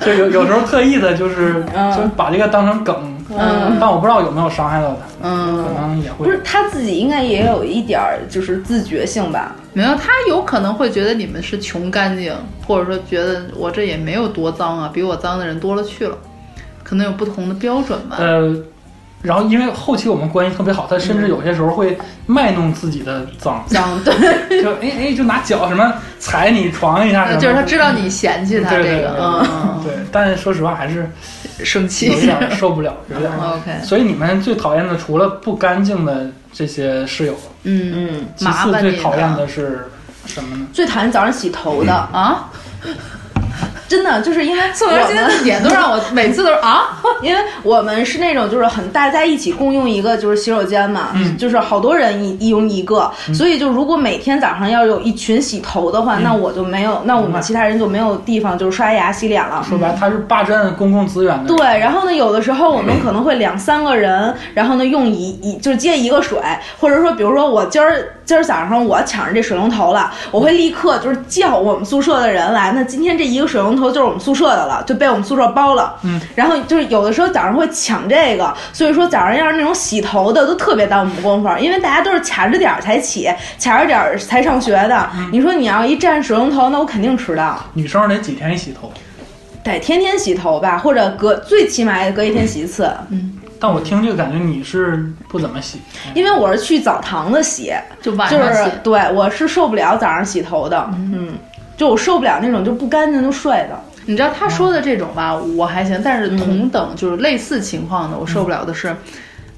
S6: 就有有时候特意的，就是就把这个当成梗，
S5: 嗯
S6: 但我不知道有没有伤害到他。
S5: 嗯，
S6: 可能也会
S7: 不是他自己应该也有一点儿就是自觉性吧？
S5: 没有，他有可能会觉得你们是穷干净，或者说觉得我这也没有多脏啊，比我脏的人多了去了，可能有不同的标准吧。
S6: 呃，然后因为后期我们关系特别好，他甚至有些时候会卖弄自己的 脏，
S5: 脏对，
S6: 就哎哎就拿脚什么踩你床一下什么，
S5: 啊就是他知道你嫌弃他
S6: 对对
S5: 这个，
S6: 对
S5: 嗯，
S6: 对，但是说实话还是
S5: 嗯生
S6: 有
S5: 气。
S6: 点受不了，有点。
S5: OK，
S6: 所以你们最讨厌的除了不干净的这些室友，
S5: 嗯，
S7: 嗯，
S6: 其
S5: 麻
S6: 次
S5: 烦
S6: 最
S5: 你
S6: 讨厌
S5: 了
S6: 的是什么呢？
S7: 最讨厌早上洗头的，
S5: 啊，
S6: 嗯
S7: 真的就是因为
S5: 宋元
S7: 我
S5: 今
S7: 们
S5: 天的点都让我每次都是啊，
S7: 因为我们是那种就是很大家一起共用一个就是洗手间嘛，
S6: 嗯
S7: 就是好多人一一用一个，所以就如果每天早上要有一群洗头的话，那我就没有，那
S6: 嗯
S7: 我
S6: 明白
S7: 们其他人就没有地方就是刷牙洗脸了。
S6: 说白了，他是霸占公共资源的。
S7: 对，然后呢，有的时候我们可能会两三个人，然后呢用一一就是接一个水，或者说，比如说我今儿今儿早上我抢着这水龙头了，我会立刻就是叫我们宿舍的人来，那今天这一个水龙头就是我们宿舍的了，就被我们宿舍包了。
S6: 嗯，
S7: 然后就是有的时候早上会抢这个，所以说早上要是那种洗头的都特别耽误我们工夫，因为大家都是卡着点儿才起，卡着点儿才上学的。你说你要一占水龙头，那我肯定迟到。
S6: 女生得几天一洗头？
S7: 得天天洗头吧，或者隔最起码也隔一天洗一次。
S6: 但我听这个感觉你是不怎么洗，
S7: 因为我是去澡堂子洗，
S5: 就晚
S7: 就
S5: 上
S7: 是
S5: 洗，
S7: 对我是受不了早上洗头的，嗯，就我受不了那种就不干净就睡的，
S5: 你知道他说的这种吧，我还行，但是同
S6: 嗯
S5: 等就是类似情况的，我受不了的是，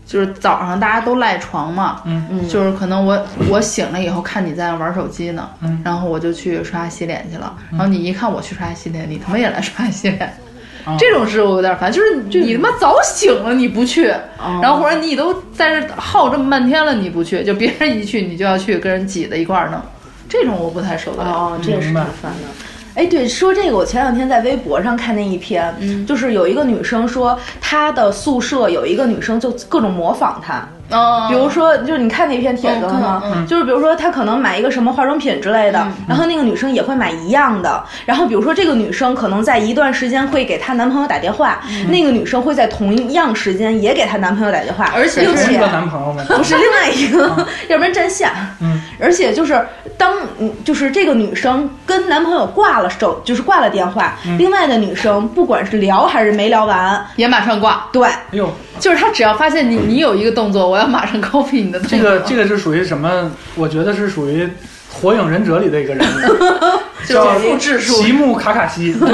S5: 就是早上大家都赖床嘛，
S6: 嗯
S7: 嗯
S5: 就是可能我我醒了以后看你在玩手机呢，
S6: 嗯
S5: 然后我就去刷牙洗脸去了，然后你一看我去刷牙洗脸，你他妈也来刷牙洗脸。
S6: 啊
S5: 这种事我有点烦，就是你他妈早醒了你不去，
S6: 哦
S5: 然后或者你都在这耗这么半天了你不去，就别人一去你就要去跟人挤在一块儿弄，这种我不太受得了。
S7: 哦，这也是
S6: 明
S7: 挺
S6: 白
S7: 烦的。哎，对，说这个，我前两天在微博上看见一篇，
S5: 嗯
S7: 就是有一个女生说，她的宿舍有一个女生就各种模仿她，
S5: 嗯，
S7: 比如说，就是你看那篇帖子了吗？
S5: 嗯
S7: 就是比如说，她可能买一个什么化妆品之类的，
S5: 嗯
S7: 然后那个女生也会买一样的。然后比如说，这个女生可能在一段时间会给她男朋友打电话，
S5: 嗯
S7: 那个女生会在同样时间也给她男朋友打电话，
S5: 而且
S7: 并
S5: 是
S6: 同一
S7: 且
S6: 个男朋 友吗？
S7: 不是另外一个， 要不然占线。
S6: 嗯，
S7: 而且就是当嗯就是这个女生跟男朋友挂了手，就是挂了电话，
S5: 嗯
S7: 另外的女生不管是聊还是没聊完，
S5: 也马上挂。
S7: 对，
S6: 哎呦，
S5: 就是他只要发现你你有一个动作，我要马上 copy 你的动作。
S6: 这个这个是属于什么？我觉得是属于火影忍者》里的一个 人物，叫
S5: 复制术
S6: 吉木卡 卡西，就是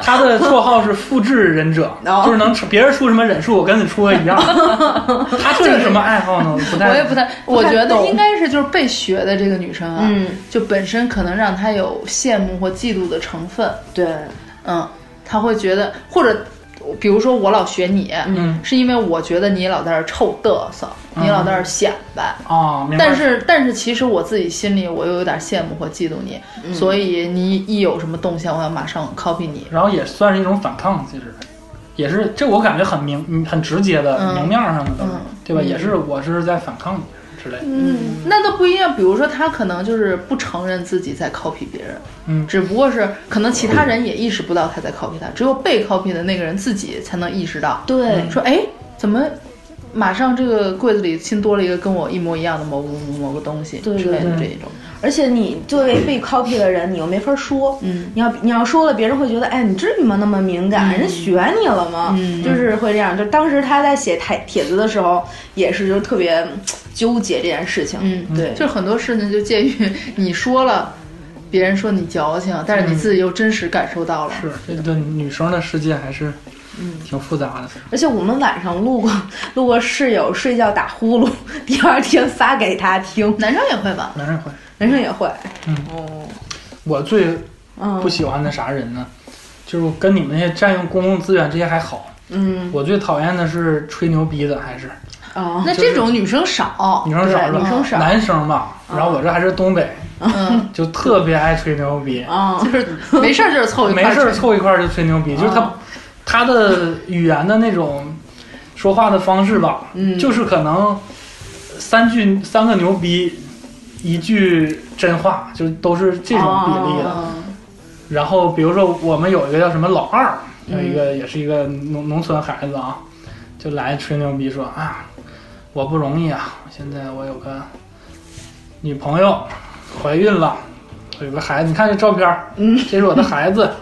S6: 他的绰号是复制忍者，
S5: 哦
S6: 就是能出别人出什么忍术，我跟你出个 一样。他这是什么爱好呢？我不太，
S5: 我也不太，我觉得应该是就是被学的这个女生啊，
S7: 嗯，
S5: 就本身可能让她有羡慕或嫉妒的成分，
S7: 对，
S5: 嗯，她会觉得或者。比如说我老学你，
S6: 嗯
S5: 是因为我觉得你老在那儿臭嘚瑟，你老在那儿显摆，
S6: 啊，明白
S5: 但是但是其实我自己心里我又有点羡慕或嫉妒你，所以你一有什么动向，我要马上 copy 你。
S6: 然后也算是一种反抗，其实也是这我感觉很明嗯很直接的，
S5: 嗯
S6: 明面上的都是，
S5: 嗯
S6: 对吧？
S5: 嗯
S6: 也是我是在反抗你之类的，
S5: 嗯，那都不一样。比如说，他可能就是不承认自己在 copy 别人，
S6: 嗯
S5: 只不过是可能其他人也意识不到他在 copy 他，只有被 copy 的那个人自己才能意识到，
S7: 对，
S5: 说哎，怎么马上这个柜子里新多了一个跟我一模一样的某某某某个东西
S7: 对
S5: 之类的
S6: 对
S5: 这
S6: 对
S5: 一种，
S7: 而且你作为被 copy 的人，你又没法说，
S5: 嗯
S7: 你要你要说了，别人会觉得，哎，你至于吗？那么敏感，
S6: 嗯
S7: 人学你了吗？
S5: 嗯
S7: 就是会这样。就当时他在写帖帖子的时候，也是就特别嗯纠结这件事情。
S5: 嗯，
S7: 对，
S5: 就是很多事情就介于你说了，别人说你矫情，但是你自己又真实感受到了，
S6: 是这个女生的世界还是
S5: 嗯
S6: 挺复杂的。
S7: 而且我们晚上路过路过室友睡觉打呼噜，第二天发给他听，
S5: 男生也会吧？
S6: 男人会，
S7: 男生也会。
S6: 我最
S7: 嗯，
S6: 不喜欢的啥人呢？就是跟你们那些占用公共资源这些还好，
S7: 嗯
S6: 我最讨厌的是吹牛逼的，还是
S7: 哦，
S5: 那这种女生少，
S6: 女生少
S7: 对女生少
S6: 吧？男生吧，然后我这还是东北，
S5: 嗯，
S6: 就特别爱吹牛逼，
S7: 哦，
S5: 就是没事儿就是凑一块
S6: 没
S5: 儿
S6: 事儿
S5: 去
S6: 凑一块儿就吹牛逼，就是他
S7: 哦
S6: 他的语言的那种说话的方式吧，
S7: 嗯，
S6: 就是可能三句三个牛逼，一句真话，就都是这种比例的。
S7: 哦
S6: 然后比如说我们有一个叫什么老二，有一个也是一个农农村孩子啊，就来吹牛逼说啊，我不容易啊，现在我有个女朋友怀孕了，我有个孩子，你看这照片儿，这是我的孩子。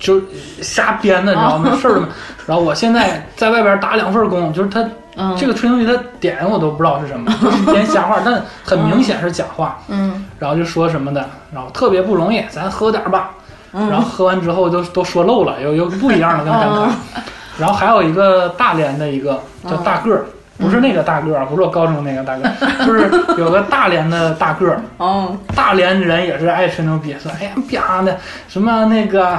S6: 就瞎编的，你知道吗？事儿都没。然后我现在在外边打两份工，就是他
S7: 嗯
S6: 这个吹牛逼，他点我都不知道是什么，就是编瞎话，但很明显是假话。
S5: 嗯，
S6: 然后就说什么的，然后特别不容易，咱喝点儿吧。
S5: 嗯
S6: 然后喝完之后都都说漏了，有有不一样的跟刚
S5: 嗯
S6: 才。然后还有一个大连的一个叫大个儿，不是那个大个儿，啊不是我高中那个大个儿，就是有个大连的大个儿，
S7: 哦，
S6: 大连人也是爱吹牛逼，说哎呀啪的什么那个。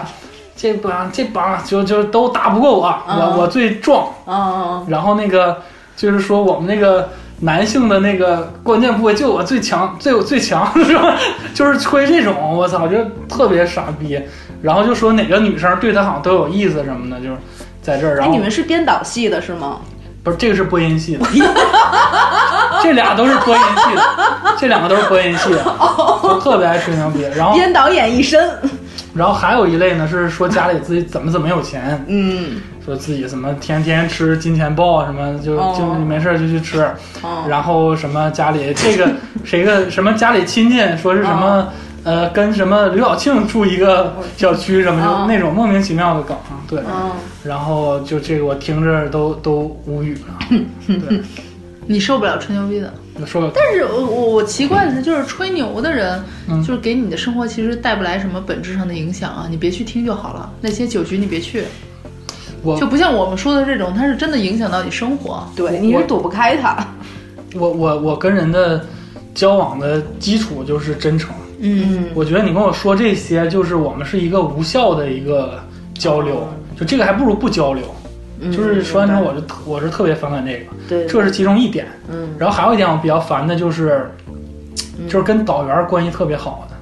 S6: 这帮这帮就就都打不过我，
S5: 嗯
S6: 我我最壮。
S7: 哦哦，
S6: 然后那个就是说我们那个男性的那个关键部位就我最强，最最强是吧？ 就是吹这种，我操，就特别傻逼。然后就说哪个女生对他好像都有意思什么的，就是在这儿。然
S7: 哎，
S6: 后
S7: 你们是编导系的是吗？
S6: 不是这个是播音系的， 这俩都是播音系的，这两个都是播音系的，就特别爱吹牛逼。然后
S7: 编导演一身，
S6: 然后还有一类呢是说家里自己怎么怎么有钱，
S7: 嗯，
S6: 说自己什么天天吃金钱豹啊什么，就
S7: 哦
S6: 就没事儿就去吃，
S7: 哦
S6: 然后什么家里这 个谁个什么家里亲戚说是什么、
S7: 哦
S6: 呃跟什么刘晓庆住一个小区什么，
S7: 哦
S6: 就那种莫名其妙的梗，啊对，
S7: 嗯，
S6: 然后就这个我听着都都无语 了，对，
S5: 你受不了吹牛逼的。
S6: 就说
S5: 但是呃我我我奇怪的是，就是吹牛的人，
S6: 嗯
S5: 就是给你的生活其实带不来什么本质上的影响啊，你别去听就好了。那些酒局你别去，
S6: 我
S5: 就不像我们说的这种，它是真的影响到你生活。
S7: 对，你是躲不开他，
S6: 我我我跟人的交往的基础就是真诚，
S5: 嗯，
S6: 我觉得你跟我说这些，就是我们是一个无效的一个交流，就这个还不如不交流。就是说完之后，我就特我是特别反感这个，
S7: 嗯对，
S6: 这是其中一点。
S7: 嗯，
S6: 然后还有一点我比较烦的就是，就是跟导员关系特别好的，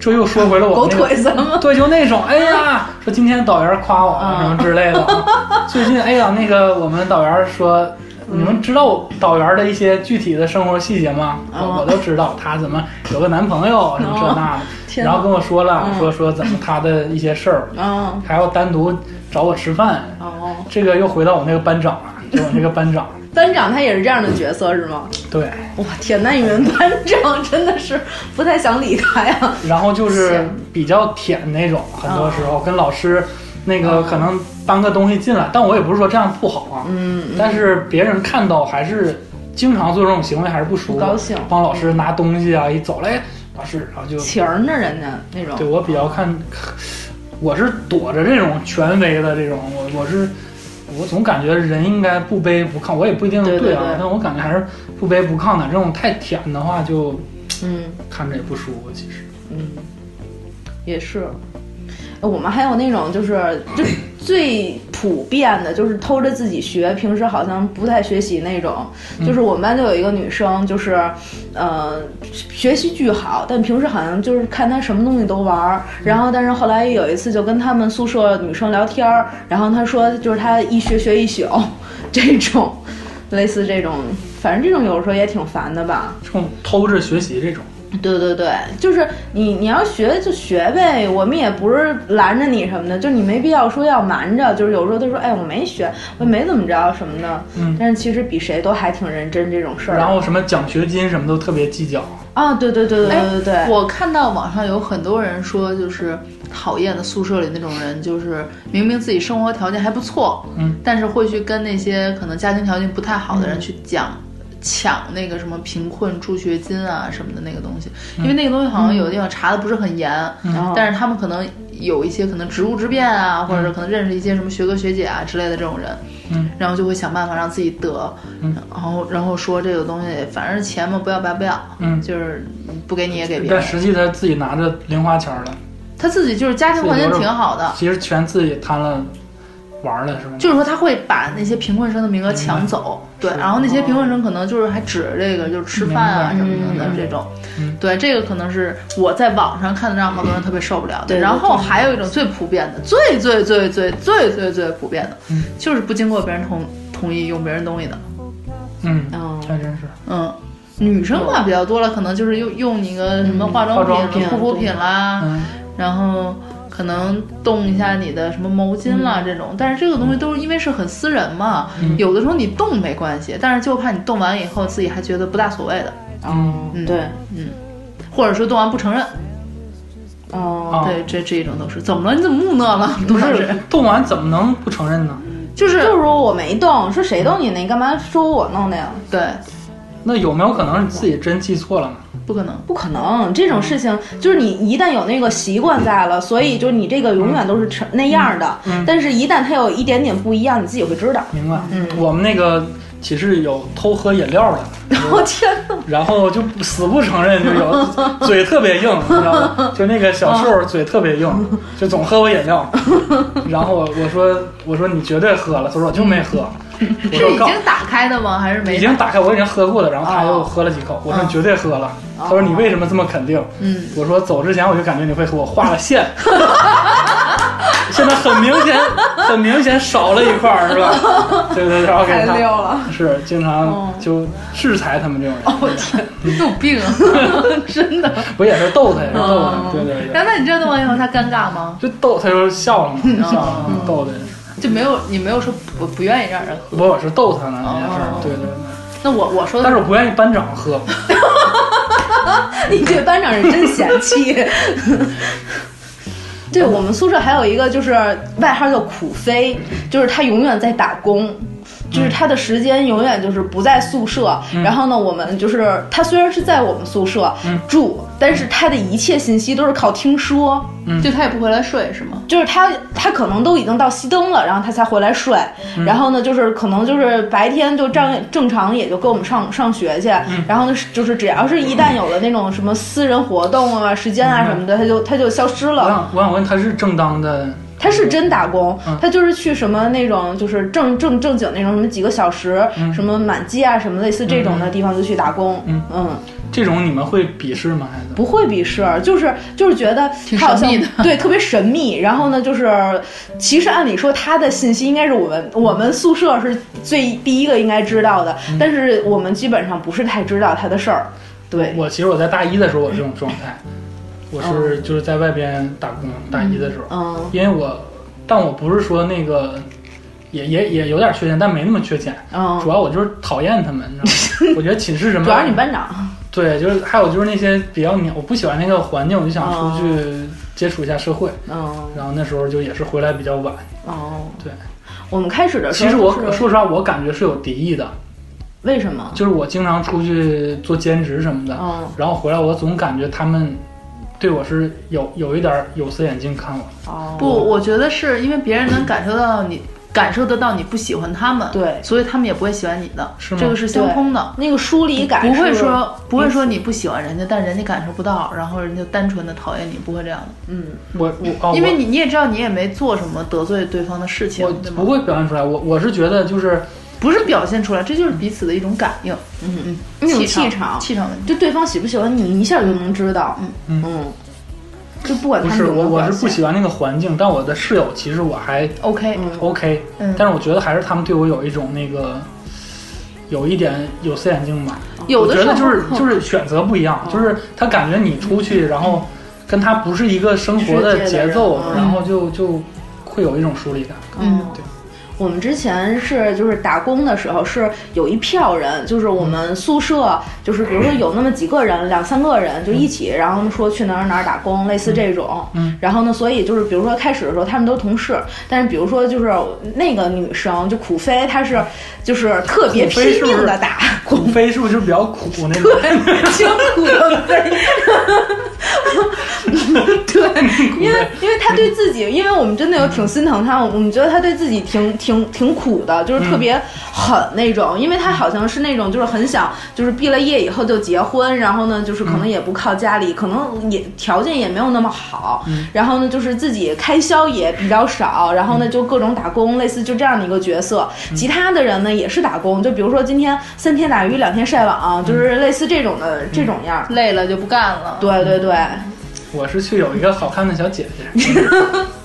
S6: 这又说回了我
S7: 狗
S6: 们那
S7: 腿
S6: 个。
S7: 子 吗？
S6: 对，就那种，哎 呀，说今天导员夸我了什么之类的啊。最近，哎呀，那个我们导员说，
S7: 嗯
S6: 你们知道我导员的一些具体的生活细节吗？
S7: 嗯
S6: 我我都知道，她怎么有个男朋友什么这那的，
S7: 哦 天哪
S6: 然后跟我说了，
S7: 嗯
S6: 说说怎么她的一些事儿，
S7: 嗯，
S6: 还要单独找我吃饭。
S7: 哦，
S6: 这个又回到我那个班长 了，就我那个班长，
S7: 班长他也是这样的角色是吗？
S6: 对，
S7: 哇天，那你们班长真的是不太想理他呀。
S6: 然后就是比较舔那种，很多时
S7: 哦
S6: 候跟老师那个可能搬个东西进来，但我也不是说这样不好啊，
S7: 嗯，
S6: 但是别人看到还是经常做这种行为还是不舒服，
S7: 不高兴
S6: 帮老师拿东西啊，一走来。巴士，然后就
S7: 情儿呢，人家那种。
S6: 对我比较看，我是躲着这种权威的这种，我我是我总感觉人应该不卑不亢，我也不一定
S7: 对对
S6: 啊，
S7: 对
S6: 但我感觉还是不卑不亢的。这种太舔的话，就
S7: 嗯
S6: 看着也不舒服。其实，
S7: 嗯，也是。呃我们还有那种就是就最普遍的，就是偷着自己学，平时好像不太学习那种。就是我们班就有一个女生，就是，呃，学习巨好，但平时好像就是看她什么东西都玩儿。然后，但是后来有一次就跟她们宿舍女生聊天儿，然后她说，就是她一学学一宿， 这种，类似这种，反正这种有时候也挺烦的吧。
S6: 这种偷着学习这种，
S7: 对对对，就是你你要学就学呗，我们也不是拦着你什么的，就你没必要说要瞒着。就是有时候他说，哎，我没学，我没怎么着什么的，
S6: 嗯
S7: 但是其实比谁都还挺认真这种事儿。
S6: 然后什么奖学金什么都特别计较。
S7: 啊，对对对对对对对，
S5: 呃我看到网上有很多人说，就是讨厌的宿舍里那种人，就是明明自己生活条件还不错，
S6: 嗯，
S5: 但是会去跟那些可能家庭条件不太好的人去讲。抢那个什么贫困助学金啊什么的那个东西，因为那个东西好像有的地方查的不是很严，
S7: 然后
S5: 但是他们可能有一些可能职务之便啊，或者可能认识一些什么学哥学姐啊之类的这种人，
S6: 嗯，
S5: 然后就会想办法让自己得，
S6: 嗯
S5: 然后然后说这个东西反正钱嘛不要白不要，
S6: 嗯
S5: 就是不给你也给
S7: 嗯
S5: 别
S6: 但
S5: 人，
S6: 实际他自己拿着零花钱儿了，
S5: 他自己就是家庭环境挺好的，
S6: 其实全自己贪了玩儿了，是吗？
S5: 就是说他会把那些贫困生的名额抢走，对，
S6: 是
S5: 然后那些贫困生可能就是还指着这个就是吃饭啊什
S7: 明白
S5: 么的
S7: 嗯
S5: 这种
S6: 嗯，
S5: 对，这个可能是我在网上看的让好多人特别受不了的。
S7: 对
S5: 然后
S7: 对对
S5: 还有一种最普遍的，最最最最最最最普遍的
S6: 嗯，
S5: 就是不经过别人同同意用别人东西的，
S6: 嗯，
S7: 嗯，
S6: 还真是。
S5: 嗯。女生嘛比较多了，可能就是用用你个什么化
S6: 化
S5: 妆
S6: 妆
S5: 品、
S7: 品
S5: 护肤品啦，
S6: 嗯，
S5: 然后可能动一下你的什么毛巾啦这种，但是这个东西都是因为是很私人嘛，
S6: 嗯
S5: 有的时候你动没关系，但是就怕你动完以后自己还觉得不大所谓的，
S7: 嗯
S5: 嗯
S7: 对，
S5: 或者说动完不承认，
S7: 嗯，
S6: 啊，
S5: 对，这这种都是怎么了？你怎么木讷了？
S6: 不
S5: 董老
S6: 是
S5: 师，
S6: 动完怎么能不承认呢？
S5: 就是
S7: 就是说我没动，说谁动你呢？你干嘛说我弄的呀？
S5: 对，
S6: 那有没有可能是你自己真记错了呢？
S5: 不可能，
S7: 不可能，这种事
S6: 哦
S7: 情就是你一旦有那个习惯在了，所以就是你这个永远都是成那样的。
S6: 嗯
S7: 但是，一旦它有一点点不一样，你自己会知道。
S6: 明白。
S7: 嗯
S6: 我们那个寝室有偷喝饮料的，
S7: 我天哪！
S6: 然后就死不承认，就有嘴特别硬，你知道吗？就那个小瘦儿嘴特别硬，就总喝我饮料。然后我我说我说你绝对喝了，他说我就没喝。我
S5: 是
S6: 说
S5: 已
S6: 告。
S5: 经打开的吗？还是没？
S6: 已经打开，我已经喝过了，然后他又喝了几口，我说
S5: 哦
S6: 你绝对喝了，他说你为什么这么肯定？
S5: 嗯，
S6: 我说走之前我就感觉你会喝，我画 了线，现在很明显，很明显少了一块儿，是 吧？对对，对然后给他
S7: 了！
S6: 是经
S5: 哦
S6: 常就制裁他们这种人，
S5: 我 天，你有病啊！真的。
S6: 不也是逗他，也是逗
S5: 哦
S6: 他，对对对，
S5: 然后那你这弄完以后，他尴尬吗？
S6: 就逗他就笑了嘛，笑了
S5: 嗯
S6: 逗的，
S5: 就没有你没有说不不愿意让人喝。
S6: 不我是逗他呢，这件事儿
S5: 哦，
S6: 对对对，
S5: 那我我说的
S6: 但是我不愿意班长喝，
S7: 你这班长是真嫌弃。对我们宿舍还有一个就是外号叫苦飞，就是他永远在打工。就是他的时间永远就是不在宿舍，然后呢，我们就是他虽然是在我们宿舍、
S6: 嗯
S7: 住，但是他的一切信息都是靠听说，
S5: 就他也不回来睡是吗？
S7: 就是他，他可能都已经到熄灯了，然后他才回来睡。
S6: 嗯
S7: 然后呢，就是可能就是白天就正正常，也就跟我们上上学去。
S6: 嗯
S7: 然后呢，是就是只要是一旦有了那种什么私人活动啊、时间啊什
S6: 嗯
S7: 么的，他就他就消失
S6: 我
S7: 了。
S6: 想我想问他是正当的，
S7: 他是真打工
S6: 嗯，
S7: 他就是去什么那种就是正正正经那种什么几个小时，什么满街啊什么类似这种的地方就去打工。
S6: 嗯
S7: 嗯。
S6: 这种你们会鄙视吗？还是？
S7: 不会鄙视，就是就是觉得他好像
S5: 挺神秘
S7: 对特别神秘。 然后呢，就是其实按理说他的信息应该是我们我们宿舍是最第一个应该知道的，
S6: 嗯
S7: 但是我们基本上不是太知道他的事儿。对，
S6: 我其实我在大一的时候我是这种状态，我是
S7: 哦
S6: 就是在外边打工，大一的时候，
S7: 嗯
S6: 因为我，但我不是说那个，也也也有点缺钱，但没那么缺钱，主
S7: 嗯，
S6: 要我就是讨厌他们，你知道 吗？我觉得寝室什么，
S7: 主要是你班长，
S6: 对，就是还有就是那些比较鸟，我不喜欢那个环境，我就想
S7: 哦
S6: 出去接触一下社会，
S7: 嗯
S6: 然后那时候就也是回来比较晚，
S7: 哦，
S6: 对，
S7: 我们开始的
S6: 其
S7: 时候
S6: 实
S7: 就
S6: 我
S7: 呃是，
S6: 说实话，我感觉是有敌意的，
S7: 为什么？
S6: 就是我经常出去做兼职什么的，
S7: 嗯
S6: 然后回来我总感觉他们对我是有有一点儿有色眼镜看我。
S7: 哦
S5: 不，我觉得是因为别人能感受到你，感受得到你不喜欢他们，
S7: 对
S5: 所以他们也不会喜欢你的，
S6: 是吗
S5: 这个是相通的。
S7: 那个疏离感
S5: 不会
S7: 是
S5: 说不会说你不喜欢人家，但人家感受不到，然后人家单纯的讨厌你，不会这样的，
S7: 嗯
S6: 我我哦，
S5: 因为
S6: 我
S5: 你你也知道你也没做什么得罪对方的事情
S6: 我，
S5: 对吗
S6: 不？会表现出来，我我是觉得就是
S5: 不是表现出来，这就是彼此的一种感应，
S7: 嗯那种气场，
S5: 气场问题。
S7: 就对方喜不喜欢你，一下就能知道。
S6: 嗯
S7: 嗯就不管
S6: 不
S7: 他
S6: 是
S7: 们有没
S6: 我
S7: 有
S6: 我
S7: 表
S6: 是不
S7: 现
S6: 喜欢那个环境，但我的室友其实我还
S5: OK，
S7: 嗯
S6: OK，、
S5: 嗯
S6: 但是我觉得还是他们对我有一种那个有一点有色眼镜吧。
S5: 有的
S6: 我觉
S5: 时
S6: 得
S5: 候
S6: 就是就是选择不一样，
S7: 嗯
S6: 就是他感觉你出去，然后跟他不是一个生活的节奏
S7: 世界的，人嗯
S6: 然后就就会有一种疏离感。
S5: 嗯
S6: 对
S7: 我们之前是就是打工的时候是有一票人，就是我们宿舍
S6: 嗯
S7: 就是比如说有那么几个人，两三个人就一起，然后说去哪儿哪儿打工，类似这种。
S6: 嗯，
S7: 然后呢，所以就是比如说开始的时候他们都是同事，但是比如说就是那个女生就苦菲，她是就是特别
S6: 苦菲是
S7: 拼
S6: 不是
S7: 命的打
S6: 苦飞是不是就比较苦那种？
S7: 辛苦的飞。对， 因为因为他对自己，因为我们真的有挺心疼他，
S6: 嗯
S7: 我们觉得他对自己挺挺挺苦的，就是特别狠那种。因为他好像是那种就是很想，就是毕了业以后就结婚，然后呢就是可
S6: 嗯
S7: 能也不靠家里，可能也条件也没有那么好，
S6: 嗯
S7: 然后呢就是自己开销也比较少，然后
S6: 嗯
S7: 呢就各种打工，类似就这样的一个角色。其他的人呢也是打工，就比如说今天三天打鱼两天晒网，
S6: 嗯
S7: 就是类似这种的这种样儿。
S5: 累了就不干了，
S7: 对对对，
S6: 我是去有一个好看的小姐姐，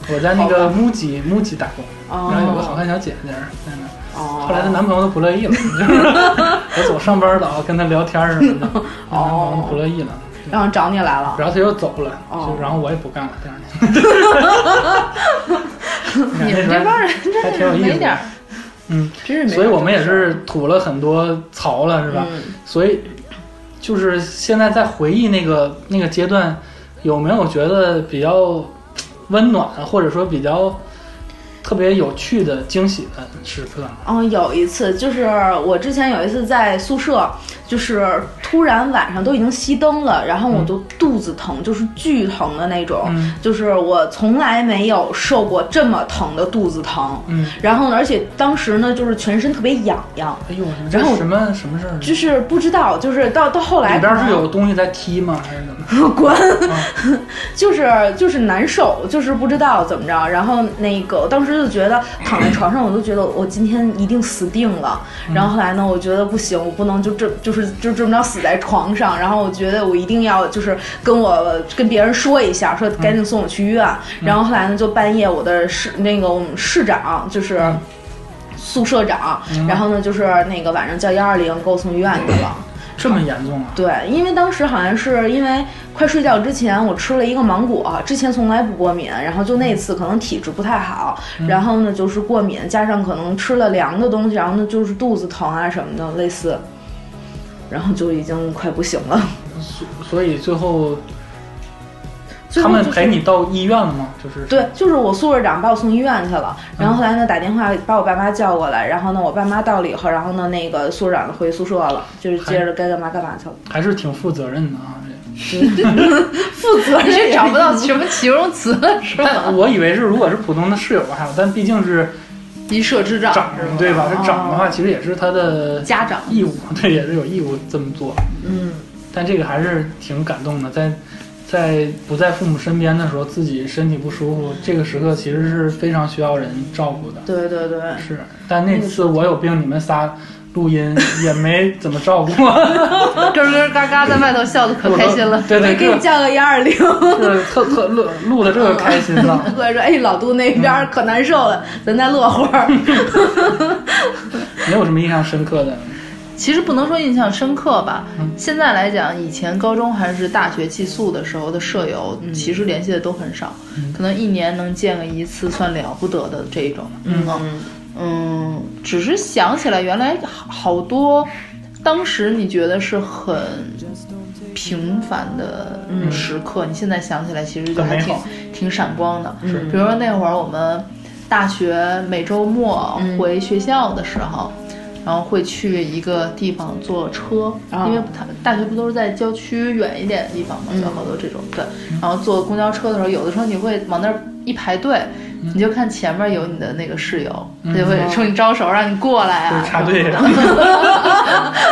S6: 我在那个木吉木吉打工，
S7: 哦
S6: 然后有个好看小姐姐在那儿。
S7: 哦
S6: 后来她男朋友都不乐意了，我总上班老跟她聊天什么的，她男朋友不乐意了，
S7: 然后找你来了，
S6: 然后她又走了，
S7: 哦
S6: 就然后我也不干了，第二年。
S5: 你们这帮人
S6: 还
S5: 真
S6: 挺有
S5: 是
S6: 意思的
S5: 没点儿，
S6: 嗯，
S7: 真是没
S6: 所以
S7: 有
S6: 我们
S7: 这
S6: 也
S7: 个事儿
S6: 是吐了很多槽了，是吧？
S7: 嗯
S6: 所以就是现在在回忆那个那个阶段，有没有觉得比较温暖，或者说比较特别有趣的惊喜的时刻呢？
S7: 嗯，有一次就是我之前有一次在宿舍，就是突然晚上都已经熄灯了，然后我就肚子疼，就是巨疼的那种，
S6: 嗯
S7: 就是我从来没有受过这么疼的肚子疼。
S6: 嗯，
S7: 然后呢，而且当时呢，就是全身特别痒痒，
S6: 哎呦，你们这
S7: 然后
S6: 什么什么事儿呢？
S7: 就是不知道，就是到到后来
S6: 里边
S7: 可
S6: 是
S7: 能
S6: 有东西在踢吗？还是怎么？
S7: 滚， 就是就是难受，就是不知道怎么着。然后那个我当时就觉得躺在床上，我都觉得我今天一定死定了。然后后来呢，我觉得不行，我不能就这就是就这么着死在床上。然后我觉得我一定要就是跟我跟别人说一下，说赶紧送我去医院。然后后来呢，就半夜我的室那个我们室长就是。宿舍长，然后呢，就是那个晚上叫幺二零给我送医院去了。
S6: 这么严重啊？
S7: 对，因为当时好像是因为快睡觉之前我吃了一个芒果，之前从来不过敏，然后就那次可能体质不太好，
S6: 嗯
S7: 然后呢就是过敏，加上可能吃了凉的东西，然后呢就是肚子疼啊什么的，类似，然后就已经快不行 了。
S6: 所所以最后
S7: 最
S6: 他
S7: 后
S6: 们
S7: 就是
S6: 陪你到医院了吗？就是
S7: 对，就是我宿舍长把我送医院去了，然
S6: 嗯
S7: 后后来呢打电话把我爸妈叫过来，然后呢我爸妈到了以后，然后呢那个宿舍长回宿舍了，就是接着该干嘛干嘛去了，
S6: 还是挺负责任的啊。这
S7: 负责
S5: 你
S7: 任
S5: 也找不到什么形容词 了是吧？
S6: 但我以为是如果是普通的室友还好，但毕竟是
S5: 一社之长
S6: 长
S5: 是吧？
S6: 对吧？是长的话，其实也是他的
S5: 家长
S6: 义务， 对，也是有义务这么做。
S7: 嗯。
S6: 但这个还是挺感动的，在在不在父母身边的时候，自己身体不舒服，这个时刻其实是非常需要人照顾的。
S7: 对对对，
S6: 是，但那次我有病，你们仨 录音也没怎么照顾我，。
S5: 咯咯嘎嘎在外头笑的可开心了
S6: 对对，
S7: 给你
S6: 这
S7: 叫个幺二零。
S6: 这特特录录的这个开心
S5: 嗯
S6: 了。
S7: 过来说：“哎，老杜那边
S6: 嗯
S7: 儿可难受了，咱再乐会 儿。
S6: 没有什么印象深刻的，
S5: 其实不能说印象深刻吧
S6: 嗯，
S5: 现在来讲，以前高中还是大学寄宿的时候的舍友，
S6: 嗯
S5: 其实联系的都很少，可能一年能见个一次算了不得的这一种。嗯嗯，只是想起来原来好好多，当时你觉得是很平凡的时刻，你现在想起来其实就还
S6: 嗯很美
S5: 挺
S6: 好
S5: 挺闪光的。
S6: 是
S5: 比如
S6: 嗯
S5: 说那会儿我们大学每周末回学校的时候。嗯然后会去一个地方坐车，
S7: 啊
S5: 因为他大学不都是在郊区远一点的地方嘛，
S7: 嗯
S5: 有好多这种对。然后坐公交车的时候，有的时候你会往那儿一排队，你就看前面有你的那个室友，他就会冲你招手让你过来啊，
S6: 插队，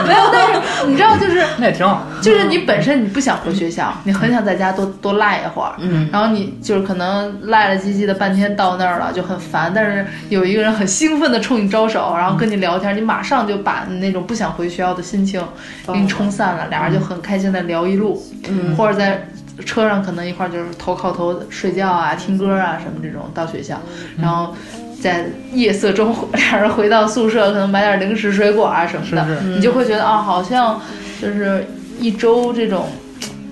S5: 没有，但是你知道就是。
S6: 那也挺好。
S5: 就是你本身你不想回学校，你很想在家多多赖一会儿，
S7: 嗯
S5: 然后你就是可能赖赖唧唧的半天到那儿了就很烦，但是有一个人很兴奋的冲你招手，然后跟你聊天，你马上就把你那种不想回学校的心情给你冲散了，俩人就很开心的聊一路，
S7: 嗯
S5: 或者在。车上可能一块儿就是头靠头睡觉啊、听歌啊什么这种到学校，然后在夜色中俩人回 到宿舍，可能买点零食、水果啊什么的，
S6: 是
S5: 你就会觉得啊、好像就是一周这种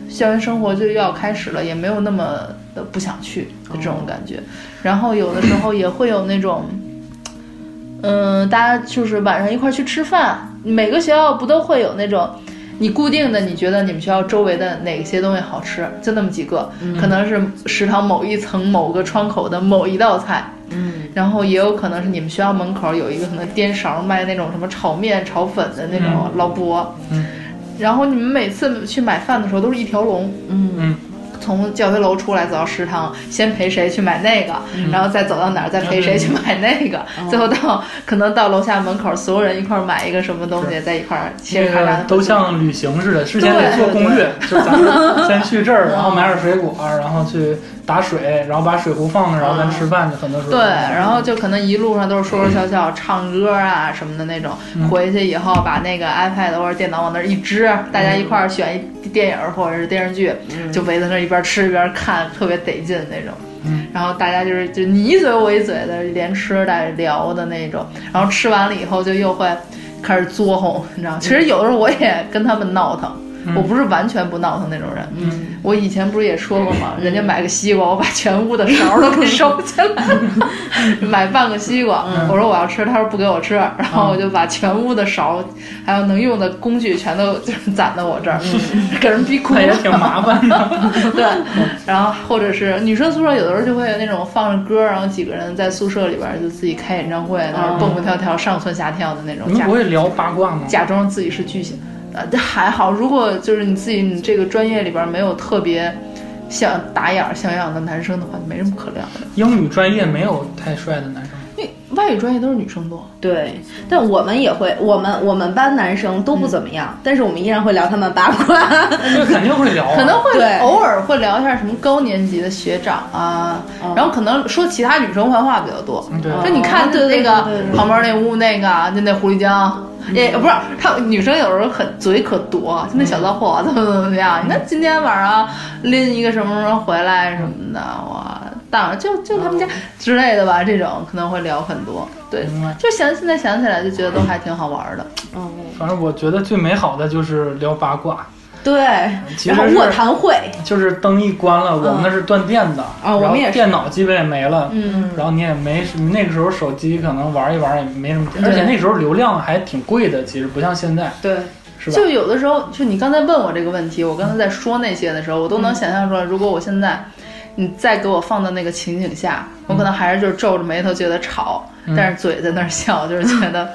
S5: 校园生活就要开始了，也没有那么的不想去的这种感觉。然后有的时候也会有那种，嗯、大家就是晚上一块儿去吃饭，每个学校不都会有那种。你固定的，你觉得你们学校周围的哪些东西好吃，就那么几个，可能是食堂某一层某个窗口的某一道菜，
S7: 嗯
S5: 然后也有可能是你们学校门口有一个可能颠勺卖那种什么炒面、炒粉的那种老伯，
S6: 嗯
S5: 然后你们每次去买饭的时候都是一条龙，
S7: 嗯
S5: 从教学楼出来走到食堂，先陪谁去买那个，然后再走到哪儿再陪谁去买那个，最后到可能到楼下门口所有人一块儿买一个什么东西，在一块儿切
S6: 这
S5: 着咔
S6: 个
S5: 嚓
S6: 都像旅行似的，事先得做攻略，就 咱们先去这儿，然后买点水果，然后去打水，然后把水壶放那儿，然后咱吃饭，就很多时
S5: 嗯
S6: 候
S5: 对，然后就可能一路上都是说说笑笑、唱歌啊什么的那种。回去以后把那个 iPad 或者电脑往那儿一支，大家一块儿选一电影或者是电视剧，就围在那儿一边吃一边看，特别得劲那种。
S6: 嗯
S5: 然后大家就是就你一嘴我一嘴的，连吃带聊的那种。然后吃完了以后就又会开始作哄，你知道吗？其实有的时候我也跟他们闹腾。
S6: 嗯
S5: 我不是完全不闹腾那种人，
S7: 嗯
S5: 我以前不是也说过吗？人家买个西瓜，我把全屋的勺都给收起 来了，买半个西瓜，
S6: 嗯
S5: 我说我要吃，他说不给我吃，然后我就把全屋的勺还有能用的工具全都就是攒到我这儿，
S6: 嗯
S5: 给人逼哭
S6: 那也
S5: 了。
S6: 挺麻 烦的。
S5: 对，然后或者是女生宿舍有的时候就会有那种放着歌，然后几个人在宿舍里边就自己开演唱会，在那儿蹦蹦跳跳、上蹿下跳的那种
S6: 哦你们
S5: 假
S6: 不会聊八卦吗？
S5: 假装自己是巨星。呃，这还好，如果就是你自己你这个专业里边没有特别像打眼儿像样的男生的话，没什么可聊的。
S6: 英语专业没有太帅的 男生，
S5: 因为外语专业都是女生多，
S7: 对，但我们也会，我们我们班男生
S6: 嗯
S7: 都不怎么样，但是我们依然会聊他们八卦。
S6: 这肯定会聊啊。
S5: 可能会
S7: 对
S5: 偶尔会聊一下什么高年级的学长啊，然后可能说其他女生坏话比较多。
S6: 嗯对，
S5: 就你看
S7: 啊对
S5: 那
S7: 对
S5: 个
S7: 对对对
S5: 旁边那屋那个就那狐狸精，也不是他女生有时候很嘴可毒，啊就那小骚货怎么怎么样？你看今天晚上拎一个什么什么回来什么的，哇，当然就就他
S7: 嗯
S5: 们家之类的吧，这种可能会聊很多。对
S6: 明白，
S5: 就想现在想起来就觉得都还挺好玩的。
S6: 反正我觉得最美好的就是聊八卦，
S7: 对，
S6: 其
S7: 然后
S6: 实
S7: 卧
S6: 是
S7: 谈会，
S6: 就是灯一关了，我们那是断电的，
S7: 嗯啊我们
S6: 然后
S7: 也是
S6: 电脑基本也没了，
S5: 嗯，
S6: 然后你也没那个时候手机可能玩一玩也没什么电，
S5: 对
S6: 而且那时候流量还挺贵的，其实不像现在，
S7: 对，
S6: 是吧？
S5: 就有的时候，就你刚才问我这个问题，我刚才在说那些的时候，我都
S6: 嗯
S5: 能想象出来，如果我现在，你再给我放到那个情景下，我可能还是就是皱着眉头觉得吵，
S6: 嗯
S5: 但是嘴在那儿笑，就是觉 得，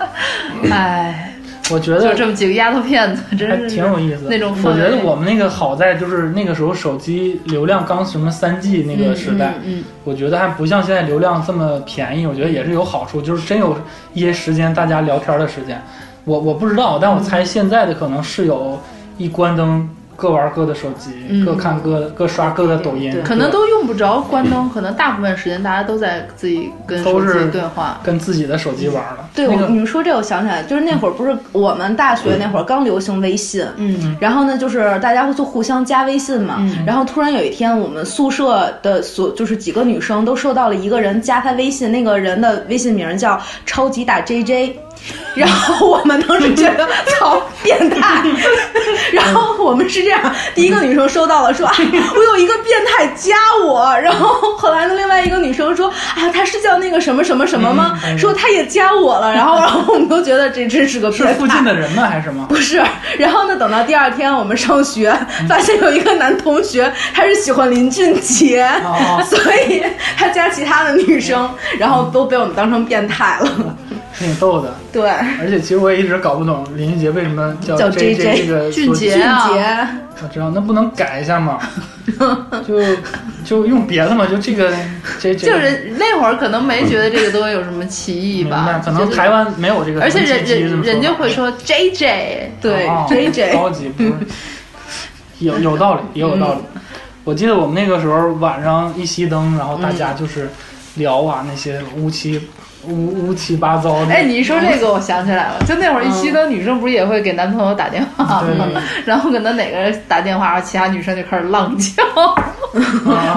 S5: 哎，
S6: 我觉
S5: 就
S6: 得
S5: 这么几个丫头片子，
S6: 还
S5: 真
S6: 挺
S5: 是
S6: 有意思的。
S5: 嗯那种氛围
S6: 我觉得我们那个好在就是那个时候手机流量刚什么三 G 那个时代，
S7: 嗯
S6: 我觉得还不像现在流量这么便宜，我觉得也是有好处，就是真有一些时间大家聊天的时间。我我不知道，但我猜现在的可能是有一关灯各玩各的手机，
S5: 嗯
S6: 各看各的各刷各的抖音，
S7: 对
S5: 可能都用不着关灯，可能大部分时间大家都在自己跟手
S6: 都是
S5: 机对话。
S6: 跟自己的手机玩了。
S7: 对，
S6: 那
S7: 我
S6: 个
S7: 你们说这，我想起来，就是那会儿不是我们大学那会儿刚流行微信，
S5: 嗯，
S7: 然后呢，就是大家会就互相加微信嘛，
S5: 嗯
S7: 然后突然有一天，我们宿舍的所就是几个女生都收到了一个人加她微信，那个人的微信名叫超级大 JJ，然后我们当时觉得操变态，然后我们是这样，第一个女生收到了说，啊，我有一个变态加我，然后后来呢，另外一个女生说，啊，他是叫那个什么什么什么吗？
S6: 嗯嗯
S7: 说他也加我了，然后 然后我们都觉得这真是个
S6: 是
S7: 变态。
S6: 附近的人吗？还是吗？
S7: 不是，然后呢？等到第二天我们上学，发现有一个男同学，他是喜欢林俊杰，
S6: 哦 嗯
S7: 所以他加其他的女生，然后都被我们当成变态了。
S6: 挺逗的。
S7: 对，
S6: 而且其实我也一直搞不懂林俊杰为什么叫
S7: 叫
S6: J
S7: JJ
S6: 这个
S5: 俊杰
S7: 俊
S5: 啊
S7: 杰，
S6: 我知道，那不能改一 下吗？就就用别的嘛，就这个这这
S5: 就
S6: 个
S5: 是那会儿可能没觉得这个东西有什么歧义
S6: 明白
S5: 吧，
S6: 可能
S5: 就是
S6: 台湾没有这个，
S5: 而且人人
S6: 可能近期
S5: 人家
S6: 这么说
S5: 会说 J J，
S7: 对
S6: 哦
S7: JJ
S6: 高级不是有 有道理，也有道理。我记得我们那个时候晚上一熄灯，然后大家就是聊啊那些乌七乌乌七八糟的。
S5: 哎，你一说这个，我想起来了，就那会儿一熄灯，女生不是也会给男朋友打电话
S6: 嗯对
S5: 吗？然后可能哪个人打电话，其他女生就开始浪叫，
S6: 啊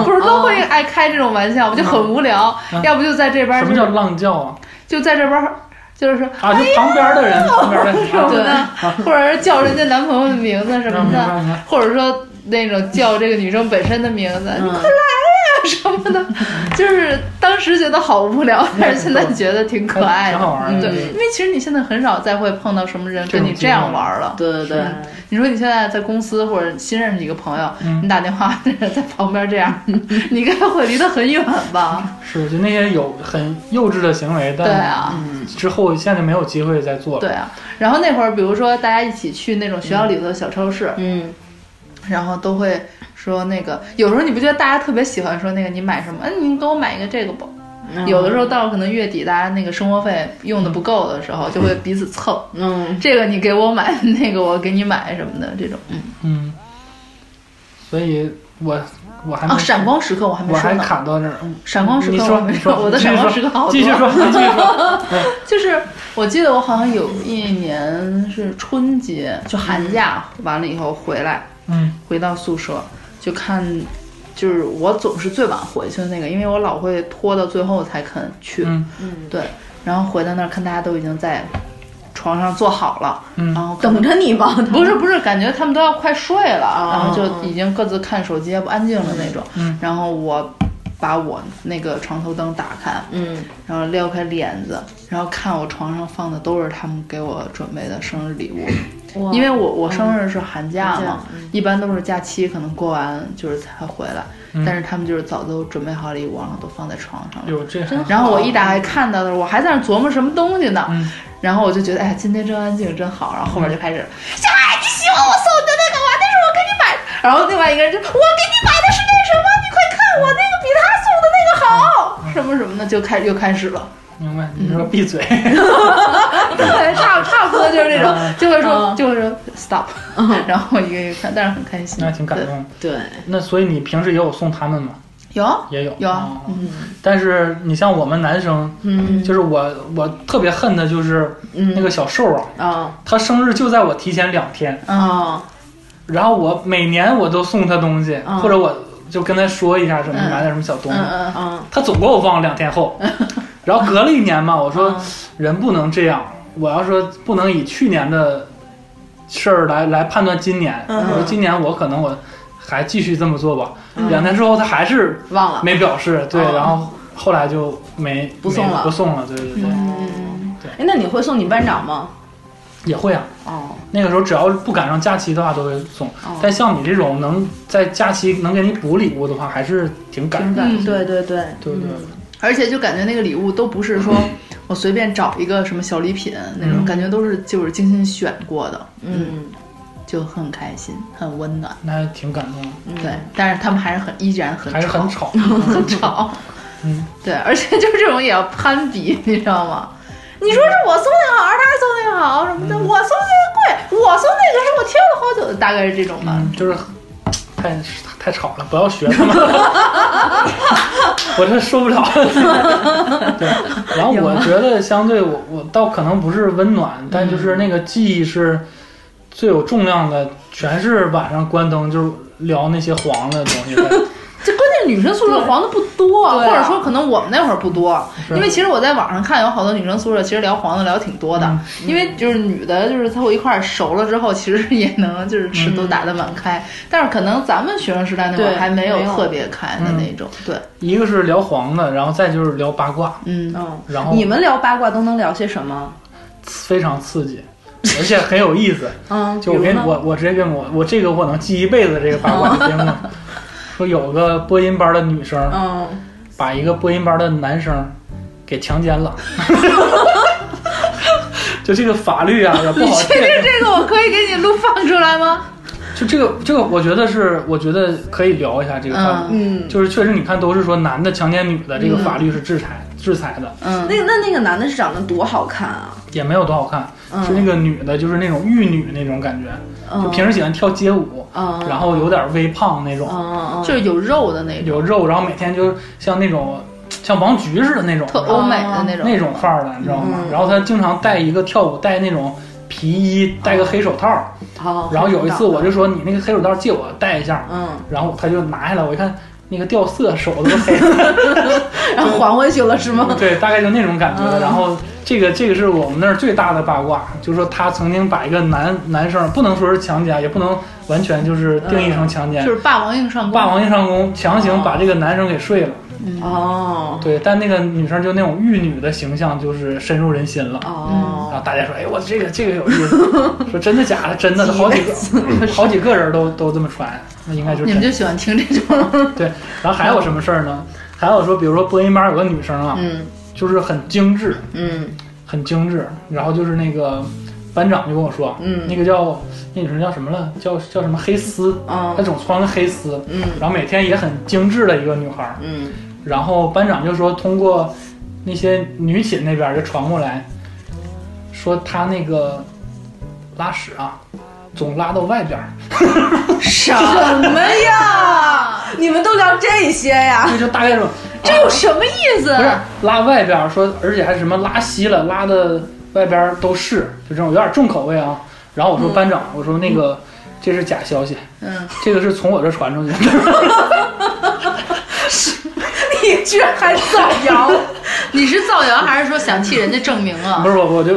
S5: 不是都会爱开这种玩笑吗？就很无聊
S6: 嗯，
S5: 要不就在这边
S6: 什
S5: 儿
S6: 么叫浪叫啊？
S5: 就在这边儿就是说
S6: 啊，就旁边的人，旁边的人。啊
S5: 对， 或者是叫人家男朋友的名字什么
S6: 明白
S5: 的，
S6: 明白
S5: 或者说那种叫这个女生本身的名字，
S6: 嗯
S5: 你快来呀什么 的，就是当时觉得好无聊，但是现
S6: 嗯
S5: 在觉得挺可爱的，嗯
S6: 挺好玩的
S5: 对，因为其实你现在很少再会碰到什么人跟你这样玩了。
S7: 对对对，
S5: 你说你现在在公司或者新认识一个朋友，
S6: 嗯
S5: 你打电话啊 在旁边这样， 你该会离得很远 吧？
S6: 是就那些有很幼稚的行为，
S5: 对
S6: 但
S5: 啊。
S6: 之后现在就没有机会再做了。
S5: 对啊，然后那会儿，比如说大家一起去那种学校里头的小超市，
S7: 嗯，
S5: 然后都会说那个，有时候你不觉得大家特别喜欢说那个你买什么？嗯，你给我买一个这个吧。
S6: 嗯
S5: 有的时候到可能月底，大家那个生活费用的不够的时候，就会彼此蹭，
S7: 嗯，
S5: 这个你给我买，那个我给你买什么的这种。
S6: 嗯，所以我我还没
S5: 哦，闪光时刻我还没
S6: 嗯我
S5: 说
S6: 还
S5: 呢，
S6: 卡到这儿。嗯
S5: 闪光时
S6: 你
S5: 刻
S6: 说
S5: 我还没
S6: 你说
S5: 我的
S6: 继续
S5: 闪光时
S6: 说
S5: 刻好哦多。
S6: 继续 说，你继续说。
S5: 就是我记得我好像有一年是春节，就寒假完了以后回来，
S6: 嗯
S5: 回到宿舍就看，就是我总是最晚回去的那个，因为我老会拖到最后才肯去。
S6: 嗯
S5: 对，然后回到那儿看大家都已经在床上坐好了，然
S6: 嗯，
S5: 后可能
S7: 等着你吧，
S5: 不是不是，感觉他们都要快睡了，
S7: 哦
S5: 然后就已经各自看手机，也不安静了那种。
S6: 嗯
S5: 然后我把我那个床头灯打开，
S7: 嗯，
S5: 然后撩开帘子，然后看我床上放的都是他们给我准备的生日礼物。因为我我生日是嗯寒假嗯
S7: 寒假
S5: 嘛，一般都是假期，可能过完就是才回来，
S6: 嗯
S5: 但是他们就是早都准备好礼物，然后都放在床上了。
S6: 有这还
S5: 然后我一打开看到的时候，我还在那琢磨什么东西呢，
S6: 嗯
S5: 然后我就觉得哎，今天真安静，真好。然后后面就开始，小爱你喜欢我送你的那个吗？但是我给你买。然后另外一个人就我给你买的是那什么，你快看我那个比他送的那个好，什么什么的，就开又开始了。
S6: 明白？你
S5: 嗯
S6: 说 闭嘴。
S5: 对，差差不多就是这种，就会说就会说 stop，然后一个一个看，但是很开心，
S6: 那挺感
S5: 对。
S6: 动的。
S7: 对，
S6: 那所以你平时也有送他们吗？
S5: 有，
S6: 也有，
S5: 有啊
S6: 哦但是你像我们男生，
S7: 嗯
S6: 就是我我特别恨的就是那
S7: 嗯
S6: 个小瘦啊，
S5: 哦
S7: 啊
S6: 他生日就在我提前两天，
S7: 啊
S6: 然后我每年我都送他东西，
S7: 嗯
S6: 或者我就跟他说一下什么，
S5: 嗯
S6: 买点什么小东西，
S5: 嗯
S7: 啊，
S6: 他总给我忘两天 后，然后隔了一年嘛，我
S7: 嗯
S6: 说人不能这样，我要说不能以去年的事儿来来判断今年，
S7: 嗯
S6: 我说今年我可能我还继续这么做吧，
S7: 嗯
S6: 两天之后他还是
S7: 忘了，
S6: 没表示，对，
S7: 哦
S6: 然后后来就没
S7: 不送了
S6: 没不送了，对对对，
S7: 嗯，哎，那你会送你班长吗？
S6: 也会啊，
S7: 哦，
S6: 那个时候只要不赶上假期的话都会送，
S7: 哦
S6: 但像你这种能在假期能给你补礼物的话，还是挺感
S7: 挺嗯
S6: 动的，
S7: 感，
S5: 嗯
S7: 对对对，
S6: 对对，
S5: 而且就感觉那个礼物都不是说我随便找一个什么小礼品那种，感觉都是就是精心选过的，
S7: 嗯，
S5: 就很开心，很温暖。
S6: 那还挺感动
S7: 嗯
S6: 的，
S5: 对，但是他们还是很依然很
S6: 嗯还是很
S5: 吵，
S6: 吵，
S5: 很吵。
S6: 嗯，
S5: 对，而且就是这种也要攀比，你知道吗？你说是我送那个好，还是他送那个好什么的？我送那个贵，我送那个是我听了好久的，大概是这种吧。
S6: 嗯，就是太太吵了，不要学 他们，我这受不了。对，然后我觉得相对我我倒可能不是温暖，但
S7: 嗯
S6: 就是那个记忆是最有重量的，全是晚上关灯就是聊那些黄的东西。
S5: 这关键是女生宿舍黄的不多，或者说可能我们那会儿不多，
S6: 是
S5: 因为其实我在网上看有好多女生宿舍其实聊黄的聊挺多
S6: 嗯
S5: 的，因为就是女的就是凑一块儿熟了之后，其实也能就是尺
S6: 嗯
S5: 度打得蛮开，但是可能咱们学生时代那会儿
S7: 对
S5: 还没有
S7: 没有
S5: 特别开
S6: 嗯
S5: 的那种，对，
S6: 一个是聊黄的，然后再就是聊八卦，
S5: 嗯，
S7: 嗯，
S6: 然后
S7: 你们聊八卦都能聊些什么？
S6: 非常刺激，而且很有 意思。
S7: 嗯，
S6: 就我
S7: 比
S6: 跟
S7: 如呢
S6: 我我直接跟我我这个我能记一辈子这个八卦的节 目，说有个播音班的女生
S7: 嗯，
S6: 把一个播音班的男生给强奸了，就这个法律啊也不好
S5: 确
S6: 界定
S5: 定。这个我可以给你录放出来吗？
S6: 就这个这个，我觉得是，我觉得可以聊一下这个话题。
S7: 嗯，
S6: 就是确实，你看都是说男的强奸女的，这个法律是制裁、制裁的，
S5: 嗯
S7: 那个那那个男的是长得多好看啊！
S6: 也没有多好看。是那个女的，就是那种玉女那种感觉，就平时喜欢跳街舞，
S7: 嗯
S6: 然后有点微胖那种，
S7: 嗯
S5: 就是有肉的那种，
S6: 有肉，然后每天就像那种像王菊似的那种
S5: 特欧美的那种
S6: 哦那种范儿的，你知道吗？
S7: 嗯
S6: 然后她经常带一个跳舞，带那种皮衣，戴个黑手套。
S7: 好
S6: 然后有一次我就说你那个黑手套借我戴一下，
S7: 嗯，
S6: 然后她就拿下来，我一看那个掉色，手都黑了。
S7: 然后还回去了是吗？
S6: 对，大概就那种感觉。
S7: 嗯
S6: 然后这个这个是我们那儿最大的八卦，就是说他曾经把一个男男生，不能说是强奸，也不能完全就是定义成强奸，
S5: 嗯就是霸王硬上弓。
S6: 霸王硬上弓，强行把这个男生给睡了。
S7: 哦
S6: 对，但那个女生就那种玉女的形象，就是深入人心了。然
S7: 哦，
S6: 后大家说：“哎，我这个这个有意思。”说真的假的？真的，好几个 好几个人都都这么传，那应该就是
S5: 你
S6: 真
S5: 们
S6: 的。
S5: 就喜欢听这种，
S6: 对，然后还有什么事儿呢？还有说，比如说播音班有个女生啊，
S7: 嗯
S6: 就是很精致，
S7: 嗯
S6: 很精致。然后就是那个班长就跟我说，
S7: 嗯
S6: 那个叫那女生叫什么了？叫叫什么黑丝？
S7: 嗯
S6: 她总穿个黑丝，
S7: 嗯
S6: 然后每天也很精致的一个女孩儿。
S7: 嗯，
S6: 然后班长就说，通过那些女寝那边儿就传过来，说她那个拉屎啊，总拉到外边儿，
S7: 什么呀？你们都聊这些呀？
S6: 这就大概说
S5: 这有什么意思
S6: 不？是拉外边儿，说而且还是什么拉稀了，拉的外边儿都是，就这种有点重口味啊。然后我说班长，我说那个这是假消息，
S5: 嗯，
S6: 这个是从我这传出去的。
S7: 你居然还造谣？
S5: 你是造谣还是说想替人家证明啊
S6: 不？是我，我就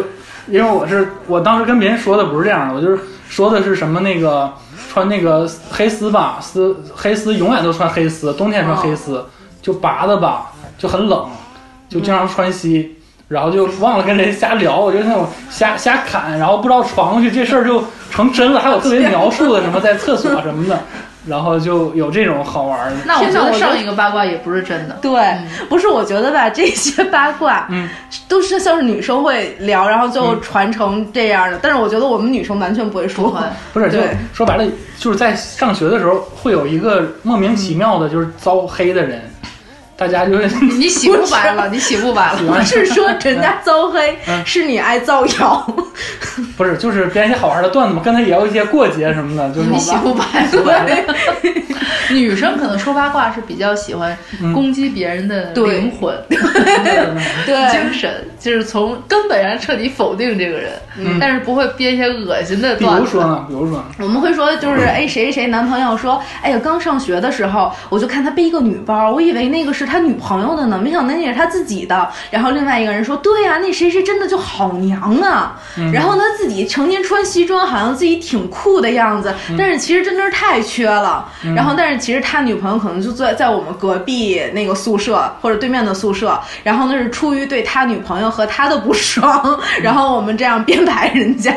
S6: 因为我是我当时跟别人说的不是这样的，我就是说的是什么那个穿那个黑丝吧，丝黑丝永远都穿黑丝，冬天穿黑丝、就拔的吧，就很冷，就经常穿稀。然后就忘了跟人瞎聊，我就那种瞎瞎侃，然后不知道传过去这事儿就成真了，还有特别描述的什么在厕所什么的，然后就有这种好玩儿的。
S5: 那我觉
S7: 天哪
S5: 得
S7: 我
S5: 上一个八卦也不是真的。
S7: 对，不是，我觉得吧， 这些八卦，
S6: 嗯，
S7: 都是像是女生会聊，然后最后传成这样的。但是我觉得我们女生完全不会
S5: 嗯不
S7: 说
S5: 会，，
S6: 不是，就
S7: 对
S6: 说白了，就是在上学的时候，会有一个莫名其妙的，就是遭黑的人，大家 就是
S5: 你洗不白了，你洗不白了。
S6: 喜
S7: 不
S6: 欢，
S7: 是说人家遭黑，
S6: 嗯
S7: 是你爱造谣。
S6: 不是，就是编一些好玩的段子嘛，跟他也有一些过节什么的，就是
S5: 你洗不
S6: 我
S5: 白 了。女生可能说八卦是比较喜欢
S6: 嗯
S5: 攻击别人的
S7: 对
S5: 灵魂、 精
S7: 对，
S5: 神，就是从根本上彻底否定这个人，
S6: 嗯
S5: 但是不会编一些恶心的
S6: 比
S5: 段子。
S6: 如说呢，比如说呢，
S7: 我们会说，就是哎，谁谁男朋友说，哎呀，刚上学的时候，我就看他背一个女包，我以为那个是他女朋友的呢，没想到那也是他自己的。然后另外一个人说，对呀、那谁谁真的就好娘啊。
S6: 嗯
S7: 然后他自己成天穿西装，好像自己挺酷的样子，
S6: 嗯
S7: 但是其实真的是太缺了。然后，但是其实他女朋友可能就在在我们隔壁那个宿舍或者对面的宿舍。然后那是出于对他女朋友和他的不爽，
S6: 嗯
S7: 然后我们这样编排人家。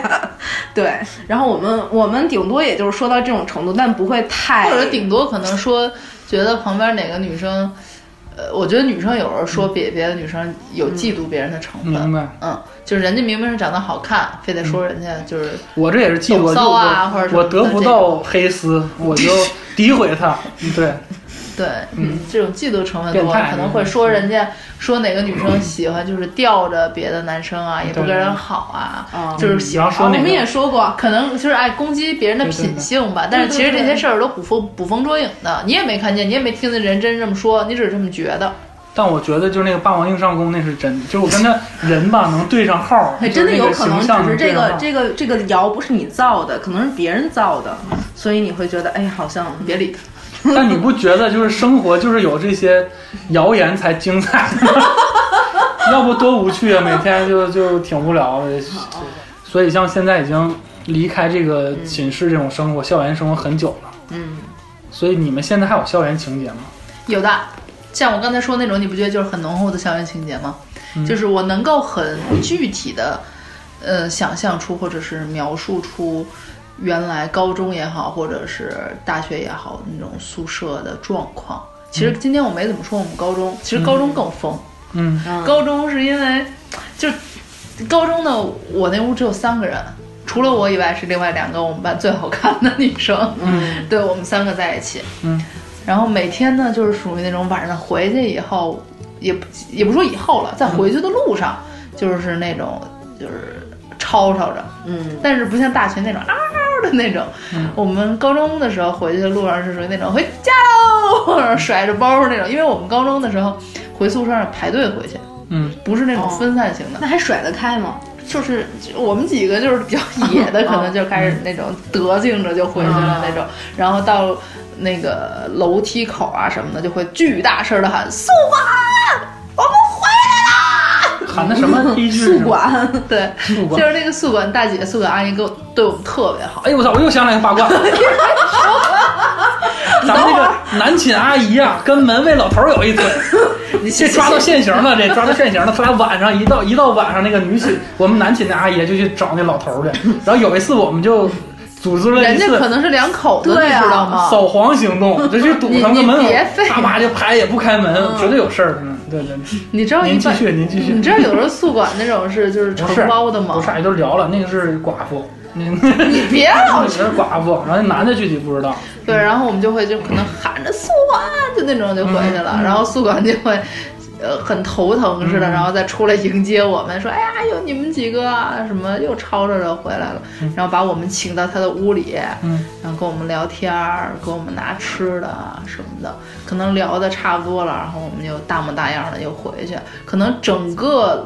S7: 对，然后我们我们顶多也就是说到这种程度，但不会太
S5: 或者顶多可能说，觉得旁边哪个女生，呃，我觉得女生有时候说别别的女生有嫉妒别人的成
S6: 明
S5: 分，
S6: 白？
S5: 嗯，就是人家明明是长得好看，非得说人家就是
S6: 我这也是嗯嫉妒，
S5: 抖
S6: 就
S5: 骚啊或
S6: 我
S5: 者什么
S6: 我
S5: 的
S6: 得不
S5: 这
S6: 到黑丝，我 就诋毁他，对，
S5: 对，
S6: 嗯，
S5: 这种嫉妒成分
S6: 变
S5: 多，
S6: 态嗯
S5: 可能会说人家说哪个女生喜欢就是吊着别的男生啊，也不
S6: 对
S5: 跟人好啊，
S7: 啊
S5: 就是喜欢
S6: 然后嗯说
S7: 我
S6: 那
S7: 们
S6: 个
S7: 也说过，
S5: 可能就是爱攻击别人的
S6: 对对对
S5: 品性吧，但是其实这些事儿都捕风捕风捉影的，你也没看见，你也没听见人真这么说，你只是这么觉得。
S6: 但我觉得就是那个霸王硬上弓那是真的，就是我跟他人吧能对上号，
S7: 哎，
S6: 就
S7: 真
S6: 是
S7: 的
S6: 那
S7: 有
S6: 个
S7: 可能
S6: 形
S7: 只
S6: 象
S7: 是
S6: 能
S7: 这
S6: 对上
S7: 个
S6: 号。
S7: 这个这个谣不是你造的，可能是别人造的，所以你会觉得哎，好像
S5: 别理他，
S6: 但你不觉得就是生活就是有这些谣言才精彩吗？ 要不多无趣啊，每天就就挺无聊
S7: 哦
S6: 的。所以像现在已经离开这个寝室这种生活、校园生活很久了。
S7: 嗯，
S6: 所以你们现在还有校园情节吗？
S5: 有的。像我刚才说那种，你不觉得就是很浓厚的校园情节吗？
S6: 嗯
S5: 就是我能够很具体的，呃，想象出或者是描述出原来高中也好，或者是大学也好那种宿舍的状况。其实今天我没怎么说我们高中，其实高中更疯。
S6: 嗯
S5: 高中是因为，就高中的我那屋只有三个人，除了我以外是另外两个我们班最好看的女生，
S6: 嗯，
S5: 对我们三个在一起，
S6: 嗯，
S5: 然后每天呢就是属于那种晚上回去以后，也不也不说以后了，在回去的路上、
S6: 嗯
S5: 就是那种就是吵吵着，
S7: 嗯，
S5: 但是不像大学那种嗷嗷的那种。
S6: 嗯
S5: 我们高中的时候回去的路上是属于那种回家喽， 然后甩着包那种。因为我们高中的时候回宿舍是排队回去，
S6: 嗯，
S5: 不是那种
S7: 哦
S5: 分散型的，
S7: 那还甩得开吗？
S5: 就是我们几个就是比较野
S6: 哦
S5: 的，可能就开始那种德行着就回去了那种。然后到那个楼梯口啊什么的，就会巨大声的喊宿管，我们回
S6: 喊的什么第一句是
S7: 嗯 宿
S6: 什么？
S7: 管，
S5: 来了。
S6: 宿
S5: 对，
S6: 管
S5: 就是那个宿管大姐、宿管阿姨给我对我们特别好。
S6: 哎呦我操！我又想起来一个八 卦。咱们那个南寝阿姨啊，跟门卫老头儿有一腿，
S5: 你
S6: 这抓到现行了，这抓到现行了。后来晚上一到一到晚上，那个女寝我们南寝的阿姨就去找那老头儿去。 然后有一次我们就组织了一
S5: 人家
S6: 次
S5: 可能是两口子，
S7: 对啊
S5: 你知道吗？
S6: 扫黄行动，就去堵他
S5: 你
S6: 们的
S5: 你
S6: 门口
S5: 别废，
S6: 大妈就拍也不开门，绝对有事儿。嗯，对对，
S5: 你知道一
S6: 您继
S5: 般，
S6: 续，您继续
S5: 你。知道有时候宿管那种是就是承
S6: 不是
S5: 包的
S6: 不
S5: 吗
S6: 是，？也就聊了，那个是寡妇，那 个
S5: 你别老
S6: 是寡妇，然后那男的具体不知道。
S5: 对，然后我们就会就可能喊着宿管，就那种就回去了，然后宿管就会。呃，很头疼似的，
S6: 嗯
S5: 然后再出来迎接我们，说：“哎呀，又你们几个啊什么又吵吵着回来了。”然后把我们请到他的屋里，
S6: 嗯，
S5: 然后跟我们聊天儿，给我们拿吃的啊什么的，可能聊的差不多了，然后我们就大模大样的又回去。可能整个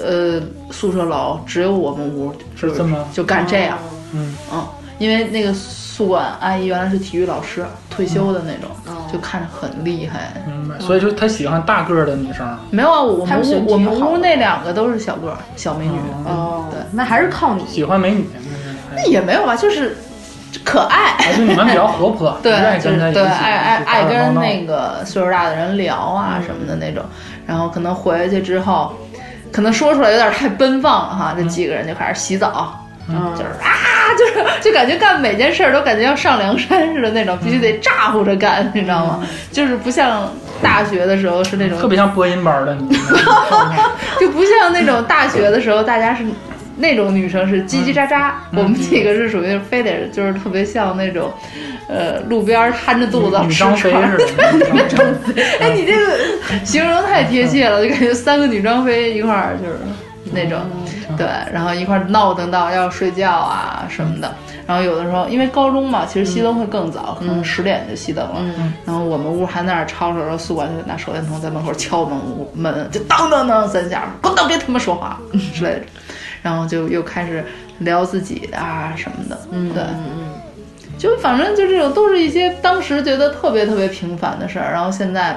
S5: 呃宿舍楼只有我们屋就是
S6: 这么
S5: 就干这样，
S6: 嗯
S5: 嗯，因为那个宿管阿姨原来是体育老师，退休的那种，
S7: 哦
S5: 就看着很厉害。
S6: 明嗯白。所以就他喜欢大个儿的女生。
S5: 没有啊，我
S7: 他
S5: 们
S7: 们喜欢
S5: 屋
S7: 体育
S5: 我们
S7: 好
S5: 屋
S7: 的
S5: 那两个都是小个儿小美女，
S6: 嗯
S7: 哦
S5: 对，
S7: 那还是靠你
S6: 喜欢美女，
S5: 那也没有吧，就是可爱。
S6: 还是你们比较活泼，
S5: 对
S6: 不愿，意
S5: 就是
S6: 跟他一起
S5: 对，爱爱爱
S6: 打打闹嗯
S5: 跟
S6: 闹
S5: 那个岁数大的人聊啊什么的那种，然后可能回去之后，可能说出来有点太奔放了哈，
S6: 嗯
S5: 这几个人就开始洗澡，
S7: 嗯
S5: 就是啊，就是就感觉干每件事儿都感觉要上梁山似的那种，必须
S6: 嗯
S5: 得咋呼着干，你知道吗？就是不像大学的时候是那种，
S6: 特别像播音班的你。
S5: 就不像那种大学的时候大家是。那种女生是叽叽喳喳，
S6: 嗯
S5: 我们几个是属于非得就是特别像那种，呃，路边儿摊着肚子
S6: 女
S5: 吃
S6: 张
S5: 串
S6: 飞
S5: 儿
S6: 似，的，
S5: 哎，你这个形容太贴切了，就感觉三个女张飞一块儿就是那种，对，然后一块儿闹腾到要睡觉啊什么的。然后有的时候，因为高中嘛，其实熄灯会更早，可能十点就熄灯了。然后我们屋还在那儿吵吵，然后宿管就拿手电筒在门口敲门屋门，就当当当三下，滚蛋，别他妈说话之类的。然后就又开始聊自己的啊什么的，嗯，对。就反正就这种都是一些当时觉得特别特别平凡的事儿，然后现在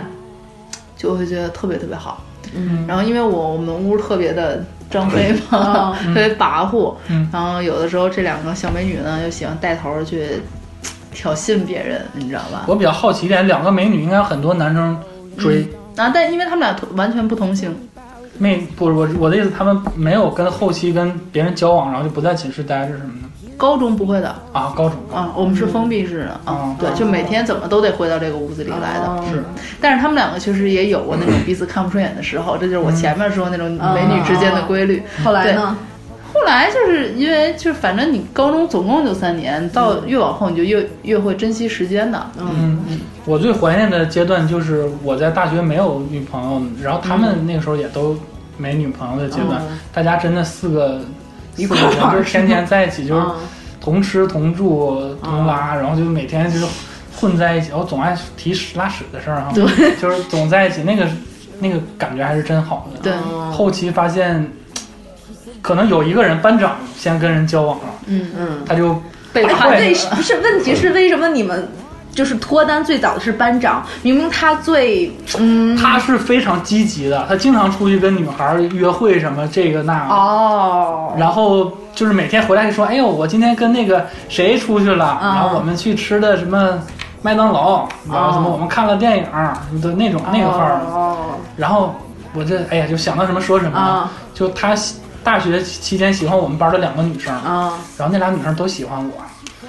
S5: 就会觉得特别特别好。嗯，然后因为我我们屋特别的张飞 嘛，特别跋扈，
S6: 嗯
S5: 然后有的时候这两个小美女呢又喜欢带头去挑衅别人，你知道吧？
S6: 我比较好奇一点，两个美女应该有很多男生追。
S5: 啊，但因为他们俩同完全不同性，
S6: 那不是我我的意思，他们没有跟后期跟别人交往，然后就不在寝室待着什么的
S5: 高中不会的
S6: 啊。高中
S5: 啊，我们是封闭式的啊
S6: 哦，
S5: 对，就每天怎么都得回到这个屋子里来的。
S7: 哦
S6: 是，
S5: 但是他们两个确实也有过那种彼此看不顺眼的时候，这就是我前面说那种美女之间的规律。
S7: 后来呢？
S5: 后来就是因为就是反正你高中总共就三年，到越往后你就越越会珍惜时间的。
S6: 嗯，我最怀念的阶段就是我在大学没有女朋友，然后他们那个时候也都没女朋友的阶段，大家真的四个四个人就是天天在一起，就是
S7: 嗯
S6: 同吃同住同拉，然后就每天就是混在一起，我总爱提屎拉屎的事儿哈，对，就是总在一起，那个那个感觉还是真好的。
S5: 对，
S6: 后期发现，可能有一个人班长先跟人交往了，
S5: 嗯，
S7: 嗯，
S6: 他就
S5: 被
S7: 哎，
S5: 判
S7: 为不是问题是为什么你们就是脱单最早的是班长，明明他最嗯
S6: 他是非常积极的，他经常出去跟女孩儿约会什么这个那个。
S7: 哦，
S6: 然后就是每天回来就说：“哎呦，我今天跟那个谁出去了，
S7: 嗯
S6: 然后我们去吃的什么麦当劳，然后什么我们看了电影的那种那个范儿。
S7: 哦
S6: 然后我这哎呀，就想到什么说什么。
S7: 啊
S6: 就他喜大学期间喜欢我们班的两个女生，
S7: 啊
S6: 然后那俩女生都喜欢我，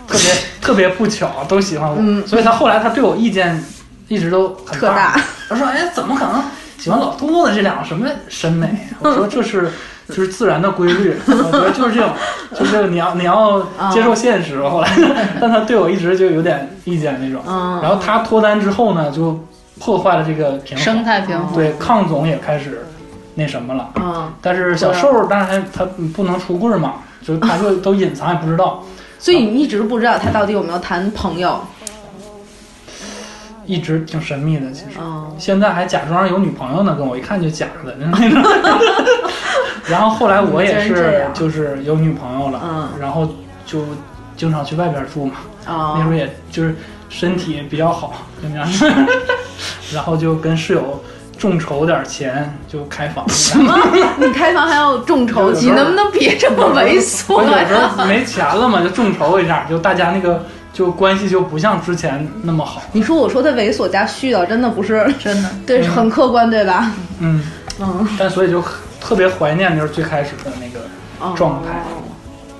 S6: 特 别特别不巧都喜欢我，所以他后来他对我意见一直都很
S7: 嗯特大，
S6: 啊 他说哎怎么可能喜欢老秃子这两个什么审美？我说这是就是自然的规律。我觉得就是这种，就是你要你要
S5: 啊
S6: 接受现实。后来，
S5: 嗯
S6: 但他对我一直就有点意见那种。
S7: 嗯，
S6: 然后他脱单之后呢，就破坏了这个平衡。
S5: 生态平衡。
S6: 对，康总也开始那什么了。
S7: 嗯，
S6: 但
S5: 啊
S6: 是小瘦儿，当然他他不能出柜儿嘛，就是他就都隐藏也不知道，
S7: 所以你一直不知道他到底有没有谈朋友，
S6: 一直挺神秘的。其实
S7: 嗯，
S6: 现在还假装有女朋友呢，跟我一看就假的那 种。然后后来我也
S7: 你竟然嗯这
S6: 是，
S7: 样
S6: 就是有女朋友了，
S7: 嗯
S6: 然后就经常去外边住嘛。那时
S7: 啊
S6: 候，也就是身体比较好，怎么样？ 然后就跟室友众筹点儿钱，就开房。
S7: 你开房还要众筹，
S6: 有时
S7: 你
S6: 候
S7: 能不能别这么猥
S6: 我
S7: 琐
S6: 有时
S7: 呀？
S6: 候没钱了嘛，就众筹一下，就大家那个就关系就不像之前那么好。
S7: 你说我说他猥琐加絮叨，真的不是，
S5: 真的，
S7: 对，
S6: 嗯
S7: 很客观，对吧？
S6: 嗯，
S7: 嗯，
S6: 但所以就特别怀念就是最开始的那个
S7: 哦
S6: 状态。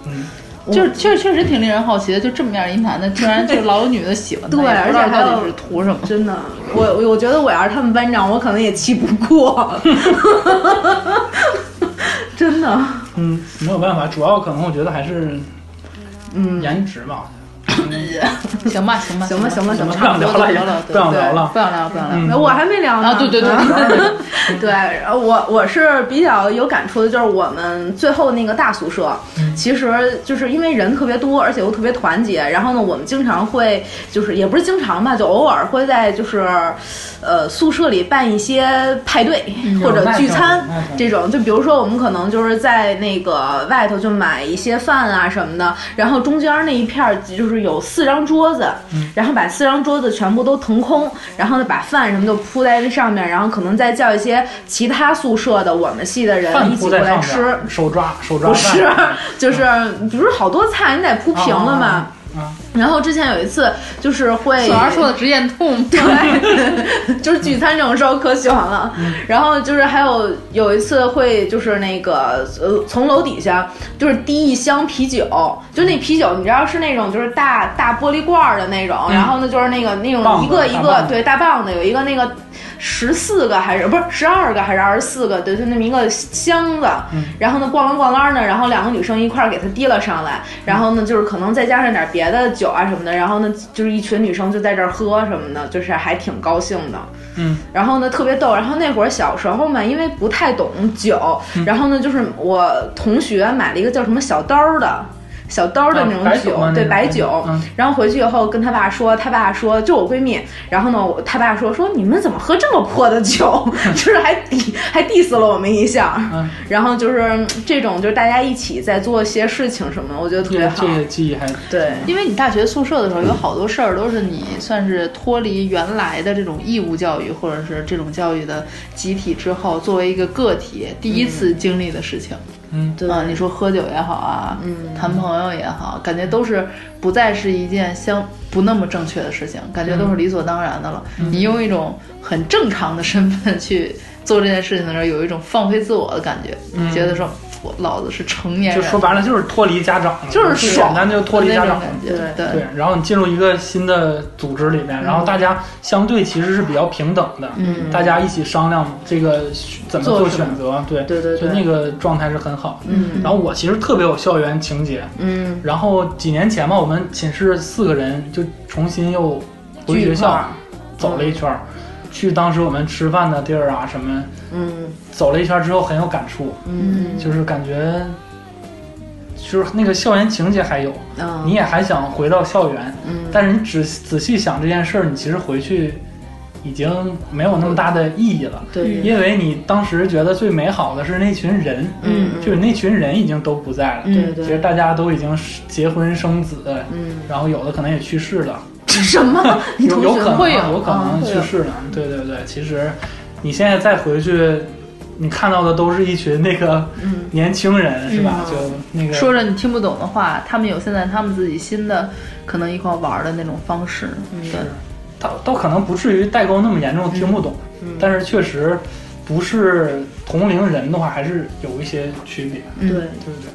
S6: 嗯，
S5: 就是确确实挺令人好奇的，就这么样一男的，居然就老有女的喜欢他，
S7: 对
S5: 也不知
S7: 而
S5: 道
S7: 且还有
S5: 到底是图什么。
S7: 真的，我我我觉得我要是他们班长，我可能也气不过。真的，
S6: 嗯，没有办法，主要可能我觉得还是
S7: 嗯，
S6: 颜值吧。
S5: 行吧，行吧，
S7: 行吧，行吧，行吧，
S6: 不
S7: 差
S6: 想
S7: 不
S6: 聊
S7: 多就聊
S6: 了
S7: 了，，
S6: 不想
S7: 对
S6: 聊了。
S5: 不想聊了，不想聊了。
S6: 嗯
S7: 我还没聊呢。
S5: 啊对对对
S7: 嗯对，然后我我是比较有感触的，就是我们最后那个大宿舍，
S5: 嗯
S7: 其实就是因为人特别多，而且又特别团结。然后呢，我们经常会就是也不是经常吧，就偶尔会在就是，呃，宿舍里办一些派对
S5: 嗯
S7: 或者
S6: 那
S7: 聚
S6: 挺
S7: 餐
S6: 那挺
S7: 这种。就比如说我们可能就是在那个外头就买一些饭啊什么的，然后中间那一片儿就是有四张桌子，
S6: 嗯
S7: 然后把四张桌子全部都腾空，然后呢把饭什么就铺在那上面，然后可能再叫一些其他宿舍的我们系的人
S6: 饭
S7: 一起
S6: 铺
S7: 过
S6: 在
S7: 来
S6: 上啊
S7: 吃
S6: 边，，手抓手抓
S7: 不是
S6: 饭，
S7: 就是不是好多菜你得铺 平了嘛。
S6: 啊啊啊
S7: 然后之前有一次就是会，
S5: 小孩说的直咽痛，
S7: 对， 就是聚餐这种事儿我可喜欢了。
S6: 嗯
S7: 然后就是还有有一次会就是那个呃从楼底下就是滴一箱啤酒，就那啤酒你知道是那种就是大大玻璃罐儿的那种，
S6: 嗯
S7: 然后呢就是那个那种
S6: 棒子
S7: 一个一
S6: 大棒
S7: 个
S6: 子
S7: 对大棒子有一个那个十四个还是不是十二个还是二十四个，对，就那么一个箱子。然后呢，咣啷咣啷呢，然后两个女生一块儿给他提了上来，然后呢，就是可能再加上点别的酒啊什么的，然后呢，就是一群女生就在这儿喝什么的，就是还挺高兴的。
S6: 嗯，
S7: 然后呢，特别逗。然后那会儿小时候嘛，因为不太懂酒，
S6: 嗯
S7: 然后呢，就是我同学买了一个叫什么小刀儿的。小刀儿的那种
S6: 啊白
S7: 酒，
S6: 酒吗那
S7: 对
S6: 种
S7: 白酒，
S6: 嗯
S7: 然后回去以后跟他爸说，他爸说就我闺蜜，然后呢，我他爸说说你们怎么喝这么破的酒， 就是还 diss 还 diss 了我们一下，
S6: 嗯
S7: 然后就是嗯这种就是大家一起在做一些事情什么的，我觉得特
S6: 这
S7: 别
S6: 些
S7: 好
S6: 这。些记忆还
S7: 对，
S5: 因为你大学宿舍的时候有好多事儿都是你算是脱离原来的这种义务教育或者是这种教育的集体之后，作为一个个体第一次经历的事情。
S6: 嗯
S7: 对
S5: 啊，你说喝酒也好啊，
S7: 嗯
S5: 谈朋友也好，感觉都是不再是一件相不那么正确的事情，感觉都是理所当然的了。
S6: 嗯
S5: 你用一种很正常的身份去做这件事情的时候，有一种放飞自我的感觉，觉得说我老子是成年
S6: 嗯就
S5: 人，
S6: 说白了就是脱离家长了，
S5: 就是
S6: 最
S5: 爽
S6: 简单就脱离
S5: 那
S6: 家
S5: 种
S6: 长了
S5: 感。觉，对
S6: 对，然后你进入一个新的组织里面，
S7: 嗯
S6: 然后大家相对其实是比较平等的，
S5: 嗯
S6: 大家一起商量这个怎么做选择，对，
S7: 对对
S6: 所
S7: 对
S6: 以那个状态是很好。
S7: 嗯
S6: 然后我其实特别有校园情节，
S7: 嗯，
S6: 然后几年前吧，我们寝室四个人就重新又回
S7: 聚
S6: 学
S7: 一块
S6: 校
S7: 儿，
S6: 走了一圈儿，去当时我们吃饭的地儿啊什么，
S7: 嗯
S6: 走了一圈儿之后很有感触，
S7: 嗯
S6: 就是感觉。就是那个校园情节还有，
S7: 嗯，
S6: 你也还想回到校园，
S7: 嗯
S6: 但是你只仔细想这件事儿，你其实回去已经没有那么大的意义了，
S7: 对，
S6: 因为你当时觉得最美好的是那群人，
S7: 嗯
S6: 就是那群人已经都不在了，
S7: 对
S6: 其
S7: 对
S6: 实大家都已经结婚生子，
S7: 嗯，
S6: 然后有的可能也去世了，
S7: 什么？你
S6: 有
S7: 同
S6: 有
S7: 学
S6: 可能
S5: 会
S6: 啊
S5: 有
S6: 有可
S5: 啊
S6: 能
S5: 会
S6: 去
S5: 有
S6: 世了，对对对，其实你现在再回去。你看到的都是一群那个
S7: 嗯
S6: 年轻人、是吧？就那个
S5: 说着你听不懂的话，他们有现在他们自己新的可能一块玩儿的那种方式，
S6: 嗯
S5: 对，
S6: 倒倒可能不至于代沟那么严重，听不懂，
S7: 嗯
S6: 但是确实不是同龄人的话，还是有一些区别，
S7: 对，
S6: 对不对？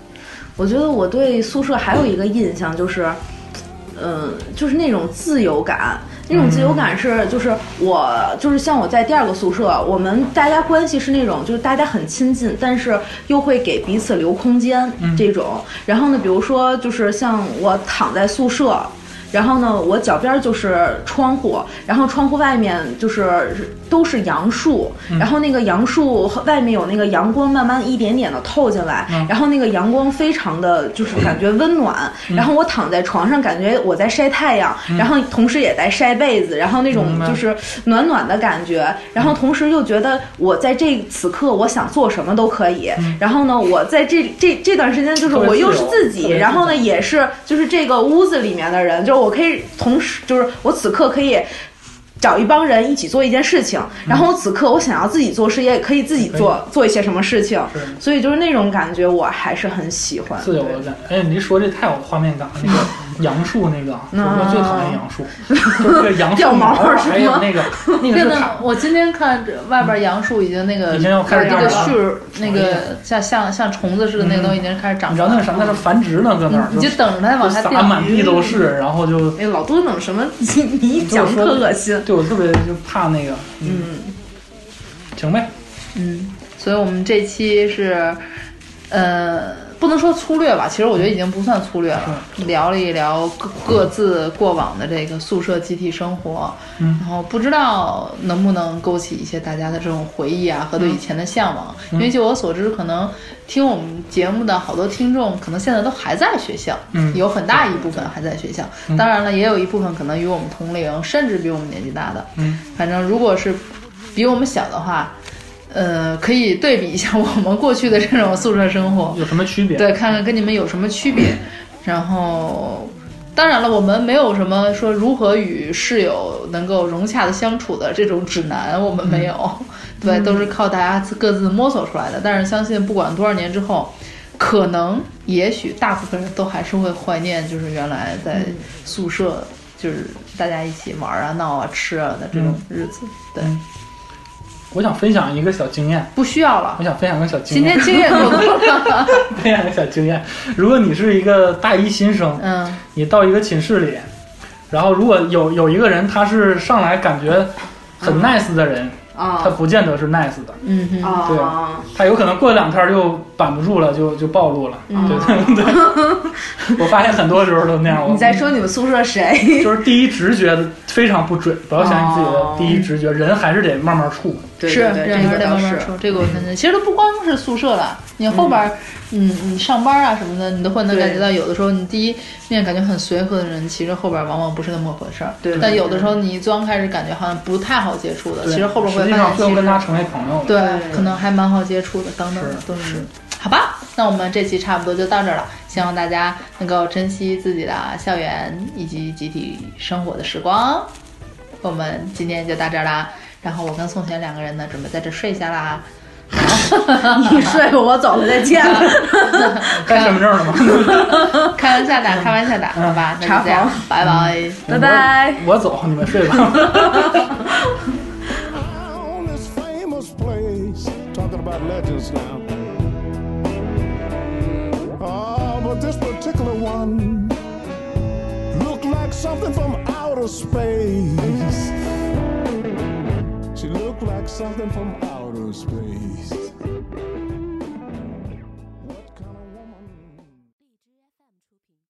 S7: 我觉得呃我对宿舍还有一个印象就是，嗯、就是那种自由感。那种自由感是，就是我就是像我在第二个宿舍，我们大家关系是那种就是大家很亲近，但是又会给彼此留空间这种。然后呢，比如说就是像我躺在宿舍。然后呢，我脚边就是窗户，然后窗户外面就是都是杨树，
S6: 嗯
S7: 然后那个杨树外面有那个阳光，慢慢一点点的透进来，
S6: 嗯
S7: 然后那个阳光非常的就是感觉温暖，
S6: 嗯
S7: 然后我躺在床上，感觉我在晒太阳，然后同时也在晒被子，然后那种
S6: 明白
S7: 就是暖暖的感觉，然后同时又觉得我在这此刻我想做什么都可以，然后呢，我在这这这段时间就
S6: 嗯
S7: 是
S6: 特别
S7: 我又
S6: 自
S7: 是
S6: 由
S7: 自
S6: 特
S7: 己，
S6: 别自
S7: 然后呢
S6: 在
S7: 也是就是这个屋子里面的人，就是我可以同时就是我此刻可以。找一帮人一起做一件事情，
S6: 嗯
S7: 然后我此刻我想要自己做事，也可以自己
S6: 可以
S7: 做做一些什么事情，
S6: 是
S7: 所以就是那种感觉，我还是很喜欢。
S6: 自由的感觉。哎，你一说这太有画面感了，那 个杨树那个啊，就是我最讨厌杨树，就是那个杨树
S7: 掉毛
S6: 啊
S7: 是吗
S6: 还 有那个那个
S5: 真
S6: 是
S5: 的
S6: 卡，
S5: 我今天看这外边杨树已经那个
S6: 已经要开始
S5: 那
S6: 长
S5: 个
S6: 了哦
S5: 絮儿，那个像像像虫子似的那个东西已经开始长
S6: 嗯你知
S5: 出来
S6: 道
S5: 了。
S6: 那是啥？那是繁殖呢，搁那儿
S5: 你就等着它
S6: 就
S5: 往下
S6: 撒
S5: 掉。嗯
S6: 满地都是，然后就
S7: 哎，老多弄什么？你你一
S6: 就是
S7: 讲
S6: 说
S7: 特恶心。
S6: 对我特别就怕那个，嗯，
S7: 嗯，
S6: 行呗，
S5: 嗯，所以我们这期是，呃，不能说粗略吧，其实我觉得已经不算粗略了，聊了一聊各各自过往的这个宿舍集体生活，
S6: 嗯
S5: 然后不知道能不能勾起一些大家的这种回忆啊和对以前的向往，
S6: 嗯
S5: 因为就我所知，可能听我们节目的好多听众，可能现在都还在学校，
S6: 嗯
S5: 有很大一部分还在学校，当然了，也有一部分可能与我们同龄，甚至比我们年纪大的，
S6: 嗯，
S5: 反正如果是比我们小的话，呃，可以对比一下我们过去的这种宿舍生 活，
S6: 有什么区别？
S5: 对，看看跟你们有什么区别。然后，当然了，我们没有什么说如何与室友能够融洽的相处的这种指南，我们没有。 对，都是靠大家各自摸索出来的。但是相信，不管多少年之后，可能也许大部分人都还是会怀念，就是原来在宿舍，就是大家一起玩啊、闹啊、吃啊的这种日子。对，
S6: 我想分享一个小经验，
S5: 不需要了
S6: 我。想分享个小经
S5: 今
S6: 验
S5: 天，经
S7: 啊
S5: 验够多了。
S6: 分享个小经验。如果你是一个大一新生，
S5: 嗯
S6: 你到一个寝室里，然后如果有有一个人他是上来感觉很 nice 的人，他
S7: 啊
S6: 不见得是 nice 的，
S5: 嗯哼。
S6: 对
S7: 啊，
S6: 他有可能过两天就板不住了，就就暴露了。
S5: 嗯
S6: 对 对对，我发现很多时候都那样。我
S7: 你在说你们宿舍谁？
S6: 就是第一直觉非常不准，不要相信自己的
S7: 哦
S6: 第一直觉，人还是得慢慢处。
S7: 对
S5: 是，
S7: 对
S5: 人
S7: 对，这
S5: 还
S7: 个
S5: 得
S7: 倒
S5: 慢慢
S7: 是。
S5: 说，这个我相信。其实都不光是宿舍了，你后边儿，嗯，你上班啊什么的，你都会能
S7: 对
S5: 感觉到，有的时候你第一面感觉很随和的人，其实后边儿往往不是那么回事儿。
S7: 对对
S5: 但
S7: 对
S5: 有的时候你一刚开始感觉好像不太好接触的，
S6: 对
S5: 其实后边
S6: 实
S5: 会
S6: 际
S5: 发
S6: 上
S5: 现
S6: 最后
S5: 其
S6: 跟
S5: 实
S6: 他成为朋友了。
S5: 对
S7: 对，
S5: 可能还蛮好接触的，等等的
S6: 是
S5: 都是。好吧，那我们这期差不多就到这儿了，希望大家能够珍惜自己的校园以及集体生活的时光。我们今天就到这儿啦，然后我跟宋璇两个人呢，准备在这睡一下啦。
S7: 你睡吧，我走了，再见。
S6: 带 身份证了吗？
S5: 开玩笑的，开玩笑的，好吧，那就这样
S7: 查，
S5: 拜拜。
S7: 拜拜。
S6: 我我走，你们睡吧。
S8: town is famous place. Talking about legends now. Ah, but this particular one looked like something from outer space. She looked like something from outer space.